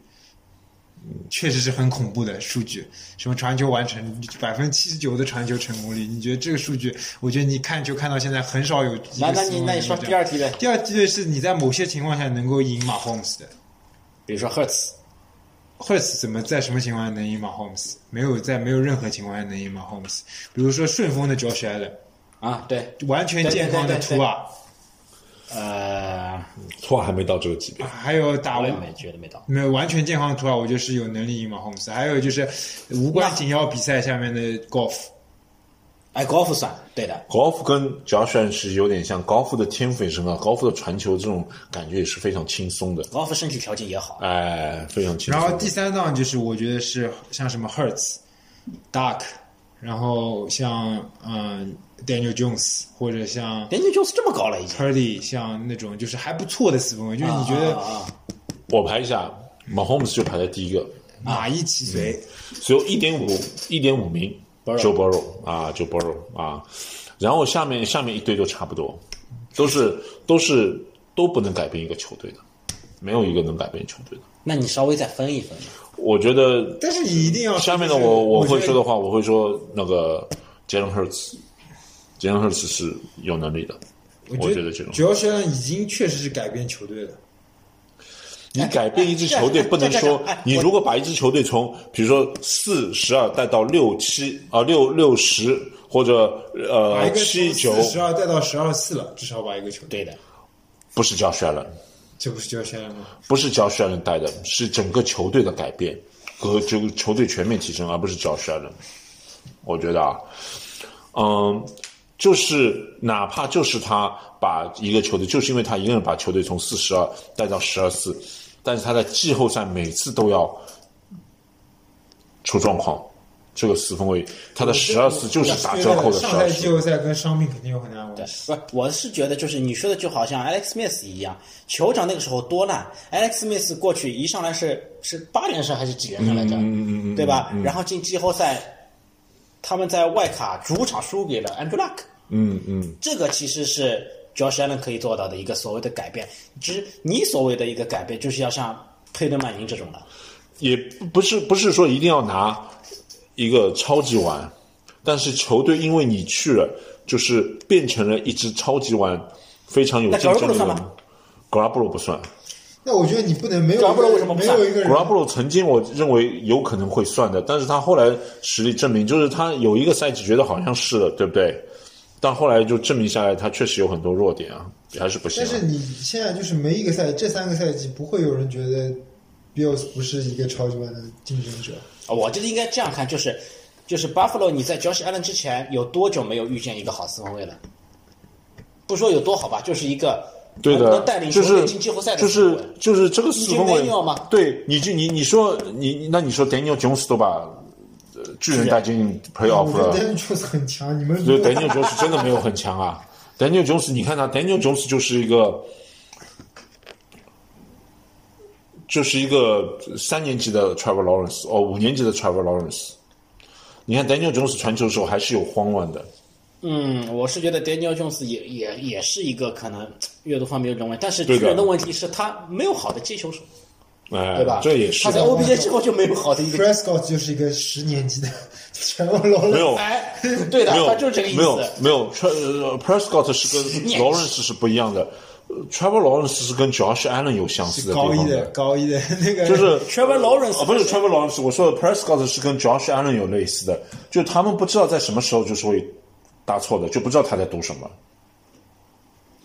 确实是很恐怖的数据，什么传球完成百分之七十九的传球成功率，你觉得这个数据？我觉得你看球看到现在很少有一个四
那
分
那你
卫能够这样。
那你说第二梯队，
第二梯队是你在某些情况下能够赢马 Holmes 的。
比如说赫兹，
Hertz 怎么在什么情况下能赢马 Holmes？没有在没有任何情况下能赢马 Holmes。比如说顺风的 Josh Allen，
啊，对，
完全健康的
对对对对
图瓦，
呃，
哦错还没到这个级别。
还有打
我也没觉得没到。
没有完全健康的图瓦，我觉得是有能力赢马 Holmes。还有就是无关紧要比赛下面的 Golf，
哎，高尔夫算对的，
高夫跟 Josh Allen 是有点像，高夫的天赋也是很好，高夫的传球这种感觉也是非常轻松的，
高尔夫身体条件也好。
哎，非常轻松
然
的。
后第三档就是我觉得是像什么 Hertz、Dark，然后像嗯 Daniel Jones 或者像
人家就是这么高了已经。
Purdy 像那种就是还不错的四分卫，就是你觉
啊
得
啊啊
我排一下，Mahomes 就排在第一个，
哪一起谁？
只有一点五一点五名
Burrow
，Joe Burrow 啊，Joe Burrow 啊，然后下面下面一堆都差不多，都是都是都不能改变一个球队的，没有一个能改变球队的。
那你稍微再分一分吧。
我觉得
但是你一定要
下面的我我会说的
的，
话，我会说那个 Jalen Hurts，Jalen Hurts 是有能力的。我觉得这种
主要学长已经确实是改变球队了。
你改变一支球队，
哎
不能 说
哎哎
你如果把一支球队从比如说四十二带到六七啊六六十或者
把一
呃
个
七九，
十二带到十二四了，至少把一个球队，
对的，
不是叫 s h
这不是教学长吗？
不是叫 s h 带的，是整个球队的改变和这个球队全面提升，而不是叫 s h 我觉得啊，嗯，就是哪怕就是他把一个球队，就是因为他一个人把球队从四十二带到十二四，但是他在季后赛每次都要出状况。这个四分卫，他的十二四就是打折扣的十
上
二
赛季季
四。
后赛跟伤病肯定有很啊 大的关系。
不是，我是觉得就是你说的就好像 Alex Smith 一样，酋长那个时候多烂，Alex Smith 过去一上来是是八连胜还是几连胜来着？嗯嗯嗯，对吧？然后进季后赛，他们在外卡主场输给了 Andrew Luck，
嗯嗯，
这个其实是 Josh Allen 可以做到的一个所谓的改变，只是你所谓的一个改变，就是要像佩顿曼宁这种的。
也不是不是说一定要拿一个超级碗，但是球队因为你去了，就是变成了一支超级碗，非常有
那
竞争
Garoppolo
力
算
的
吗。
格拉布罗不算，
那我觉得你不能没有
主要不知道
一个
为什么不
没
上
有一个
格拉布
人，
罗曾经我认为有可能会算的，但是他后来实力证明，就是他有一个赛季觉得好像是了，对不对？但后来就证明下来，他确实有很多弱点啊，还是不行、
但
啊。
是你现在就是没一个赛，这三个赛季不会有人觉得 Bills 不是一个超级碗的竞争者。
啊我觉得应该这样看，就是就是 Buffalo，你在 Josh Allen 之前有多久没有遇见一个好四分卫了？不说有多好吧，就是一个
对
还不
的
能带领，球
就
队
是
进季后赛的
就
思
是
维
就是这个四分卫
Daniel 嘛，
对，你就你你说你那你说 Daniel Jones 都把呃巨人带进 playoff
我
了
觉，得就是很强，你们
所 以 Daniel Jones 真的没有很强啊。Daniel Jones，你看他，Daniel Jones 就是一个就是一个三年级的 Trevor Lawrence 哦，五年级的 Trevor Lawrence。你看 Daniel Jones 传球的时候还是有慌乱的，
嗯，我是觉得 Daniel Jones 也也也是一个可能阅读方面有点问题，但是巨
对的
人的问题是他没有好的接球手，
哎，
对吧？
这也是
他在
的
OBJ 之后就没有好的一个
Prescott 就是一个十年级的全部老
没有。
哎，对的
没，有，
他就是这个意
没有
思。，
没有。Tra- 呃 Prescott 是跟 Lawrence 是不一样的呃，Trevor Lawrence 是跟 Josh Allen 有相似的地
高一
方
的，高一的那个
就是
Trevor Lawrence
哦，不是 Trevor Lawrence，我说的 Prescott 是跟 Josh Allen 有类似的，就他们不知道在什么时候就是会搭错的，就不知道他在读什么，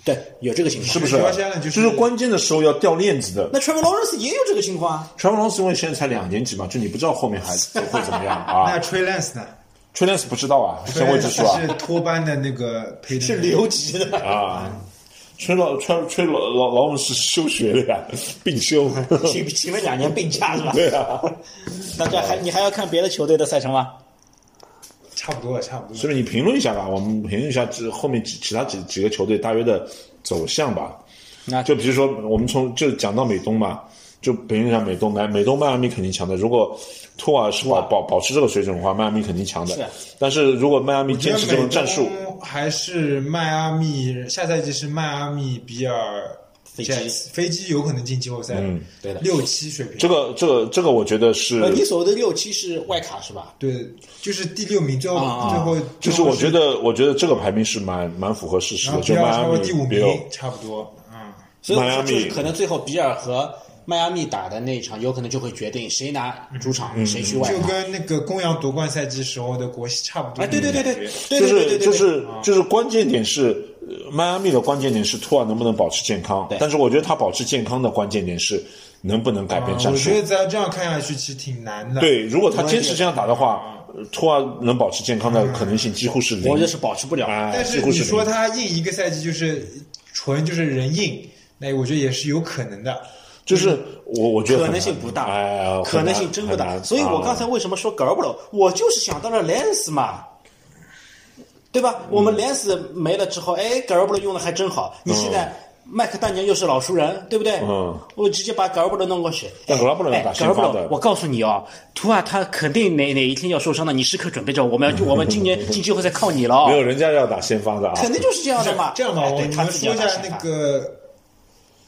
对，有这个情况，
是不是
Josh Allen 就是
是关键的时候要掉链子的。
那 Trevor Lawrence 也有这个情况啊。
Trevor Lawrence 因为现在才两年级嘛，就你不知道后面还会怎么样
那
啊
Trey Lance 呢？
t r a i n e 不知道啊，身位之数啊
是托班的那个陪
是留级的，
啊。吹老吹吹老老老姆是休学的呀，并休。
请请了两年病假是吧？
嗯对 啊，
大家还你还要看别的球队的赛程吗？
差不多，差不多。
顺便你评论一下吧，我们评论一下这后面几其他几几个球队大约的走向吧。
那
就比如说我们从就讲到美东嘛，就评论一下美东，来美东迈阿密肯定强的。如果托尔是保保保持这个水准的话，迈阿密肯定强的。
是啊
但是如果迈阿密坚持这种战术，
还是迈阿密，下赛季是迈阿密比尔
飞机
Jets，飞机有可能进季后赛，
嗯
对的
六七水平，
这个这个这个我觉得是
呃，，你所谓的六七是外卡是吧？
对，就是第六名，最后、
啊
最后
就是我觉，得我觉得这个排名是蛮蛮符合事实
然后
的，就
比
迈
尔
阿
超
密
过第五
比尔
名，差不多，嗯，
所以我
迈阿
说
密
就是可能最后比尔和迈阿密打的那一场，有可能就会决定谁拿主
嗯
场，谁去外
就
卡。
跟那个公羊夺冠赛季时候的国西差不多，
哎，对对对对，对对
嗯就
对
是
对啊对，
就是就是关键点是，呃迈阿密的关键点是托尔能不能保持健康
对，
但是我觉得他保持健康的关键点是能不能改变
啊，
战
我
术
觉。得再这样看下去其实挺难的，
对，如果他坚持这样打的话，呃托尔能保持健康的可能性几乎是零
嗯我觉得是保持不了。
啊，
但
几
是
乎
你
是
说
零。
他硬一个赛季就是纯就是人硬，那我觉得也是有可能的。
就是我我觉得
可
很
能性
难
不大，
哎，很
可能
难
性真不
很
大。
难
所以我
啊
刚才为什么说 g a r b o 我就是想到了 Lens 嘛，对吧？
嗯
我们 Lens 没了之后，哎 g a r b o 用的还真好。你现在麦克当年又是老熟人，对不对？
嗯，
我直接把 g a r b o 弄过去。
但 Garoppolo
哎
打
，g
先
a r b
发
o
的
我告诉你哦，图啊，他肯定哪哪一天要受伤的，你时刻准备着，我们 要我们今年进季后赛靠你了哦
啊没有，人家要打先发的啊，
肯定就是这样的嘛。
这样吧，
哎
我
对
你
他
们
自己
说
要
一
打
下
先
那
发
个，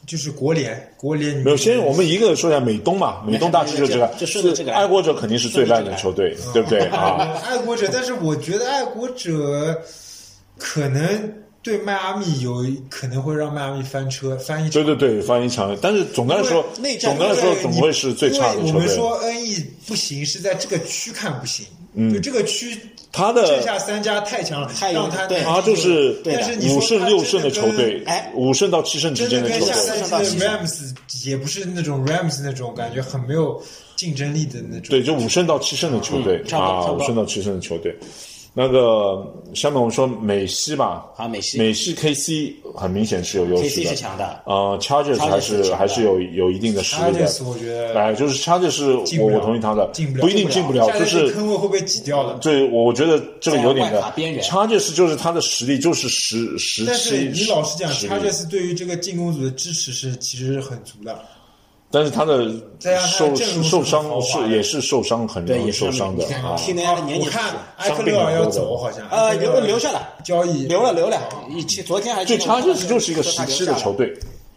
就是国联，国联你
没有，先我们一个说一下美东嘛，美东大致就这个
就，顺着这个来
爱国者肯定是最烂的球队，对不对啊？
爱国者，但是我觉得爱国者可能对迈阿密有可能会让迈阿密翻车，翻一
对
场。
对对，翻译强，但是总的来说，
因为内战
总的来说
对
总会是最差的
因为
球
我们
队。
说恩义不行，是在这个区看不行，就这个区
嗯他的
剩下三家太强了，
太有
让他
对
他就是
对的
但是你说
五胜
他
六
真
胜的球队
跟
哎，
五胜到七胜之
真
间
的
的
跟
球
下
队。
赛季的 Rams 也不是那种 Rams 那种感觉很没有竞争力的那种。
对，就五胜到七胜的球队、
嗯差不多差
啊，
不多
五胜到七胜的球队。那个下面我们说美西吧，
好美西
美西 KC 很明显是有优势
KC
的，
是强的
呃，Chargers 还
Chargers 是强
是
的
还是有有一定的实力的
Chargers，。我觉得
哎，就是 Chargers 是
进
我
不了
我同意他的，
进不了
一定进不了，
下
就
赛季
是
坑位会被挤掉了。
对，我觉得这个有点
在
的
外卡边缘
Chargers 就是他的实力就是十十
但是
七，
你老实讲
实力
，Chargers 对于这个进攻组的支持是其实是很足的。
啊但是他的
再加上他
受
的阵容是
受
很
伤
豪华
是
的
也是受伤很
对
容易
也是
受伤的啊。
T
啊
N 的年纪不
我
小
看埃克勒尔要走，好像
呃，
埃克勒
留
尔
留下来，
交易哦
留了留了。以前昨天还
就
就
Chargers 就是一个十七的球，队，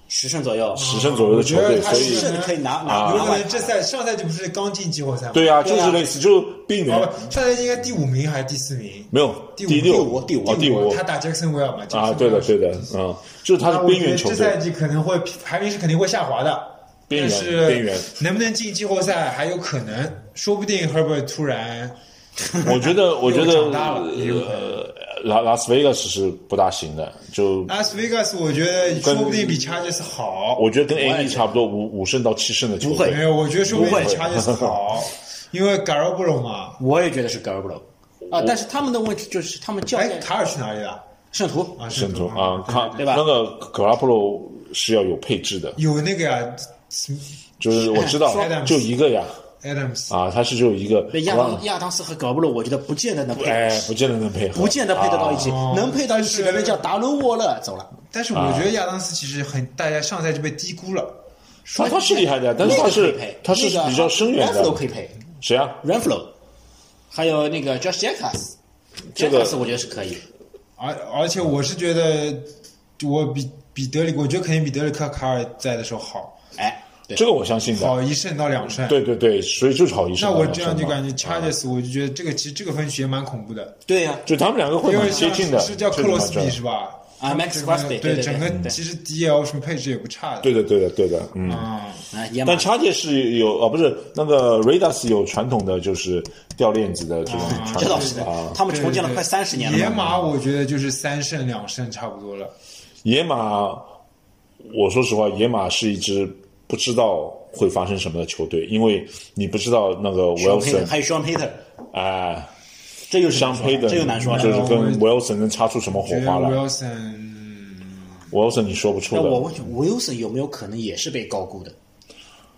十胜左右，
十胜左右的球
我觉
队，
得他
所
是
十
以啊
胜可以拿拿
有
拿
可
外
能这赛上赛季不是刚进季后赛吗？
对啊，
对
就
啊
是类似就并
哦，不
联
上赛季应该第五名还是第四名？
没有
第五
六
第五
哦第五
他打杰克森维尔嘛？杰克
啊，
森
对
维尔
的对的，嗯，就是他
那
是
我
边
觉得
缘球
这赛
队，
季可能会排名是肯定会下滑的，
边缘
但是
边缘
能不能进季后赛还有可能，说不定 Herbert 突 然
我觉得我觉
又
得
长大了也有可能
呃拉拉斯维加斯是不大行的，就
Las Vegas，我觉得说不定比 Chargers 好，
我觉得跟 A E 差不多五五胜到七胜的球
不会
队
没。有，我觉得说不定
不会
比 Chargers 好，因为 Garoppolo 嘛，
我也觉得是 Garoppolo 啊，但是他们的问题就是他们教
哎，
练
卡尔去哪里了？
圣徒
啊，
圣徒啊，
对
卡
嗯对吧
那个格拉布罗是要有配置的，
有那个呀
就是我 知道
说的
就一个呀，
，Adams
啊，他是只有一个，
对亚当亚当斯和搞不了，我觉得不见得能配，
哎，不见得能配合，
不见得配得到一起，
啊
能配到一起的那叫达伦沃勒走了。
但是我觉得亚当斯其实很，大家上赛季被低估了。
他他是厉害的，但是
那
他
个可以
是
配，
他是
那个
比较深远
Renfro
的，
可以配
谁啊？
，Renfro，还有那个 Josh Jacobs。
这个
Jacobs 我觉得是可以，
而而且我是觉得，我比比德里，我觉得肯定比德里克卡尔在的时候好，
哎，对，
这个我相信的，
好一胜到两胜。
对对对，所以就是好医生
那
嘛。
我这样就感
觉，
觉 Charges，我就觉得这个其实这个分区也蛮恐怖的，
对呀，
就他们两个会
因
蛮
为
接
像
近的，
是叫
这
克
个
罗
蛮
斯
重要
比
的
是吧？
啊，Max
整
Crosby，
个
对对
整
对
个
对
其实 DL 什么配置也不差的。
对的对的对的，嗯。
啊，
啊，野马
但插件是有啊，不是那个 Radas 有传统的就是掉链子的这种传
这倒
统
是的
啊，，
他们重建了快
对对对
三十年
野
了嘛。
马我觉得就是三胜两胜差不多了。
野马，我说实话，野马是一支不知道会发生什么的球队，因为你不知道那个
Sean Payton，
Wilson
还有 Sean Peter，
哎，
这又是
香
难说
胚
了
的，
这又难说啊
就
了。
是跟 Wilson 能擦出什么火
觉得
花来
Wilson，
？Wilson 你说不出
那
的。
我问你，Wilson 有没有可能也是被高估的？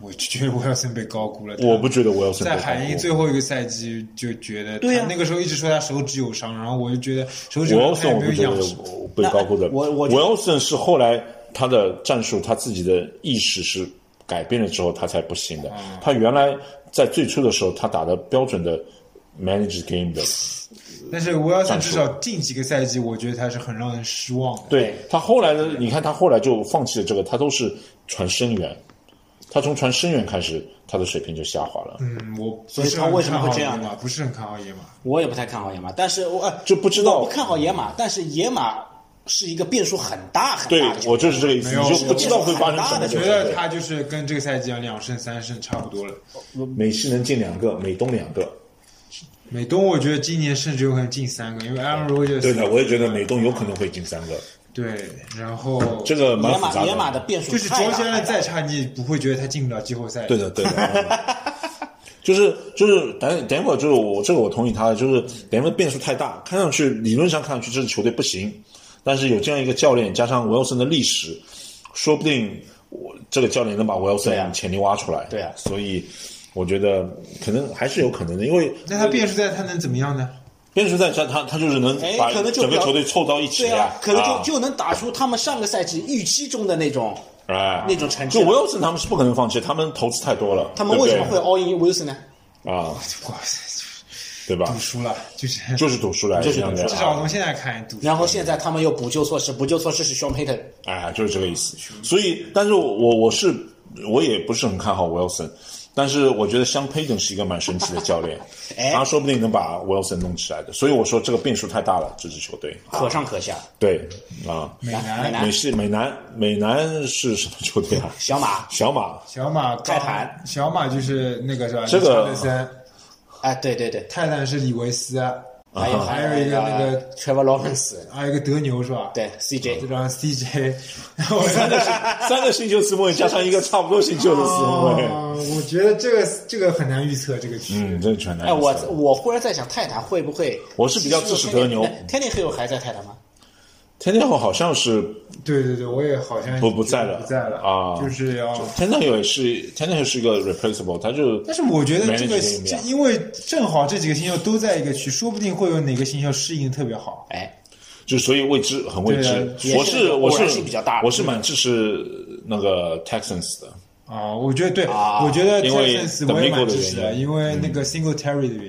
我就觉得 Wilson 被高估了。
我不觉得 Wilson
在
被
海鹰
高估
最后一个赛季就觉得，
对呀
他那个时候一直说他手指有伤，然后我就觉得手指有伤他
哎
Wilson
也
我
没
不
有
觉得
养
有
伤。
被高估的。
那我我觉得
Wilson 是后来他的战术，他自己的意识是改变了之后，他才不行的。
嗯
他原来在最初的时候，他打的标准的 manage game 的，
但是 Wilson
战术
至少近几个赛季，我觉得他是很让人失望的。
对他后来的，你看他后来就放弃了这个，他都是传深远，他从传深远开始，他的水平就下滑了。
嗯，我不
以
是
他
很
为什么
看
会
好
这
野
样
马，不是很看好野马。
我也不太看好野马，但是我呃
就不知道
我不看好野马，但是野马是一个变数很大很
对
大的球队。
我就是这个意思，
没有
你就不知道会发生什么
我
我
事
觉
对
得他就是跟这个赛季一样，两胜三胜差不多了。
美西能进两个，美东两个。
美东我觉得今年甚至有可能进三个，因为 Aaron
对
Rodgers
的，我也觉得美东有可能会进三个，
对，然后
这个蛮
野
复杂
马野马的变数
就是
太大
乔
啊
杰伦
太大
再差，你也不会觉得他进不了季后赛。
对的，对的。嗯 就是就是，等等会儿就是我这个我同意他的，就是等会变数太大，看上去理论上看上去这支球队不行，但是有这样一个教练加上 Wilson 的历史，说不定我这个教练能把
对啊
Wilson 潜力挖出来。
对啊
所以我觉得可能还是有可能的，因为
那他变数在他能怎么样呢？
变数在他他他就是能
哎
把
可能就
整个
表
球队凑到一起
对
呀、
啊，可能
啊
就就能打出他们上个赛季预期中的那种。
哎
那种成绩
就 Wilson 他们是不可能放弃，他们投资太多了。
他们为什么会 all in Wilson 呢？
会啊？
哇塞，
对吧
赌？输了，就是
啊就是赌输来的，
就是
这样的啊
赌
至
输
少从现在看赌输。
然后现在他们又补救措施，补救措施是 Sean Payton。
哎，就是这个意思。所以，但是我我是我也不是很看好 Wilson，但是我觉得香佩顿是一个蛮神奇的教 练，
哎
他说不定能把 Wilson 弄起来的。所以我说这个变数太大了，这支球队。
可上可下，
对啊，
美
美
男
男、
美是美男，美男是什么球队啊？
小马，
小马
小马
泰
刚
坦
小马就是那个是吧？
这个
查德森，
哎，对对
啊
对，
泰坦是里维斯，
还有
哎
呃
还有一个那个
Trevor Lawrence，
还有一个德牛是吧？，
对
啊
CJ，
然后 CJ，我真的是。
三个新秀四分卫加上一个差不多新秀的四分卫，
啊，我觉得这个这个很难预测这个区。
嗯，这全男。
哎，我我忽然在想，泰坦会不会？
我是比较支持 德牛
天天黑有还在泰坦吗？
天天后好像是
对对对，我也好像
不不在了
不在了
啊
就是要。
天天后也是天天后是一个 replaceable，他就
但是我觉得这个
manage 能力
这
啊
因为正好这几个新秀都在一个区，说不定会有哪个新秀适应得特别好。
哎，
就所以未知很未
对
知
啊。
也
我
是
我
偶然
是
性比较大的嗯
我是蛮支持那个 Texans 的。
啊，我觉得对，
啊
我觉得
因为
Texans 我也
Domingo
蛮
的
支持的，
原因嗯
因为那个 Single Terry 的原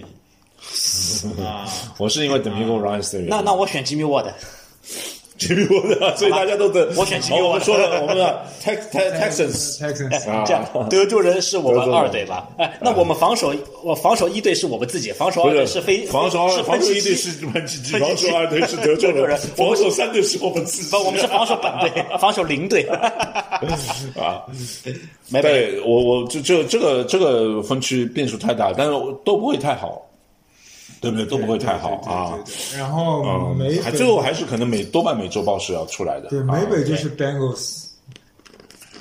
因。啊，
我是因为 Domingo Ryan 的原因
那那我选 Jimmy Ward，
Jimmy Ward，啊所以大家都等
我选啊 Jimmy
好我
Ward
们 说了，我们的 Tex Tex- Texans
Texans
啊
这样德州人是我
德州
们
人
二队吧？哎，那我们防守，我防守一队是我们自己， 防守二
不
队
是
是非
防守
是
二
分
防守
歧
一
区
队是门吉吉，
分歧
防
区
守二队是德
德州
州 人
人，
防守三队是我们自己。
不，我们是防守本队， 防守零队。
啊。
没没，
对我，我这这这个这个分区变数太大，但是我都不会太好，对不对？都不会太好啊。
对对对然后
嗯
美，
还
北
最后还是可能美多半美洲豹是要出来的。
对
啊
美北就是 Bengals，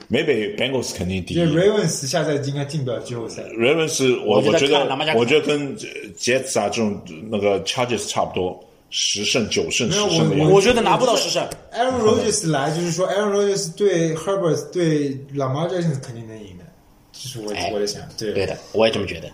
美北 Bengals 肯定第
因
一
为 Ravens 下赛季应该进不了季后 赛。
，Ravens 我
我觉得
觉
看
得
哪怕加
我觉得跟 Jets 啊这种那个 Charges 差不多，十胜九胜
没
十
有
胜的
我
样
我
子。
觉得拿不到十胜。
Aaron Rodgers 来就是说，Aaron Rodgers 对 Herbert 对 Lamar Jackson 肯定能赢的，这是我
哎
我在想，对
对的，我也这么觉得。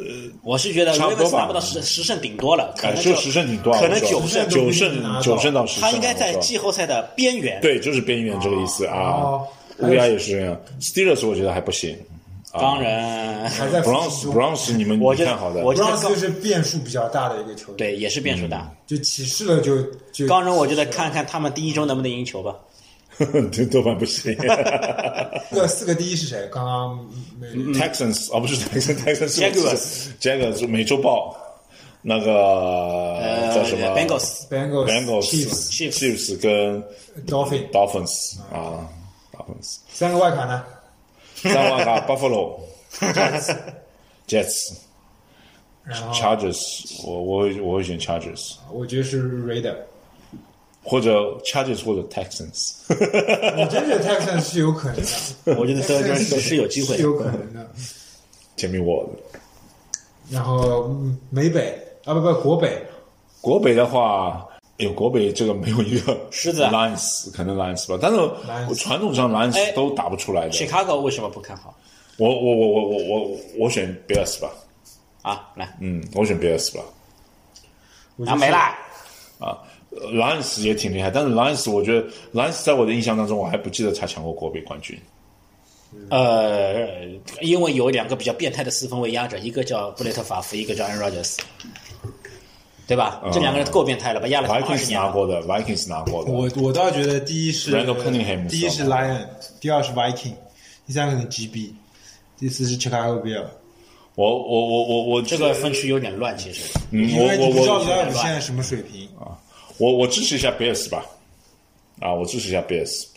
呃，我是觉得
差不多
Ravens
吧
拿不到十十胜顶多了，可
哎，
能
就十胜顶多啊，
可能
我说
九胜
九
都不一定拿
胜
到
九胜到十胜啊，
他应该在
我说
季后赛的边缘。
对，就是边缘这个意思啊
哦。
乌鸦也是这样，Steelers 我觉得还不行
当然，
还在
，Browns Browns 你们
我觉得
看好的，
我觉得
Browns 就是变数比较大的一个球队，
对也是变数大。
就歧视了就
嗯
就
刚人，我觉得看看他们第一周能不能赢球吧。
这多半 不行。
四个四个第一是谁？刚刚没
Texans 哦，不是
Jaguars
Texans，Jaguars，Jaguars 美洲豹，那个
呃
叫什么
？Bengals
Bengals、
Bengals、
Chiefs、
Chiefs
Chiefs 跟
Dolphin
Dolphins 啊，Dolphins
三个外卡呢？
三万卡 Buffalo Jets
然后
Chargers，我我会我会选 Chargers
我觉得是 Raider，
或者 Chargers 或者 Texans。
我哦真觉得 Texans 是有可能的，
我觉得 d o
是
是有机会
是。有可能的。
Jimmy Ward。
然后嗯美北啊不不国北
国北的话，有国北这个没有一个
狮子啊
Lions，可能 Lions 吧，但是我传统上 Lions 都打不出来的。
Chicago 为什么不看好
我我我我我我我选 Bears 吧，
啊？来，
嗯，我选 Bears 吧。
我
拿
觉得
没
是
啦。
呃 Lions 也挺厉害，但是 Lions 我觉得 Lions 在我的印象当中，我还不记得他抢过国北冠军。
嗯呃，因为有两个比较变态的四分卫压着，一个叫布雷特法夫，一个叫 Aaron Rodgers，对吧？这两个人够变态了吧？压了哎二十
Vikings
年
拿
了。
过的，Vikings 拿过的，
我我倒觉得第一是
Randall Cunningham
第一是
是
Lion，第二是 Viking，第三个是 GB，第四是 Chicago Bear。
我我我我我
这个分区有点乱，其实。
嗯
因
我
为
我
你不知道 Lion
我
现在什么水平，
我我支持一下 Bears 吧，啊，我支持一下 Bears。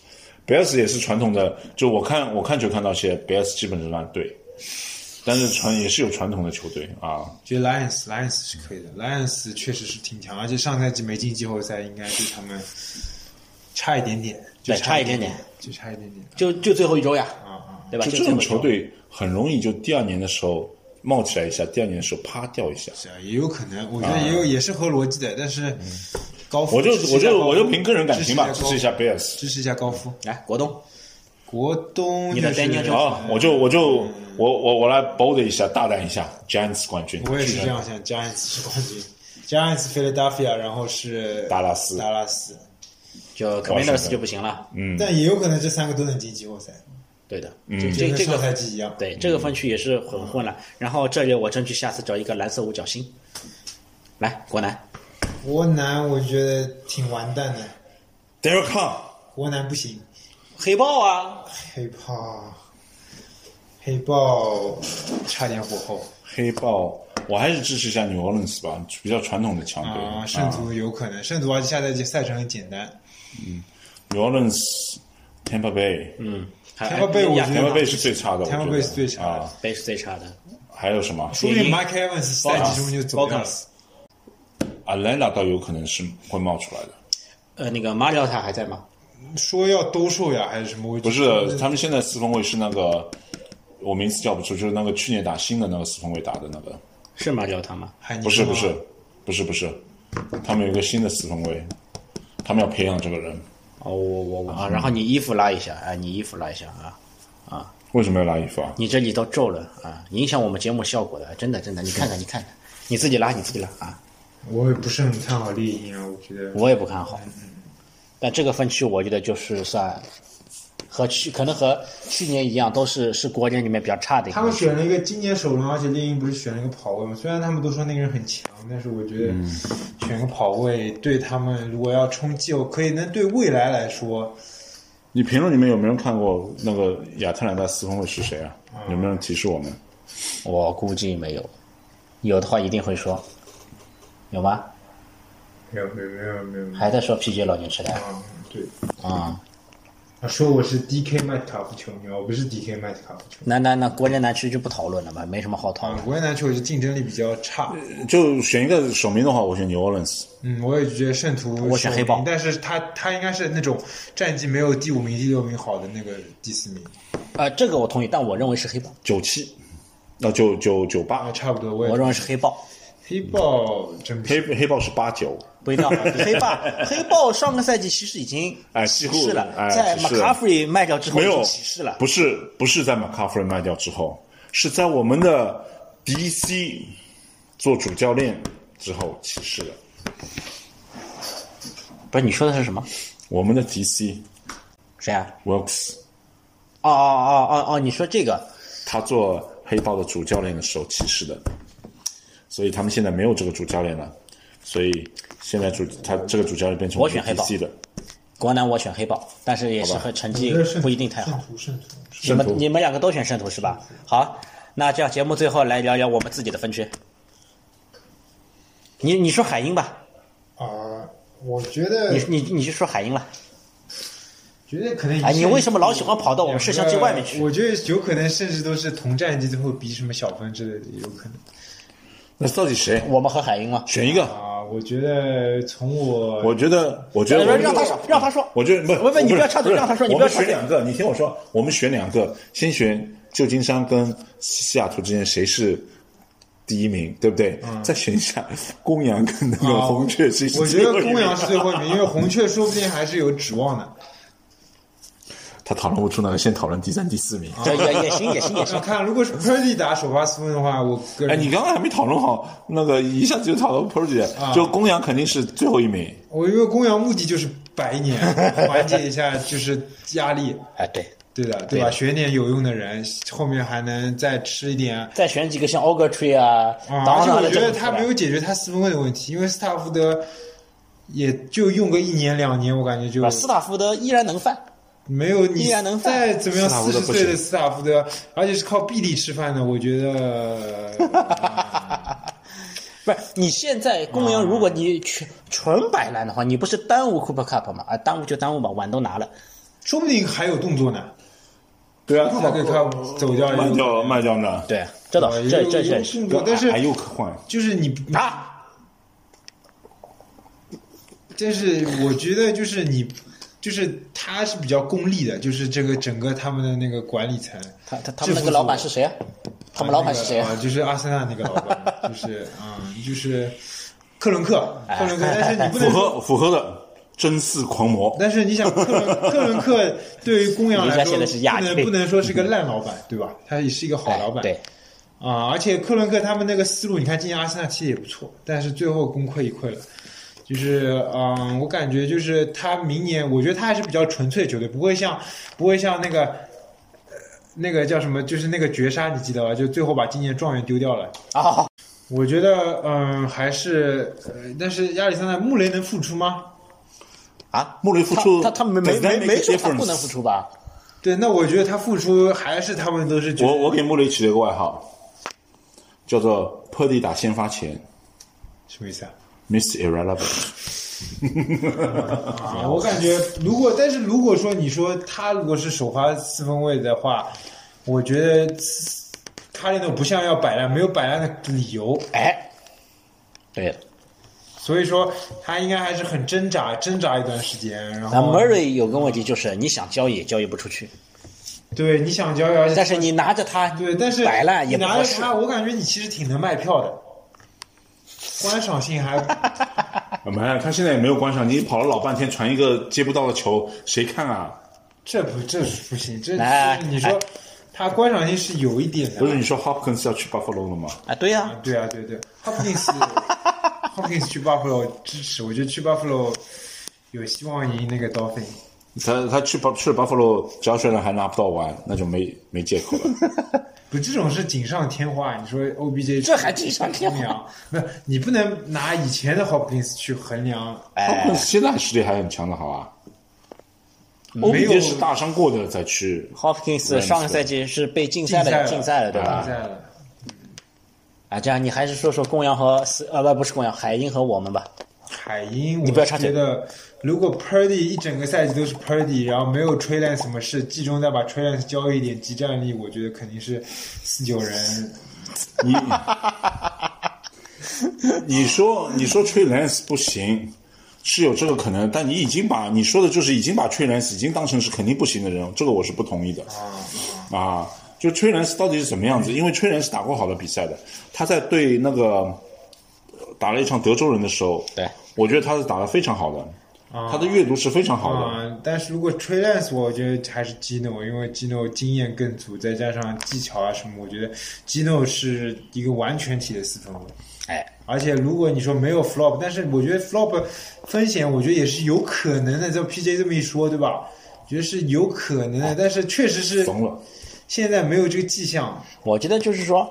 Bears 也是传统的，就我看我看球看到一些 Bears 基本是烂队，但是传也是有传统的球队啊。
觉得 Lions Lions 是可以的，Lions 确实是挺强，而且上赛季没进季后赛，应该对他们差一点点，就
对差一
一点
点点，
就差一点点。
就就最后一周呀，对吧？嗯
就
就
这
最后
种
一周
球，队很容易就第二年的时候冒起来一下，第二年的时候啪掉一下。
是啊，也有可能，我觉得也有也是合逻辑的，但是高夫
我就
支持
我
一下
就
高夫
我就凭个人感情吧，
支
支
持
持
一
一
下
下
高夫
Bears。
支持一下高夫。
来国东
国东
嗯你的
就是
Daniel Jones
好，啊我就我就我我我来 bold 一下，大胆一下，Giants 冠军。
我也是这样想，Giants 是冠军，Giants 菲 h i l a d 然后是
达拉斯
达拉斯，
就
哇塞
Commanders 就不行了。
但也有可能这三个都能进季后赛，
对的，这嗯这
就跟
这
上赛
个
季一样。
对这个分区也是很混乱。然后这里我争取下次找一个蓝色五角星。来，国南，
国南我觉得挺完蛋的，
Derek Carr，
国南不行，
黑豹啊，
黑豹，黑豹差点火候
黑豹，我还是支持一下 New Orleans 吧，比较传统的强队。
啊，圣徒有可能，圣徒而且下赛季赛程很简单，
New Orleans、Tampa Bay、
嗯，还
天花贝我觉得
Tampa Bay 是最差的，我觉得
Tampa Bay 是最差的
啊。
贝是最差的。
还有什么
说不定 Mike Evans 赛季中就走掉了。
？Atlanta 倒有可能是会冒出来的，
呃，那个马里奥塔还在吗？
说要兜售呀，还是什么？我
不是的，他们现在四分卫是那个，我名字叫不出，就是那个去年打新的那个四分卫打的那个，
是马里奥塔吗？
海尼
不是
克
不
吗
是不是不是，他们有一个新的四分卫，他们要培养这个人，
哦，我我我啊，然后你衣服拉一下，啊，你衣服拉一下啊，
为什么要拉衣服啊？
你这里都皱了啊，影响我们节目效果的，真的真的，你看看你看看，你自己拉你自己拉啊，
我也不是很看好猎鹰啊，我觉得
我也不看好，
嗯
嗯但这个分区我觉得就是算和去可能和去年一样，都是是国联里面比较差的一
他
个
们。选了一个今年首轮，而且猎鹰不是选了一个跑位吗？虽然他们都说那个人很强，但是我觉得
嗯
选个跑位对他们如果要冲季后，可以能对未来来说，
你评论里面有没有人看过那个亚特兰大四分卫是谁啊？有没有人提示我们？
我估计没有，有的话一定会说，有吗？
没有没有没有没有没有
还在说 PJ 老年痴呆
啊，对，
啊？
他说我是 DK 麦特卡夫球迷，我不是 DK 麦特卡夫球迷。
那那那国联南区就不讨论了吧，没什么好讨论
啊，。国内篮球我觉得竞争力比较差，
就选一个首名的话，我选 New Orleans。
嗯，我也觉得圣徒
我选黑豹
首名但是他他应该是那种战绩没有第五名、第六名好的那个第四名
嗯
呃，这个我同意，但我认为是黑豹，
九七，那九九九
啊，
八，
差不多，我也
我认为是黑豹。
黑豹真不行
黑黑豹是八九，
不
啊
一 定要好。黑豹，黑豹上个赛季其实已经
哎
歧
几乎
视了，
哎
在
歧视了
McCaffrey 卖掉之后
没
已经
有
歧视了。
不是不是在 McCaffrey 卖掉之后，是在我们的 DC 做主教练之后歧视了。
不是你说的是什么？
我们的 DC
谁啊？
Works，
哦哦哦哦哦，你说这个
他做黑豹的主教练的时候歧视的，所以他们现在没有这个主教练了，所以现在主他这个主教练变成
我
们
选黑豹
DC 的。
国南我选黑豹，但是也是
好吧
和成
我
绩
觉得圣
不一定太好。
圣徒圣徒
你们
圣徒
你们两个都选圣徒是吧？好，那这样节目最后来聊聊我们自己的分区。你你说海鹰吧，
啊！我觉得
你你你就说海鹰了。
觉得可能
哎，你为什
么
么老喜欢跑到我们摄像机外面去？
我觉得有可能甚至都是同战绩最后比什么小分之类的，有可能
那到底谁
我们和海鹰吗？
选一个？
啊。我觉得从我
我觉得，我觉得我
呃
们
让他说让他说
我觉得不
不不你不要插嘴
是
让他说你
我
不要
们
插嘴
选两个，你听我说，我们选两个，先选旧金山跟西西雅图之间谁是第一名，对不对？
嗯
再选一下公羊跟那个
啊
红雀是
我觉
最
得
后一名
公羊是最后一名，因为红雀说不定还是有指 望的。
他讨论不出那个，先讨论第三、第四名。
对也也行也行也
我
行。
看如果是 Purdy 打首发四分的话，我个
哎，
人
你刚刚还没讨论好，那个一下子就讨论 Purdy，就公羊肯定是最后一名。
我因为公羊目的就是摆一年，缓解一下就是压力，
哎，对，
对的，对吧？选点有用的人，后面还能再吃一点。
再选几个像 o g r t r e e 啊，
啊，
当
而且
然
我
了，
觉
这
得
个
他没有解决他四分卫的问题，因为斯塔福德也就用个一年两年，我感觉就
啊
把斯塔福德依然能犯，
没有你
依然能犯
再怎么样，
斯塔福
四
德
十
不
岁的
行
斯塔福德，而且是靠臂力吃饭的，我觉得
不是你现在公
啊
羊，如果你全纯摆烂的话，你不是耽误 Cooper Cup 吗？啊，耽误就耽误吧，碗都拿了。
说不定还有动作呢。
对啊，
他给他走掉
卖
一个
掉卖掉呢，
对，这倒
呃
是，这这这是。
动作，但是
还有可换。
就是你啊，但是我觉得就是你，就是他是比较功利的，就是这个整个他们的那个管理层，
他他他们那个老板是谁啊？他们老板是谁啊
啊？？就是阿森纳那个老板， 就是嗯，就是克伦克，
哎
克伦克，但是你不
符
能说。
合符合的，真四狂魔。
但是你想，克伦克伦克对于公羊
人家
来说，
现在是亚
不能
军哎
不能说是个烂老板，对吧？他也哎是一个好老板。
对，
啊，而且克伦克他们那个思路，你看今年阿森纳踢得也不错，但是最后功亏一篑了。就是嗯，我感觉就是他明年，我觉得他还是比较纯粹的球队，不会像不会像那个、呃那个叫什么，就是那个绝杀，你记得吧？就最后把今年状元丢掉了。
啊，
我觉得嗯，还是呃，但是亚历山大穆雷能复出吗？
穆雷复
他
出，
他他没没
does that
没
make
没
a
说他
difference？
不能付出吧？
对，那我觉得他复出还是他们都是觉得
我我给穆雷起了一个外号，叫做 “Purdy 打先发前
什么意思啊？
Miss Irrelevant”。
啊，我感觉如果，但是如果说你说他如果是首发四分卫的话，我觉得他那种不像要摆烂，没有摆烂的理由，
哎，对的。
所以说他应该还是很挣扎，挣扎一段时间。然
那
后，
Murray 有个问题就是，你想交易交易不出去，
对你想交易，而且
但是你拿着他，
对，但是
摆烂也
你
不
拿
合
着
适。
他，我感觉你其实挺能卖票的，观赏 性还
没有，他现在也没有观赏，你跑了老半天传一个接不到的球，谁看啊？
这不这是不行，这
来
你说他观赏性是有一点的
不，是你说 Hopkins 要去 Buffalo 了吗？
啊，对呀、
啊，对啊，对对，Hopkins Hopkins 去 Buffalo 支持，我觉得去 Buffalo 有希望赢那个 Dolphin。
他他去 Buff 去了 Buffalo，只要虽然还拿不到碗，那就没没借口了。
不，这种是锦上添花。你说 OBJ
这还锦上添花
衡量？不，你不能拿以前的 Hopkins 去衡量。
啊
Hopkins 现在实力还很强的，好吧
没有
？OBJ 是大伤过的再去
Hopkins 上个赛季是被禁赛了，禁
竞
赛了，
赛嗯
对
竞
吧？
赛了。
啊，这样你还是说说公羊和斯呃不不是公羊，海鹰和我们吧。
海鹰，
你
我
不要插嘴
觉得如果 Purdy 一整个赛季都是 Purdy，然后没有 Trey Lance 什么事，季中再把 Trey Lance 交易一点集战力，我觉得肯定是四九人
你你说你说 Trey Lance 不行，是有这个可能，但你已经把你说的就是已经把 Trey Lance 已经当成是肯定不行的人，这个我是不同意的。啊，嗯就 Trey Lance 到底是什么样子？因为 Trey Lance 打过好的比赛的，他在对那个呃打了一场德州人的时候，
对，
我觉得他是打得非常好的，他的阅读是非常好的。
啊，但是如果 Trey Lance，我觉得还是 Gino，因为 Gino 经验更足，再加上技巧啊什么，我觉得 Gino 是一个完全体的四分卫。
哎，
而且如果你说没有 flop，但是我觉得 flop 风险，我觉得也是有可能的。照 PJ 这么一说，对吧？觉得是有可能的，但是确实是
疯哎了，
现在没有这个迹象
我觉得就是说，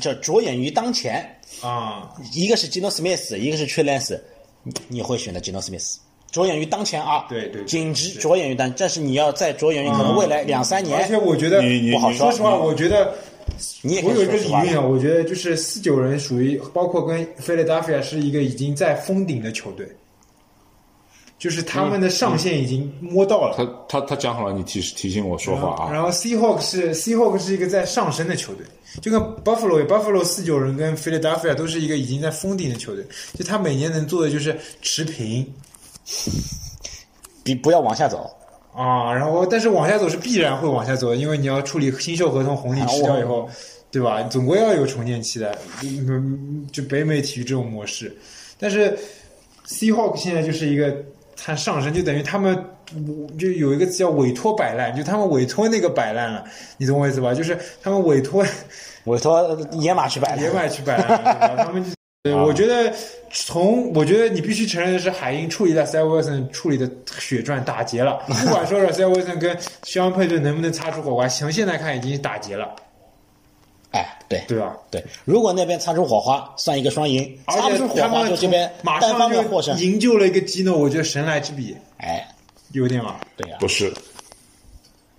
这着眼于当前，
啊。
一个是 Gino Smith，一个是 Trey Lance，你你会选择 Gino Smith。着眼于当前啊，
对对对嗯
仅只着眼于当，但是你要再着眼于可能未来两三
而且
年，
我觉得，
哎你你
不好
说实话，我觉得
你也可
我
以
有一个
说
理
实话
论啊，我觉得就是四九人属于包括跟菲利达菲亚是一个已经在封顶的球队，就是他们的上限已经摸到
嗯
了。
他他他讲好了，你提提醒我说话
然
啊。
后 Seahawk 是 Seahawk 是一个在上升的球队，就跟 Buffalo 也 Buffalo 四九人跟 Philadelphia 都是一个已经在封顶的球队，就他每年能做的就是持平
比不要往下走。
啊，然后但是往下走是必然会往下走的，因为你要处理新秀合同红利吃掉以后，对吧？总归要有重建期的，嗯就北美体育这种模式。但是 Seahawk 现在就是一个它上升，就等于他们就有一个词叫委托摆烂，就他们委托那个摆烂了，你懂我意思吧？就是他们委托。
委托野马去摆
野
烂，
外去 摆烂对吧，他们就。对
啊
我觉得从我觉得你必须承认的是，海鹰处理了 s a l Wilson 处理的血赚打劫 了。不管说是 s a l Wilson 跟肖恩佩顿能不能擦出火花，从现在看已经打劫了，
哎，对
对吧？
对，如果那边擦出火花，算一个双赢；
而
擦不
且
出火
他
花，
们
就这边
马
单方
上
面获
就
胜。
营救了一个基诺，我觉得神来之笔，
哎，
有点吧。
对呀、
不是，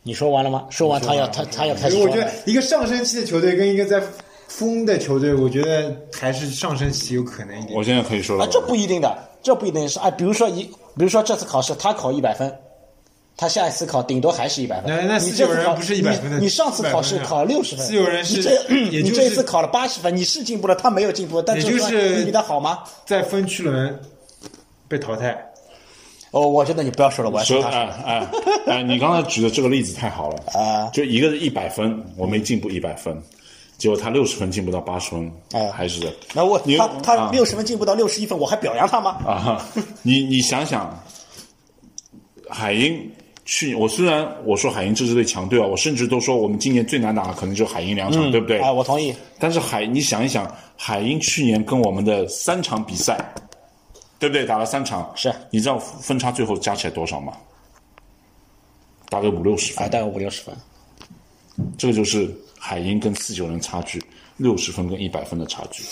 你说完了吗？说完他要他他要开
所
始
以
说
我
了。
觉得一个上升期的球队跟一个在疯的球队，我觉得还是上升期有可能一点
我。现在可以说了
啊
吧。，
这不一定的，这不一定是啊。比如说一，比如说这次考试他考一百分，他下一次考顶多还是一百分。
那那
你
49
这次
人
考
不是100分的
你你上次考试
100分的
考六十分，
49人是
你这
也
你
就是
这一次考了八十分，你是进步了，他没有进步，但
也
这
就是
算你比他好吗？
在分区轮被淘汰，
哦，我觉得你不要说了，我要
说
说他
哎哎哎，你刚才举的这个例子太好了
啊
就一个是一百分，我没进步一百分，结果他六十分进步到八十分，
哎
还是的
那我
你
他他
啊
六十分进步到六十一分，我还表扬他吗？
啊！你你想想，海鹰去，我虽然我说海鹰这支队强队啊，我甚至都说我们今年最难打的可能就是海鹰两场，对不对？
哎，我同意。
但是海，你想一想，海鹰去年跟我们的三场比赛，对不对？打了三场，
是
你知道分差最后加起来多少吗？大概五六十分
啊，，大概五六十分。
这个就是海鹰跟四九人差距，六十分跟一百分的差距。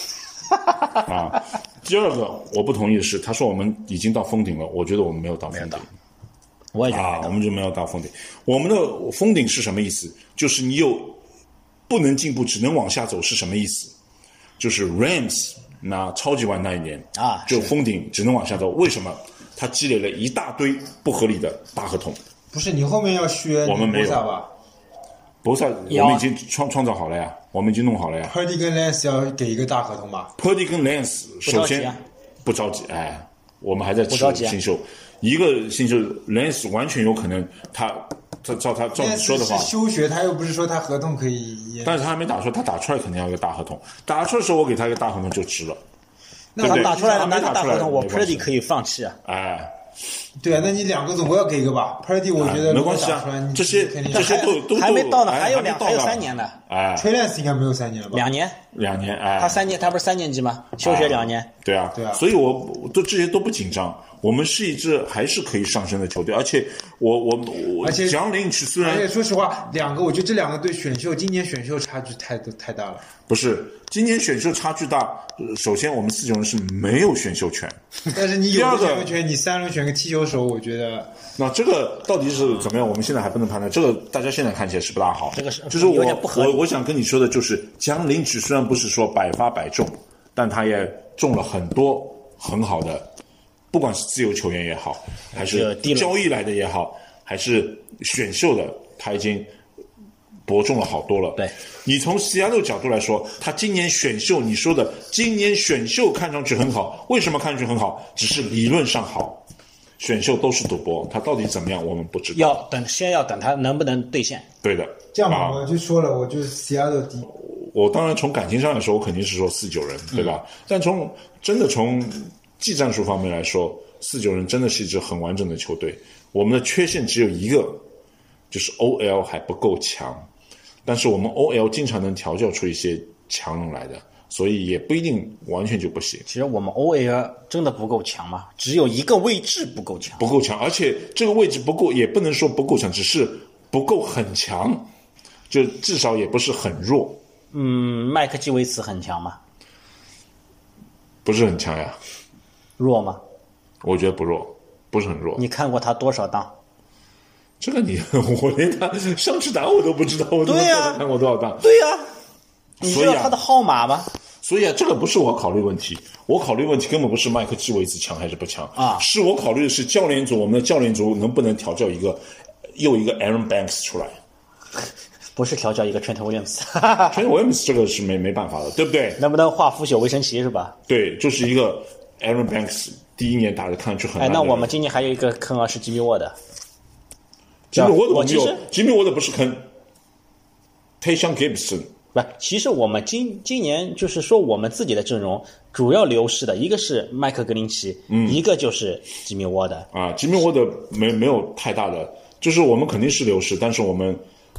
啊，第二个我不同意的是，他说我们已经到封顶了，我觉得我们没有到封顶
我也觉
啊，
得
我们就没有到封顶。我们的封顶是什么意思？就是你有不能进步，只能往下走是什么意思？就是 Rams 拿超级碗那一年
啊
就封顶，只能往下走。为什么？他积累了一大堆不合理的大合同。
不是你后面要削
我们没有
尼泊萨吧？
博萨，
有
我
啊
们已经创创造好了呀，我们已经弄好了呀。
Purdy 跟 Lance 要给一个大合同吧？
Purdy 跟 Lance 首
不着急
先
啊
不着急，哎，我们还在吃
不着急啊
新秀，一个新秀 Lance 完全有可能他他照他照你说的话
Lance 是，休学，他又不是说他合同可以延。
但是他还没打出来，他打出来肯定要一个大合同，打出来的时候我给他一个大合同就值了，
那
对
他
不对
打出来了，拿
他没
个
打
大
出来
合同，我
没关系
Pretty 可以放弃啊。
哎，
对啊，那你两个总归要给一个吧？Purdy 我
哎
觉得
没
如果
关系
打出来
啊
你，
这些
肯定
这些都都
还没
都
到呢，
哎
还
还
有
没
两
到
还有
呢
三年呢，
哎，
t r a Lance 应该没有三年了吧？
两年。
两年哎，
他三年，他不是三年级吗？休学两年，
对啊，
对啊
所以我我对这些都不紧张。我们是一支还是可以上升的球队，而且我我我，
而且
蒋林去虽然
而且说实话，两个我觉得这两个对选秀今年选秀差距太都太大了。
不是，今年选秀差距大。呃首先，我们四九人是没有选秀权，
但是你有
第
个
二个
选秀权，你三轮选个踢球手，我觉得
那这个到底是怎么样？我们现在还不能判断。这个大家现在看起来是不大好。
这个是
就是
有
我
点不合理
我我想跟你说的就是，江林曲虽然不是说百发百中，但他也中了很多很好的，不管是自由球员也好，还
有
是
第六
交易来的也好，还是选秀的，他已经博中了好多了。
对，
你从 C L 角度来说，他今年选秀，你说的今年选秀看上去很好，为什么看上去很好？只是理论上好，选秀都是赌博，他到底怎么样，我们不知道。
要等先要等他能不能兑现。
对的，
这样吧，
啊
我就说了，我就是 Seattle 第一，
我当然从感情上来说，我肯定是说四九人，
嗯
对吧？但从真的从技战术方面来说，四九人真的是一支很完整的球队。我们的缺陷只有一个，就是 OL 还不够强。但是我们 OL 经常能调教出一些强人来的，所以也不一定完全就不行。
其实我们 OL 真的不够强吗？只有一个位置不够强，
不够强，而且这个位置不够，也不能说不够强，只是不够很强，就至少也不是很弱，
嗯，麦克基维茨很强吗？
不是很强呀。
弱吗？
我觉得不弱，不是很弱。
你看过他多少档？
这个你， 我连他上去打我都不知道，我怎么
对呀
看过多少档？
对呀、你知
所以
道
啊
他的号码吗？
所以啊，这个不是我考虑问题，我考虑问题根本不是麦克基维茨强还是不强
啊
是我考虑的是教练组，我们的教练组能不能调教一个又一个 Aaron Banks 出来？
不是调教一个 Trent Williams，
全 Williams 这个是没没办法的，对不对？
能不能化腐朽为神奇是吧？
对，就是一个 Aaron Banks 第一年打的看上去很
哎，
烂的
那
人。
我们今年还有一个坑啊，是吉米沃德。
吉米沃德
我
没
其实
有，吉米沃德不是坑 t a y s h a n Gibson
不，其实我们今今年就是说我们自己的阵容主要流失的一个是麦克格林奇，
嗯
一个就是吉米沃德。
啊，吉米沃德没没有太大的，就是我们肯定是流失，但是我们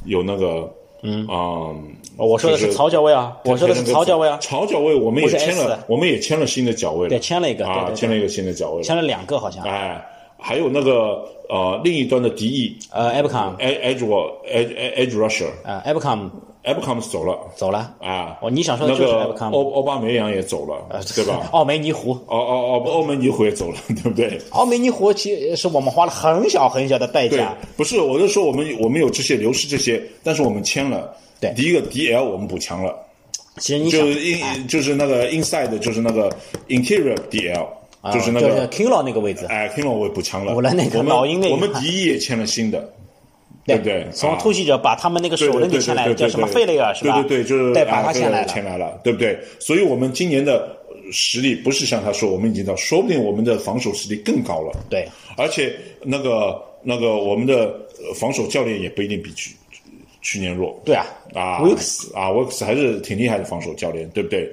有那个嗯
哦我说的是曹教位啊，我说的是曹教位啊，
曹脚位我们也
不是
签
S
了，我们也签了新的脚位了，
对签了一个对
啊，
对对
签了一个新的脚位了，
签了两个好像。
哎，还有那个呃另一端的敌意哎
呃 a b c o m
，Edge Edge Edge Rusher
呃 a b c o m
a b c o m 走了
走了。
啊，
哦，你想说的
那
就是 a
个
b c o
奥
m
奥巴梅扬也走了，对吧？
呃 奥梅尼湖，
哦哦哦，澳门一回也走了，对不对？
奥梅尼湖其实是我们花了很小很小的代
对
价。，
不是，我是说我们我们有这些流失这些，但是我们签了，
对
第一个 DL 我们补强了，
其实你想呃
就，是 in 就是那个 inside 就是那个 interior DL，、
啊
就是那
就
个
Kinlaw 那个位置，
哎 Kino 我也补强了，
补了那个
我们
老鹰那一
我们
块
敌意也签了新的，对不对？
从
啊
突袭者把他们那个
对
首轮给签来了，叫什么费雷尔是吧？
对对对，就是啊
对，把他签
签
来
签
了。
来了，对不对？所以我们今年的呃实力不是像他说，我们已经到，说不定我们的防守实力更高了。
对，
而且那个那个我们的呃防守教练也不一定比去去年弱。
对啊，
啊
Wilkes
啊 w i l s 还是挺厉害的防守教练，对不对？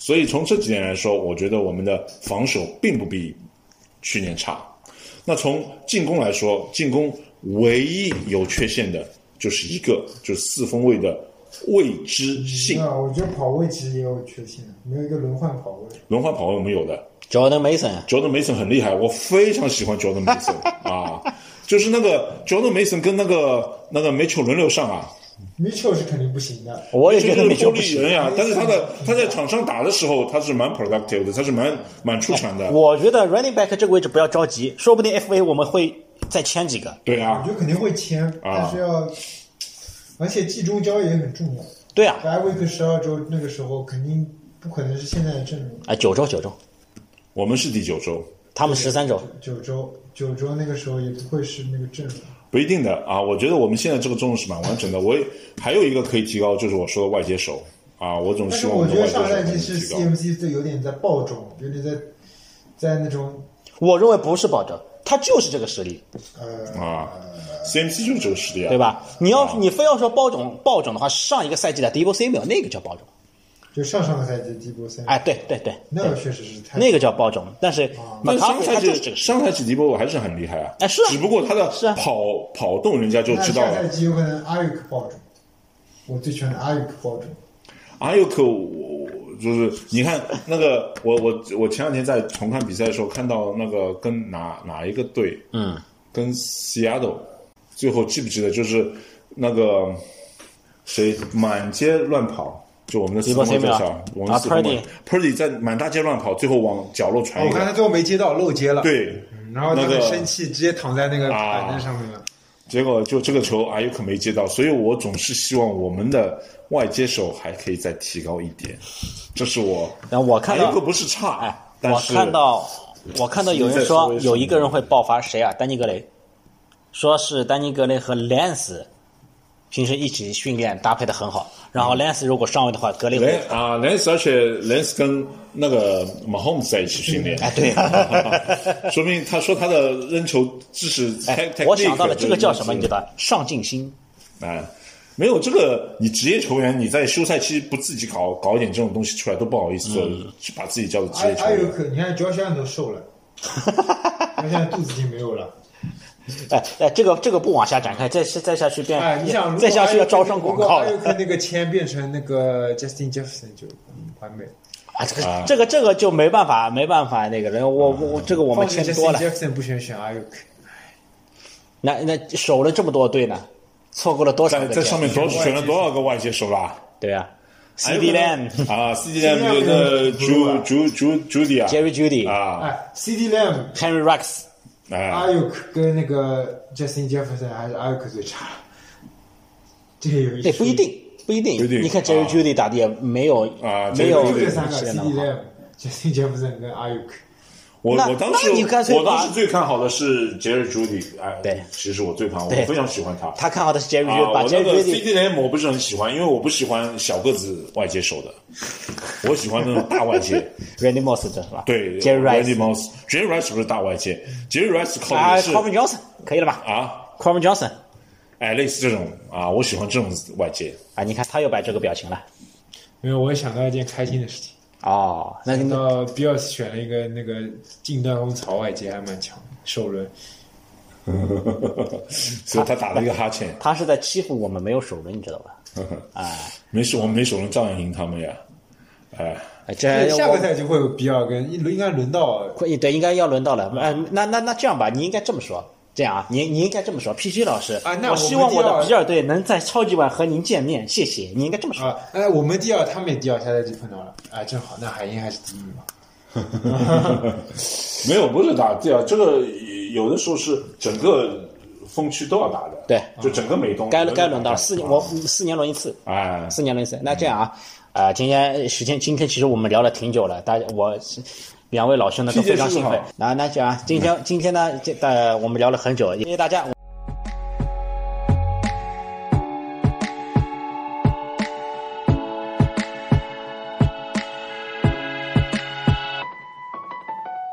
所以从这几年来说，我觉得我们的防守并不比去年差。那从进攻来说，进攻唯一有缺陷的就是一个，就是四分卫的未知性。
嗯
那我觉得跑位其实也有缺陷，没有一个轮换跑位。
轮换跑位我们有的
Jordan Mason，
，Jordan Mason 很厉害，我非常喜 欢 Jordan Mason 啊，就是那个 Jordan Mason 跟那个那个梅球轮流上啊，
Mitchell 是肯定不行的，
我也
就
觉
是
得没球
玻
不
璃
行。
人呀、但是他的他在场上打的时候，他是蛮 productive 的，他是蛮蛮出场的。
我觉得 running back 这个位置不要着急，说不定 FA 我们会再签几个。
对
我
啊
觉，得肯定会签，但是要，而且季中交易也很重要。
对啊，
白 week 十二周那个时候肯定不可能是现在的阵容，
啊九周九周，
我们是第九周，
他们十三周，
九周九周那个时候也不会是那个阵容。
不一定的啊。我觉得我们现在这个阵容是蛮完整的。我也还有一个可以提高，就是我说的外接手啊，我总
但
希
是
望
我
们
觉得
的外接手
上赛
能
季是
提高。
CMC 这有点在爆种，有点在在那种
我认为不是保证，他就是这个实力，
呃，
啊，CMC 就是这个实力啊，
对？吧？你要你非要说包种包种的话，上一个赛季的 Debo Samuel 那个叫包种，
就上上个赛季第波三，
哎，对对对，
那个确实是太
那个叫包种，但是
那上
McCaffrey 他
赛
就是这
季
个实力。
上赛季迪波我还是很厉害啊，
哎是啊
只不过他的
是啊
跑跑动人家就
那
知道
下赛
了。
季有可能阿瑞克爆种，我最喜欢的阿瑞克爆种。
啊
阿尤克，哎我就是你看那个，我我我前两天在重看比赛的时候，看到那个跟哪哪一个队，嗯，跟西雅图，最后记不记得就是那个谁满街乱跑，就我们的四分卫
Debo
在
Samuel
场，我
啊
们的四分卫 Purdy 在满大街乱跑，最后往角落传
我
一
看他
哦
个，
最后没接到，漏接了。，
对，
嗯
然后他
那
很
个
生气，直接躺在那个
啊
板凳上面了。
结果就这个球阿尤克没接到，所以我总是希望我们的外接手还可以再提高一点，这是我
然后我看
阿
到
尤克不是差，
哎，
但
我
是
看到我看到有人说有一个人会爆发，谁啊？丹尼格雷，说是丹尼格雷和 Lance 平时一起训练搭配的很好，然后 Lance 如果上位的话，格雷
嗯雷
会
啊，雷斯，而且雷斯跟那个 Mahomes 在一起训练，
哎 对，
说明他说他的扔球知识，
哎
tech-
我想到了
technique
这个叫什么？你知
就是
道，上进心。
哎，没有这个，你职业球员你在休赛期不自己搞搞一点这种东西出来都不好意思做，
嗯
去把自己叫做职
还
业球
还有
员。
可，你看 j o s h 都 瘦了 j o s h 肚子已经没有了。
哎哎，这个这个不往下展开，再再下去变，
哎，你想，如果
再下去要招商
如
广
果
告
艾
了
瑞克那个签变成那个 Justin Jefferson 就嗯完美。
啊！这
啊
个这个这个就没办法，没办法那个人，我我我这个我
我
们签多了
j，e f f e r s o n 不选选艾瑞克，
那那守了这么多队呢，错过了多少
在
个
在
签
上面多选了多少个外接手啦？
对啊，CD Lamb、
啊，CD 那个朱朱朱朱迪啊
Jerry Judy、
啊
哎，CD Lamb、
Henry Rux，
哎
艾，瑞克跟那个 Justin Jefferson 还是艾瑞克最差。这个有一
对，不一
说一，
定，不一
不一定
定。你看 Jerry
啊
Judy 打的也没有
啊
没有
不
就
一定
这三个
时间
CD
那么好
Lamb、Justin Jefferson 跟艾瑞克。
我
那
我当时
那你干脆
我当
把
时最看好的是杰瑞朱迪，哎，
对
其实我最看好，我
对
非常喜欢他。
他看好的是 Jerry
啊，
Judy，把
我那
Jerry
个
Judy
CD 联盟我不是很喜欢，因为我不喜欢小个子外接手的，我喜欢那种大外接。
Randy Moss 的是吧？
对
Jerry Rice
Randy Moss、Jerry Rice 不是大外接，Jerry Rice 靠
啊
的是
，Corbin Johnson 可以了吧
啊，
？Corbin Johnson
哎，类似这种啊，我喜欢这种外接。
啊，你看他又摆这个表情了。
没有，我也想到一件开心的事情。
哦，那
想
那
到 b i l l s 选了一个那个近端锋朝外接还蛮强，首轮。
所以他打了一个哈欠，
他是在欺负我们没有首轮，你知道吧？
没事，我们没手能照样赢他们呀。哎，
哎这
下
我
个赛季会有 b 尔跟应该轮到
会对，应该要轮到了。呃，那那那这样吧，你应该这么说。这样啊，你你应该这么说，PG 老师，
啊那
我
我
希望
们
我的
要
比尔队能在超级碗和您见面，谢谢。你应该这么说，
啊，哎，我们第二，他们也第二，下赛季碰到了，啊，正好，那海英还是第一嘛。
没有，不是打对啊，这个有的时候是整个风区都要打的，
对
就整个美东
该
轮
该轮到了
打
四年，我四年轮一次，
哎，
四年轮一次。那这样啊，啊，今天时间今天其实我们聊了挺久了，大家我两位老兄呢都
PG
非常
是
兴
好
奋。那那这样啊，今天今天呢，这呃我们聊了很久，也谢谢大家。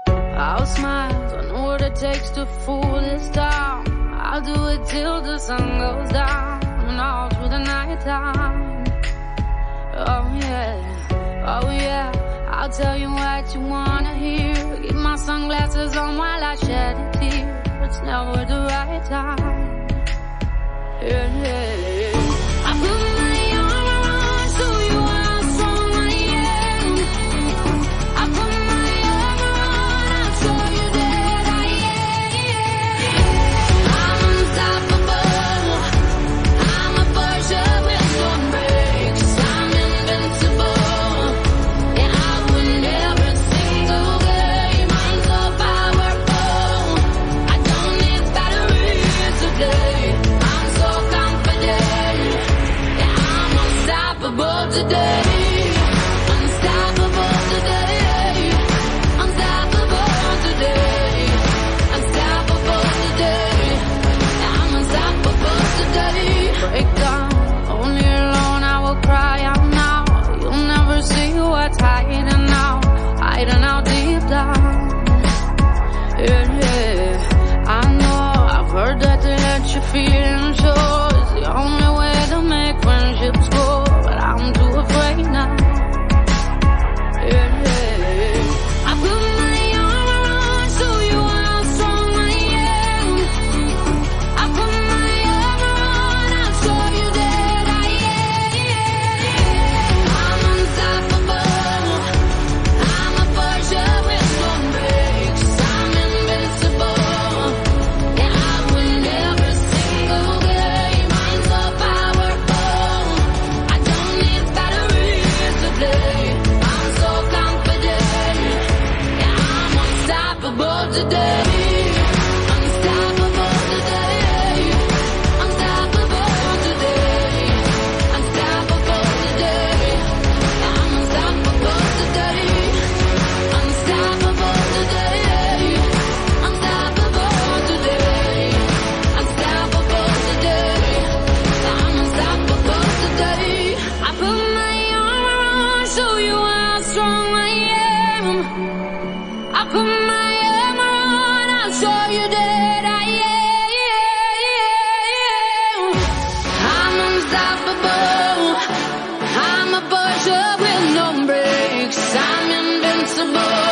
I'll smile, I know what it takes to fool this town. I'll do it till the sun goes down and all through the night time. Oh yeah, oh yeah, I'll tell you what you wanna hear. Keep my sunglasses on while I shed a tear. It's never the right time. Yeah, yeah. I put my arm around so you are someone, yeah. I put my arm around, I told you that I am. I'm unstoppable. I'm a forger with no brakes. I'm invincible. Yeah, I win every single game. I'm so powerful. oh. I don't need batteries today. I'm so confident. Yeah, I'm unstoppable today. Unstoppable today. Unstoppable today. Unstoppable today. I'm unstoppable today. Break down, only alone I will cry out now. You'll never see what's hiding out, hiding out deep down. Yeah, yeah. I know I've heard that they let you feel and show. It's the only way to make friendships go. But I'm too afraid unstoppable.